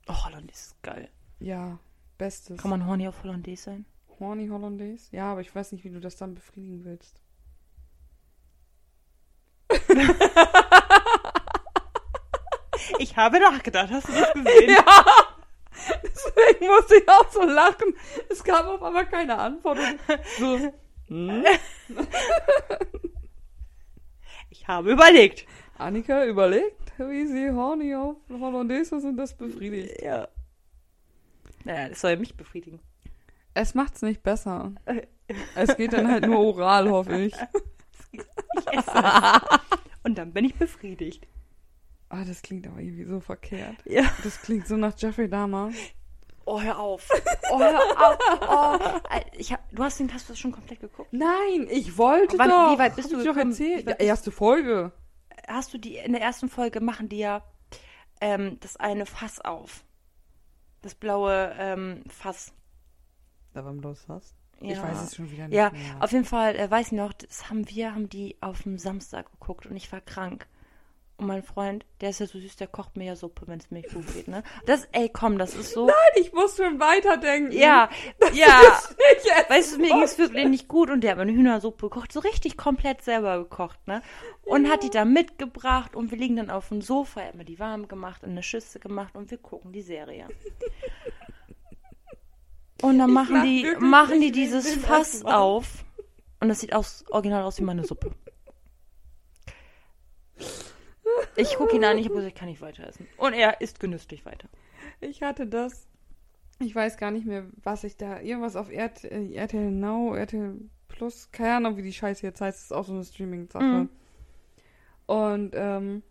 [SPEAKER 2] Oh, Hollandaise ist geil.
[SPEAKER 1] Ja, bestes.
[SPEAKER 2] Kann man Horny auf Hollandaise sein?
[SPEAKER 1] Horny Hollandaise? Ja, aber ich weiß nicht, wie du das dann befriedigen willst.
[SPEAKER 2] Ich habe nachgedacht. Hast du das gesehen?
[SPEAKER 1] Deswegen musste ich auch so lachen. Es gab auf einmal keine Antwort. Und so,
[SPEAKER 2] Hm? Ich habe überlegt.
[SPEAKER 1] Annika überlegt, wie sie Horny auf Hollandaise ist und das befriedigt.
[SPEAKER 2] Ja. Naja, das soll ja mich befriedigen.
[SPEAKER 1] Es macht's nicht besser. Es geht dann halt nur oral, hoffe ich.
[SPEAKER 2] Ich esse es. Und dann bin ich befriedigt.
[SPEAKER 1] Ah, das klingt aber irgendwie so verkehrt.
[SPEAKER 2] Ja.
[SPEAKER 1] Das klingt so nach Jeffrey Dahmer.
[SPEAKER 2] Oh, hör auf. Oh, hör auf. Oh. Ich hab, du hast den hast du das schon komplett geguckt.
[SPEAKER 1] Nein, ich wollte
[SPEAKER 2] Wann-
[SPEAKER 1] doch.
[SPEAKER 2] wie weit bist
[SPEAKER 1] Hab
[SPEAKER 2] du
[SPEAKER 1] ich doch
[SPEAKER 2] gekommen?
[SPEAKER 1] erzählt.
[SPEAKER 2] Wie weit
[SPEAKER 1] erste Folge.
[SPEAKER 2] Hast du die in der ersten Folge machen die ja ähm, das eine Fass auf. Das blaue ähm, Fass.
[SPEAKER 1] Da war bloß was.
[SPEAKER 2] Ja.
[SPEAKER 1] Ich weiß es schon wieder nicht
[SPEAKER 2] Ja,
[SPEAKER 1] mehr.
[SPEAKER 2] auf jeden Fall, äh, weiß ich noch, das haben wir, haben die auf dem Samstag geguckt und ich war krank. Und mein Freund, der ist ja so süß, der kocht mir ja Suppe, wenn es mir nicht gut geht, ne? Das, ey, komm, das ist so.
[SPEAKER 1] Ich muss schon weiterdenken.
[SPEAKER 2] Ja, ja.
[SPEAKER 1] Ich Oh. jetzt.
[SPEAKER 2] Weißt du, mir ging es wirklich nicht gut und der hat mir eine Hühnersuppe gekocht, so richtig komplett selber gekocht, ne? Und hat die da mitgebracht und wir liegen dann auf dem Sofa, er hat mir die warm gemacht, in eine Schüssel gemacht und wir gucken die Serie. Und dann machen
[SPEAKER 1] lach
[SPEAKER 2] die,
[SPEAKER 1] wirklich
[SPEAKER 2] machen die
[SPEAKER 1] nicht wegen
[SPEAKER 2] dieses
[SPEAKER 1] dem
[SPEAKER 2] Fass
[SPEAKER 1] Essen.
[SPEAKER 2] auf und das sieht aus, original aus wie meine Suppe. Ich gucke ihn an, ich hab gesagt, ich kann nicht weiter essen. Und er isst genüsslich weiter.
[SPEAKER 1] Ich hatte das. Ich weiß gar nicht mehr, was ich da. Irgendwas auf RT, äh, RTL Now, RTL Plus. Keine Ahnung, wie die Scheiße jetzt heißt. Das ist auch so eine Streaming-Sache.
[SPEAKER 2] Mhm.
[SPEAKER 1] Und ähm,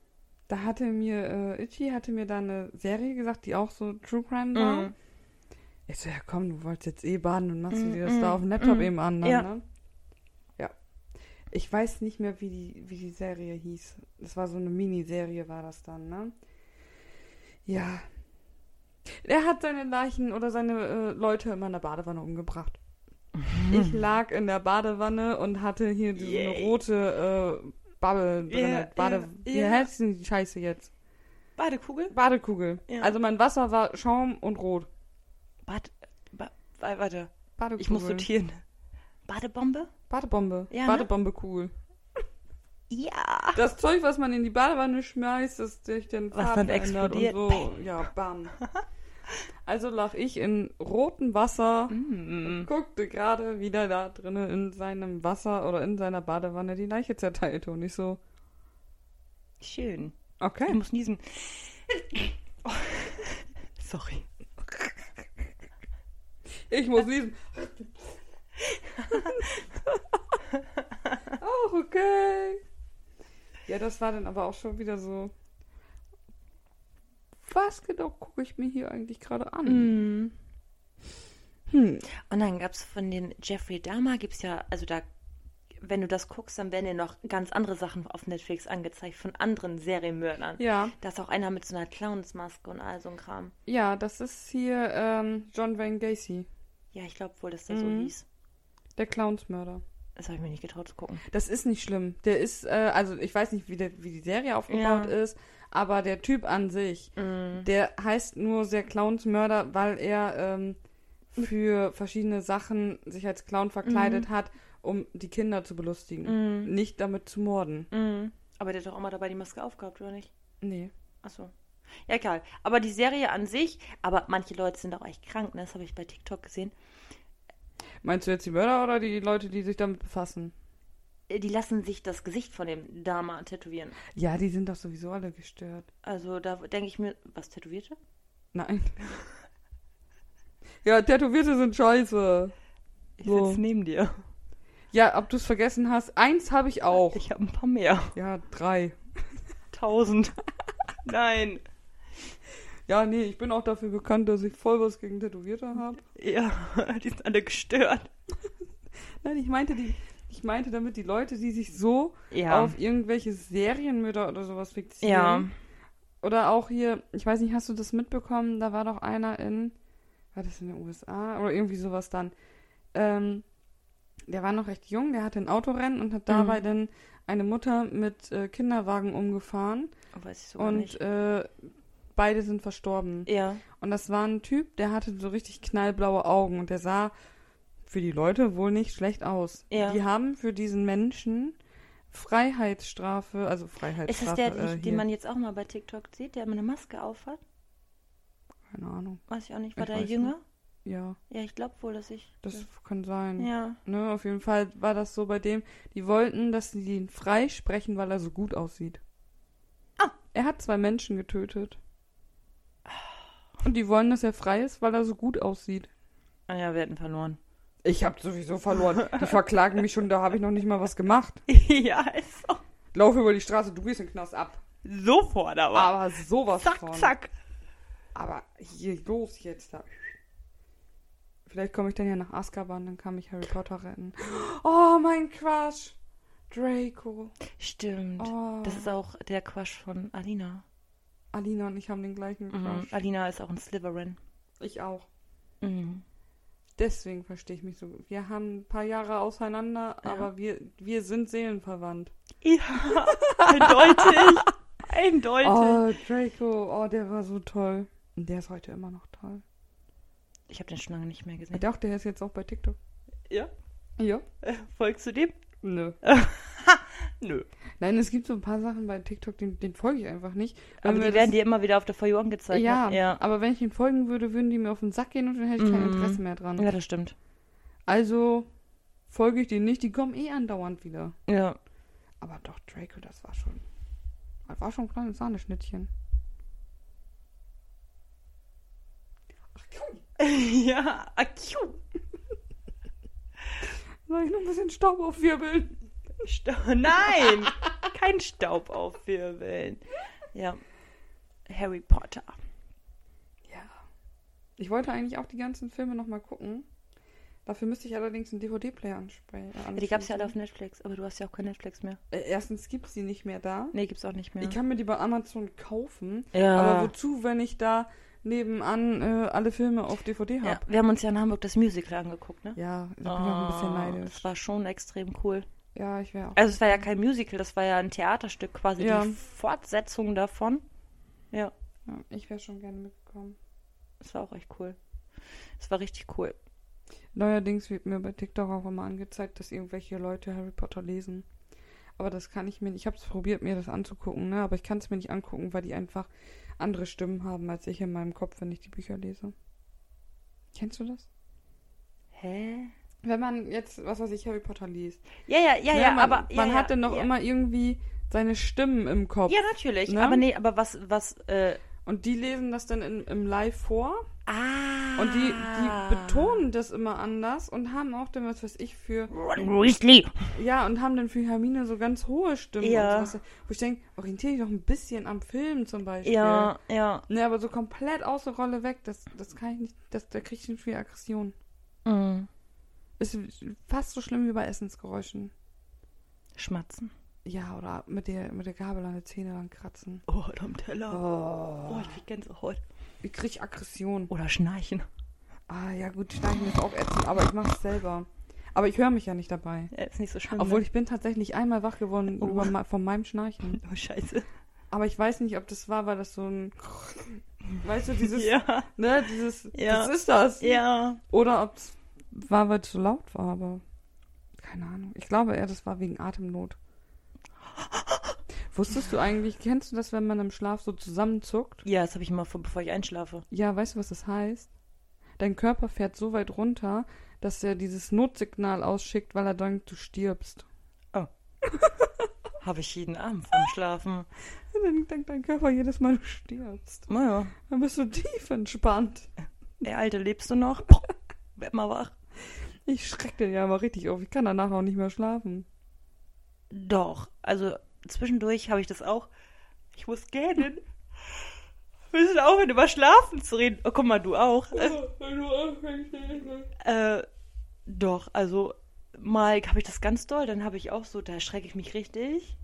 [SPEAKER 1] da hatte mir, äh, Itchy hatte mir da eine Serie gesagt, die auch so True Crime war.
[SPEAKER 2] Mhm.
[SPEAKER 1] Ich so, ja komm, du wolltest jetzt eh baden und machst
[SPEAKER 2] Mm,
[SPEAKER 1] dir das
[SPEAKER 2] mm,
[SPEAKER 1] da auf dem Laptop
[SPEAKER 2] mm.
[SPEAKER 1] eben an. Dann,
[SPEAKER 2] Ja.
[SPEAKER 1] Ne? ja. Ich weiß nicht mehr, wie die, wie die Serie hieß. Das war so eine Miniserie, war das dann, ne? Ja. Er hat seine Leichen oder seine äh, Leute immer in der Badewanne umgebracht. Ich lag in der Badewanne und hatte hier diese
[SPEAKER 2] Yay.
[SPEAKER 1] rote äh, Bubble drin.
[SPEAKER 2] Ja,
[SPEAKER 1] Bade
[SPEAKER 2] ja,
[SPEAKER 1] Wie
[SPEAKER 2] ja.
[SPEAKER 1] heißt denn die Scheiße jetzt?
[SPEAKER 2] Badekugel?
[SPEAKER 1] Badekugel.
[SPEAKER 2] Ja.
[SPEAKER 1] Also mein Wasser war Schaum und rot.
[SPEAKER 2] Bad, ba, warte.
[SPEAKER 1] Badekugel.
[SPEAKER 2] Ich muss sortieren. Badebombe?
[SPEAKER 1] Badebombe.
[SPEAKER 2] Ja, ne?
[SPEAKER 1] Badebombe cool.
[SPEAKER 2] Ja.
[SPEAKER 1] Das Zeug, was man in die Badewanne schmeißt, das durch den
[SPEAKER 2] Was dann
[SPEAKER 1] Farben ändert
[SPEAKER 2] explodiert.
[SPEAKER 1] und so. Ja, bam. Also lag ich in rotem Wasser,
[SPEAKER 2] Mhm. Mm.
[SPEAKER 1] guckte gerade wieder da drinnen in seinem Wasser oder in seiner Badewanne die Leiche zerteilte und ich so,
[SPEAKER 2] Schön. Ich
[SPEAKER 1] okay.
[SPEAKER 2] muss niesen. Oh. Sorry.
[SPEAKER 1] Ich muss niesen. Auch okay. Ja, das war dann aber auch schon wieder so. Was genau gucke ich mir hier eigentlich gerade an? Hm.
[SPEAKER 2] Mm. Und dann gab es von den Jeffrey Dahmer, gibt es ja, also da, wenn du das guckst, dann werden dir noch ganz andere Sachen auf Netflix angezeigt von anderen Serienmördern.
[SPEAKER 1] Ja,
[SPEAKER 2] Da ist auch einer mit so einer Clownsmaske und all so ein Kram.
[SPEAKER 1] ja, das ist hier ähm, John Wayne Gacy,
[SPEAKER 2] Ja, ich glaube wohl, dass der so
[SPEAKER 1] Mhm.
[SPEAKER 2] hieß.
[SPEAKER 1] der Clownsmörder.
[SPEAKER 2] Das habe ich mir nicht getraut zu gucken.
[SPEAKER 1] Das ist nicht schlimm. Der ist, äh, also ich weiß nicht, wie, der, wie die Serie aufgebaut
[SPEAKER 2] Ja. Mhm.
[SPEAKER 1] ist, aber der Typ an sich, der heißt nur sehr Clownsmörder, weil er ähm, für verschiedene Sachen sich als Clown
[SPEAKER 2] Mhm.
[SPEAKER 1] verkleidet hat, um die Kinder zu belustigen. Nicht damit zu morden.
[SPEAKER 2] Mm. Aber der hat doch auch mal dabei die Maske aufgehabt, oder nicht?
[SPEAKER 1] Nee.
[SPEAKER 2] Achso. Ja, egal. Aber die Serie an sich, aber manche Leute sind auch echt krank, ne? das habe ich bei TikTok gesehen.
[SPEAKER 1] Meinst du jetzt die Mörder oder die Leute, die sich damit befassen?
[SPEAKER 2] Äh, Die lassen sich das Gesicht von dem Dama tätowieren.
[SPEAKER 1] Ja, die sind doch sowieso alle gestört.
[SPEAKER 2] Also da denke ich mir, was tätowierte?
[SPEAKER 1] Nein. ja, Tätowierte sind scheiße.
[SPEAKER 2] Ich
[SPEAKER 1] So.
[SPEAKER 2] sitze neben dir.
[SPEAKER 1] Ja, ob du es vergessen hast, eins habe ich auch.
[SPEAKER 2] Ich habe ein paar mehr.
[SPEAKER 1] Ja, drei.
[SPEAKER 2] Tausend. Nein.
[SPEAKER 1] Ja, nee, ich bin auch dafür bekannt, dass ich voll was gegen Tätowierte habe.
[SPEAKER 2] Ja, die sind alle gestört.
[SPEAKER 1] Nein, ich meinte die, ich meinte damit die Leute, die sich so
[SPEAKER 2] Ja.
[SPEAKER 1] auf irgendwelche Serienmörder oder sowas fixieren.
[SPEAKER 2] ja.
[SPEAKER 1] Oder auch hier, ich weiß nicht, hast du das mitbekommen? Da war doch einer in, war das in den USA oder irgendwie sowas dann. Ähm, der war noch recht jung, der hatte ein Autorennen und
[SPEAKER 2] Mhm.
[SPEAKER 1] hat dabei dann eine Mutter mit äh, Kinderwagen umgefahren
[SPEAKER 2] Oh, Weiß ich sogar
[SPEAKER 1] und
[SPEAKER 2] nicht.
[SPEAKER 1] äh, beide sind verstorben.
[SPEAKER 2] Ja.
[SPEAKER 1] Und das war ein Typ, der hatte so richtig knallblaue Augen und der sah für die Leute wohl nicht schlecht aus.
[SPEAKER 2] Ja.
[SPEAKER 1] Die haben für diesen Menschen Freiheitsstrafe, also
[SPEAKER 2] Ist
[SPEAKER 1] Freiheitsstrafe.
[SPEAKER 2] das der,
[SPEAKER 1] äh,
[SPEAKER 2] den,
[SPEAKER 1] hier.
[SPEAKER 2] den man jetzt auch mal bei TikTok sieht, der immer eine Maske aufhat?
[SPEAKER 1] Keine Ahnung.
[SPEAKER 2] Weiß ich auch nicht. War
[SPEAKER 1] Ich
[SPEAKER 2] der
[SPEAKER 1] weiß
[SPEAKER 2] jünger?
[SPEAKER 1] Ja,
[SPEAKER 2] Ja, ich glaube wohl, dass ich.
[SPEAKER 1] das kann sein.
[SPEAKER 2] ja.
[SPEAKER 1] Ne, auf jeden Fall war das so bei dem, die wollten, dass sie ihn freisprechen, weil er so gut aussieht.
[SPEAKER 2] Ah.
[SPEAKER 1] Er hat zwei Menschen getötet. Und die wollen, dass er frei ist, weil er so gut aussieht.
[SPEAKER 2] Ah ja, wir hätten verloren.
[SPEAKER 1] Ich hab sowieso verloren. Die verklagen mich schon, da habe ich noch nicht mal was gemacht.
[SPEAKER 2] ja, ist so.
[SPEAKER 1] Lauf über die Straße, du gehst in den Knast ab.
[SPEAKER 2] Sofort aber.
[SPEAKER 1] Aber sowas von.
[SPEAKER 2] zack, zack.
[SPEAKER 1] Aber hier, los jetzt. Da. Vielleicht komme ich dann ja nach Azkaban, dann kann mich Harry Potter retten. Oh, mein Crush. Draco.
[SPEAKER 2] Stimmt.
[SPEAKER 1] Oh.
[SPEAKER 2] Das ist auch der Quash von Alina.
[SPEAKER 1] Alina und ich haben den gleichen
[SPEAKER 2] Mhm.
[SPEAKER 1] Crush.
[SPEAKER 2] Alina ist auch ein Slytherin.
[SPEAKER 1] Ich auch.
[SPEAKER 2] Mhm.
[SPEAKER 1] Deswegen verstehe ich mich so gut. Wir haben ein paar Jahre auseinander,
[SPEAKER 2] Ja.
[SPEAKER 1] aber wir, wir sind seelenverwandt.
[SPEAKER 2] Ja, eindeutig. Eindeutig.
[SPEAKER 1] Oh, Draco, oh, der war so toll. Und der ist heute immer noch toll.
[SPEAKER 2] Ich habe den schon lange nicht mehr
[SPEAKER 1] Ich
[SPEAKER 2] gesehen.
[SPEAKER 1] dachte, der ist jetzt auch bei TikTok.
[SPEAKER 2] Ja?
[SPEAKER 1] Ja?
[SPEAKER 2] Folgst du dem?
[SPEAKER 1] Nö.
[SPEAKER 2] Nö.
[SPEAKER 1] Nein, es gibt so ein paar Sachen bei TikTok, den, den folge ich einfach nicht. Wenn
[SPEAKER 2] Aber
[SPEAKER 1] mir
[SPEAKER 2] die
[SPEAKER 1] das-
[SPEAKER 2] werden dir immer wieder auf der For You angezeigt.
[SPEAKER 1] ja,
[SPEAKER 2] ne? ja.
[SPEAKER 1] aber wenn ich ihnen folgen würde, würden die mir auf den Sack gehen und dann hätte ich kein
[SPEAKER 2] Mhm.
[SPEAKER 1] Interesse mehr dran.
[SPEAKER 2] Ja, das stimmt.
[SPEAKER 1] Also folge ich denen nicht, die kommen eh andauernd wieder.
[SPEAKER 2] Ja.
[SPEAKER 1] Aber doch, Draco, das war schon. Das war schon ein kleines Sahneschnittchen. Ach komm,
[SPEAKER 2] ja, Ah, akiu.
[SPEAKER 1] soll ich noch ein bisschen Staub aufwirbeln?
[SPEAKER 2] Sta- Nein, kein Staub aufwirbeln. Ja, Harry Potter.
[SPEAKER 1] Ja. Ich wollte eigentlich auch die ganzen Filme nochmal gucken. Dafür müsste ich allerdings einen DVD-Player ansprechen.
[SPEAKER 2] Ja, die gab es ja alle auf Netflix, aber du hast ja auch kein Netflix mehr.
[SPEAKER 1] Äh, erstens gibt es die nicht mehr da.
[SPEAKER 2] Nee, gibt's auch nicht mehr.
[SPEAKER 1] Ich kann mir die bei Amazon kaufen.
[SPEAKER 2] Ja.
[SPEAKER 1] Aber wozu, wenn ich da nebenan äh, alle Filme auf DVD
[SPEAKER 2] ja,
[SPEAKER 1] habe?
[SPEAKER 2] wir haben uns ja in Hamburg das Musical angeguckt, ne?
[SPEAKER 1] Ja, da bin ich auch ein bisschen
[SPEAKER 2] Ah,
[SPEAKER 1] neidisch.
[SPEAKER 2] Das war schon extrem cool.
[SPEAKER 1] Ja, ich wäre auch.
[SPEAKER 2] Also es war ja kein Musical, das war ja ein Theaterstück quasi,
[SPEAKER 1] Ja.
[SPEAKER 2] die Fortsetzung davon. Ja,
[SPEAKER 1] Ja, ich wäre schon gerne mitgekommen.
[SPEAKER 2] das war auch echt cool. Es war richtig cool.
[SPEAKER 1] Neuerdings wird mir bei TikTok auch immer angezeigt, dass irgendwelche Leute Harry Potter lesen. Aber das kann ich mir nicht. Ich habe es probiert, mir das anzugucken, ne? aber ich kann es mir nicht angucken, weil die einfach andere Stimmen haben als ich in meinem Kopf, wenn ich die Bücher lese. Kennst du das?
[SPEAKER 2] Hä?
[SPEAKER 1] Wenn man jetzt, was weiß ich, Harry Potter liest.
[SPEAKER 2] Ja, ja, ja,
[SPEAKER 1] ne?
[SPEAKER 2] ja,
[SPEAKER 1] man,
[SPEAKER 2] aber ja,
[SPEAKER 1] man
[SPEAKER 2] ja,
[SPEAKER 1] hat dann noch
[SPEAKER 2] ja.
[SPEAKER 1] immer irgendwie seine Stimmen im Kopf.
[SPEAKER 2] Ja, natürlich,
[SPEAKER 1] Ne?
[SPEAKER 2] aber nee, aber was was äh
[SPEAKER 1] Und die lesen das dann in, im Live vor.
[SPEAKER 2] Ah.
[SPEAKER 1] Und die, die betonen das immer anders und haben auch dann, was weiß ich, für
[SPEAKER 2] Ron Weasley.
[SPEAKER 1] Ja, und haben dann für Hermine so ganz hohe Stimmen
[SPEAKER 2] Ja.
[SPEAKER 1] und sowas. Wo ich denke, orientiere dich doch ein bisschen am Film zum Beispiel.
[SPEAKER 2] Ja, ja.
[SPEAKER 1] Ne, aber so komplett aus der Rolle weg, das, das kann ich nicht, das, da krieg ich nicht viel Aggression.
[SPEAKER 2] Mm.
[SPEAKER 1] Ist fast so schlimm wie bei Essensgeräuschen.
[SPEAKER 2] Schmatzen.
[SPEAKER 1] Ja, oder mit der, mit der Gabel an der Zähne dann kratzen.
[SPEAKER 2] Oh, am Teller.
[SPEAKER 1] Oh.
[SPEAKER 2] ich krieg Gänsehaut.
[SPEAKER 1] Ich krieg Aggression.
[SPEAKER 2] Oder Schnarchen.
[SPEAKER 1] Ah, ja gut, schneiden ist auch ätzend, aber ich mach's selber. Aber ich höre mich ja nicht dabei.
[SPEAKER 2] Ja, ist nicht so schlimm.
[SPEAKER 1] Obwohl
[SPEAKER 2] ne?
[SPEAKER 1] ich bin tatsächlich einmal wach geworden
[SPEAKER 2] Oh.
[SPEAKER 1] über, me- von meinem Schnarchen.
[SPEAKER 2] Oh, scheiße.
[SPEAKER 1] Aber ich weiß nicht, ob das war, weil das so ein. Weißt du, dieses.
[SPEAKER 2] ja.
[SPEAKER 1] Ne, dieses.
[SPEAKER 2] Ja.
[SPEAKER 1] Das ist das.
[SPEAKER 2] Ja.
[SPEAKER 1] Oder ob es war, weil es so laut war, aber. Keine Ahnung. Ich glaube eher, das war wegen Atemnot. Wusstest du eigentlich, kennst du das, wenn man im Schlaf so zusammenzuckt?
[SPEAKER 2] Ja, das habe ich immer vor, bevor ich einschlafe.
[SPEAKER 1] Ja, weißt du, was das heißt? Dein Körper fährt so weit runter, dass er dieses Notsignal ausschickt, weil er denkt, du stirbst.
[SPEAKER 2] Habe ich jeden Abend vorm Schlafen.
[SPEAKER 1] Dann denkt dein Körper jedes Mal, du stirbst.
[SPEAKER 2] Naja,
[SPEAKER 1] Dann bist du tief entspannt.
[SPEAKER 2] ey Alte, lebst du noch? Boah, werd mal wach.
[SPEAKER 1] Ich schreck den ja immer richtig auf. Ich kann danach auch nicht mehr schlafen.
[SPEAKER 2] Doch, also zwischendurch habe ich das auch. Ich muss gähnen. Wir müssen aufhören, über Schlafen zu reden. Oh, guck mal, du auch. Äh, doch, also mal habe ich das ganz doll, dann habe ich auch so, da erschrecke ich mich richtig.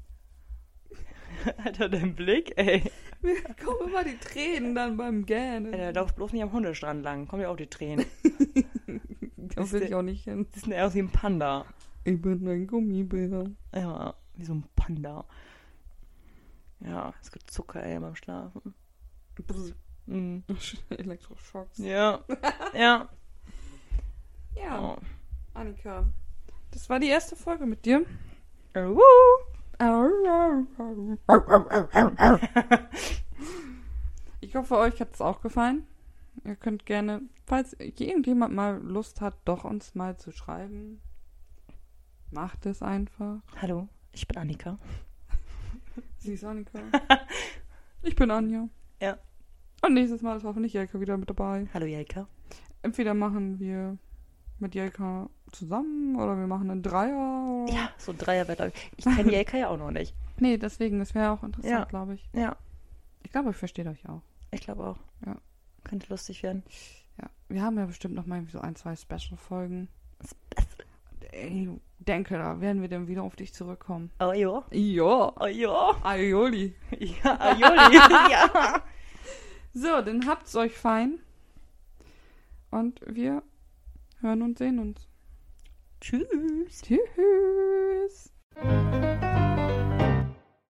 [SPEAKER 2] Alter, dein Blick, ey.
[SPEAKER 1] Mir kommen immer die Tränen dann beim
[SPEAKER 2] Alter,
[SPEAKER 1] Gähnen.
[SPEAKER 2] lauf bloß nicht am Hundestrand lang, kommen ja auch die Tränen.
[SPEAKER 1] Da will ich auch nicht hin.
[SPEAKER 2] Die sind ja aus wie ein Panda.
[SPEAKER 1] Ich bin ein Gummibär.
[SPEAKER 2] Ja, wie so ein Panda. Ja, es gibt Zucker, ey, beim Schlafen. Mhm.
[SPEAKER 1] Elektroschocks.
[SPEAKER 2] Ja, ja.
[SPEAKER 1] Ja,
[SPEAKER 2] Oh.
[SPEAKER 1] Annika. Das war die erste Folge mit dir.
[SPEAKER 2] Äh, wuhu.
[SPEAKER 1] Ich hoffe, euch hat es auch gefallen. Ihr könnt gerne, falls irgendjemand mal Lust hat, doch uns mal zu schreiben, macht es einfach.
[SPEAKER 2] Hallo, ich bin Annika.
[SPEAKER 1] Sie ist Annika. Ich bin Anja.
[SPEAKER 2] Ja.
[SPEAKER 1] Und nächstes Mal ist hoffentlich Jelka wieder mit dabei.
[SPEAKER 2] Hallo, Jelka.
[SPEAKER 1] Entweder machen wir mit Jelka zusammen oder wir machen einen Dreier. Oder...
[SPEAKER 2] Ja, so ein Dreier wäre, glaub ich. Ich kenne Jelka ja auch noch nicht.
[SPEAKER 1] Nee, deswegen, das wäre auch interessant,
[SPEAKER 2] Ja.
[SPEAKER 1] glaube ich.
[SPEAKER 2] Ja,
[SPEAKER 1] Ich glaube, ich versteht euch auch.
[SPEAKER 2] ich glaube auch.
[SPEAKER 1] Ja.
[SPEAKER 2] Könnte lustig werden.
[SPEAKER 1] Ja, wir haben ja bestimmt noch mal irgendwie so ein, zwei Special-Folgen.
[SPEAKER 2] Special.
[SPEAKER 1] Ich denke, da werden wir dann wieder auf dich zurückkommen.
[SPEAKER 2] Oh ja.
[SPEAKER 1] Ja,
[SPEAKER 2] Oh ja.
[SPEAKER 1] Aioli.
[SPEAKER 2] Ja, Aioli. ja.
[SPEAKER 1] So, dann habt's euch fein. Und wir hören und sehen uns.
[SPEAKER 2] Tschüss.
[SPEAKER 1] Tschüss.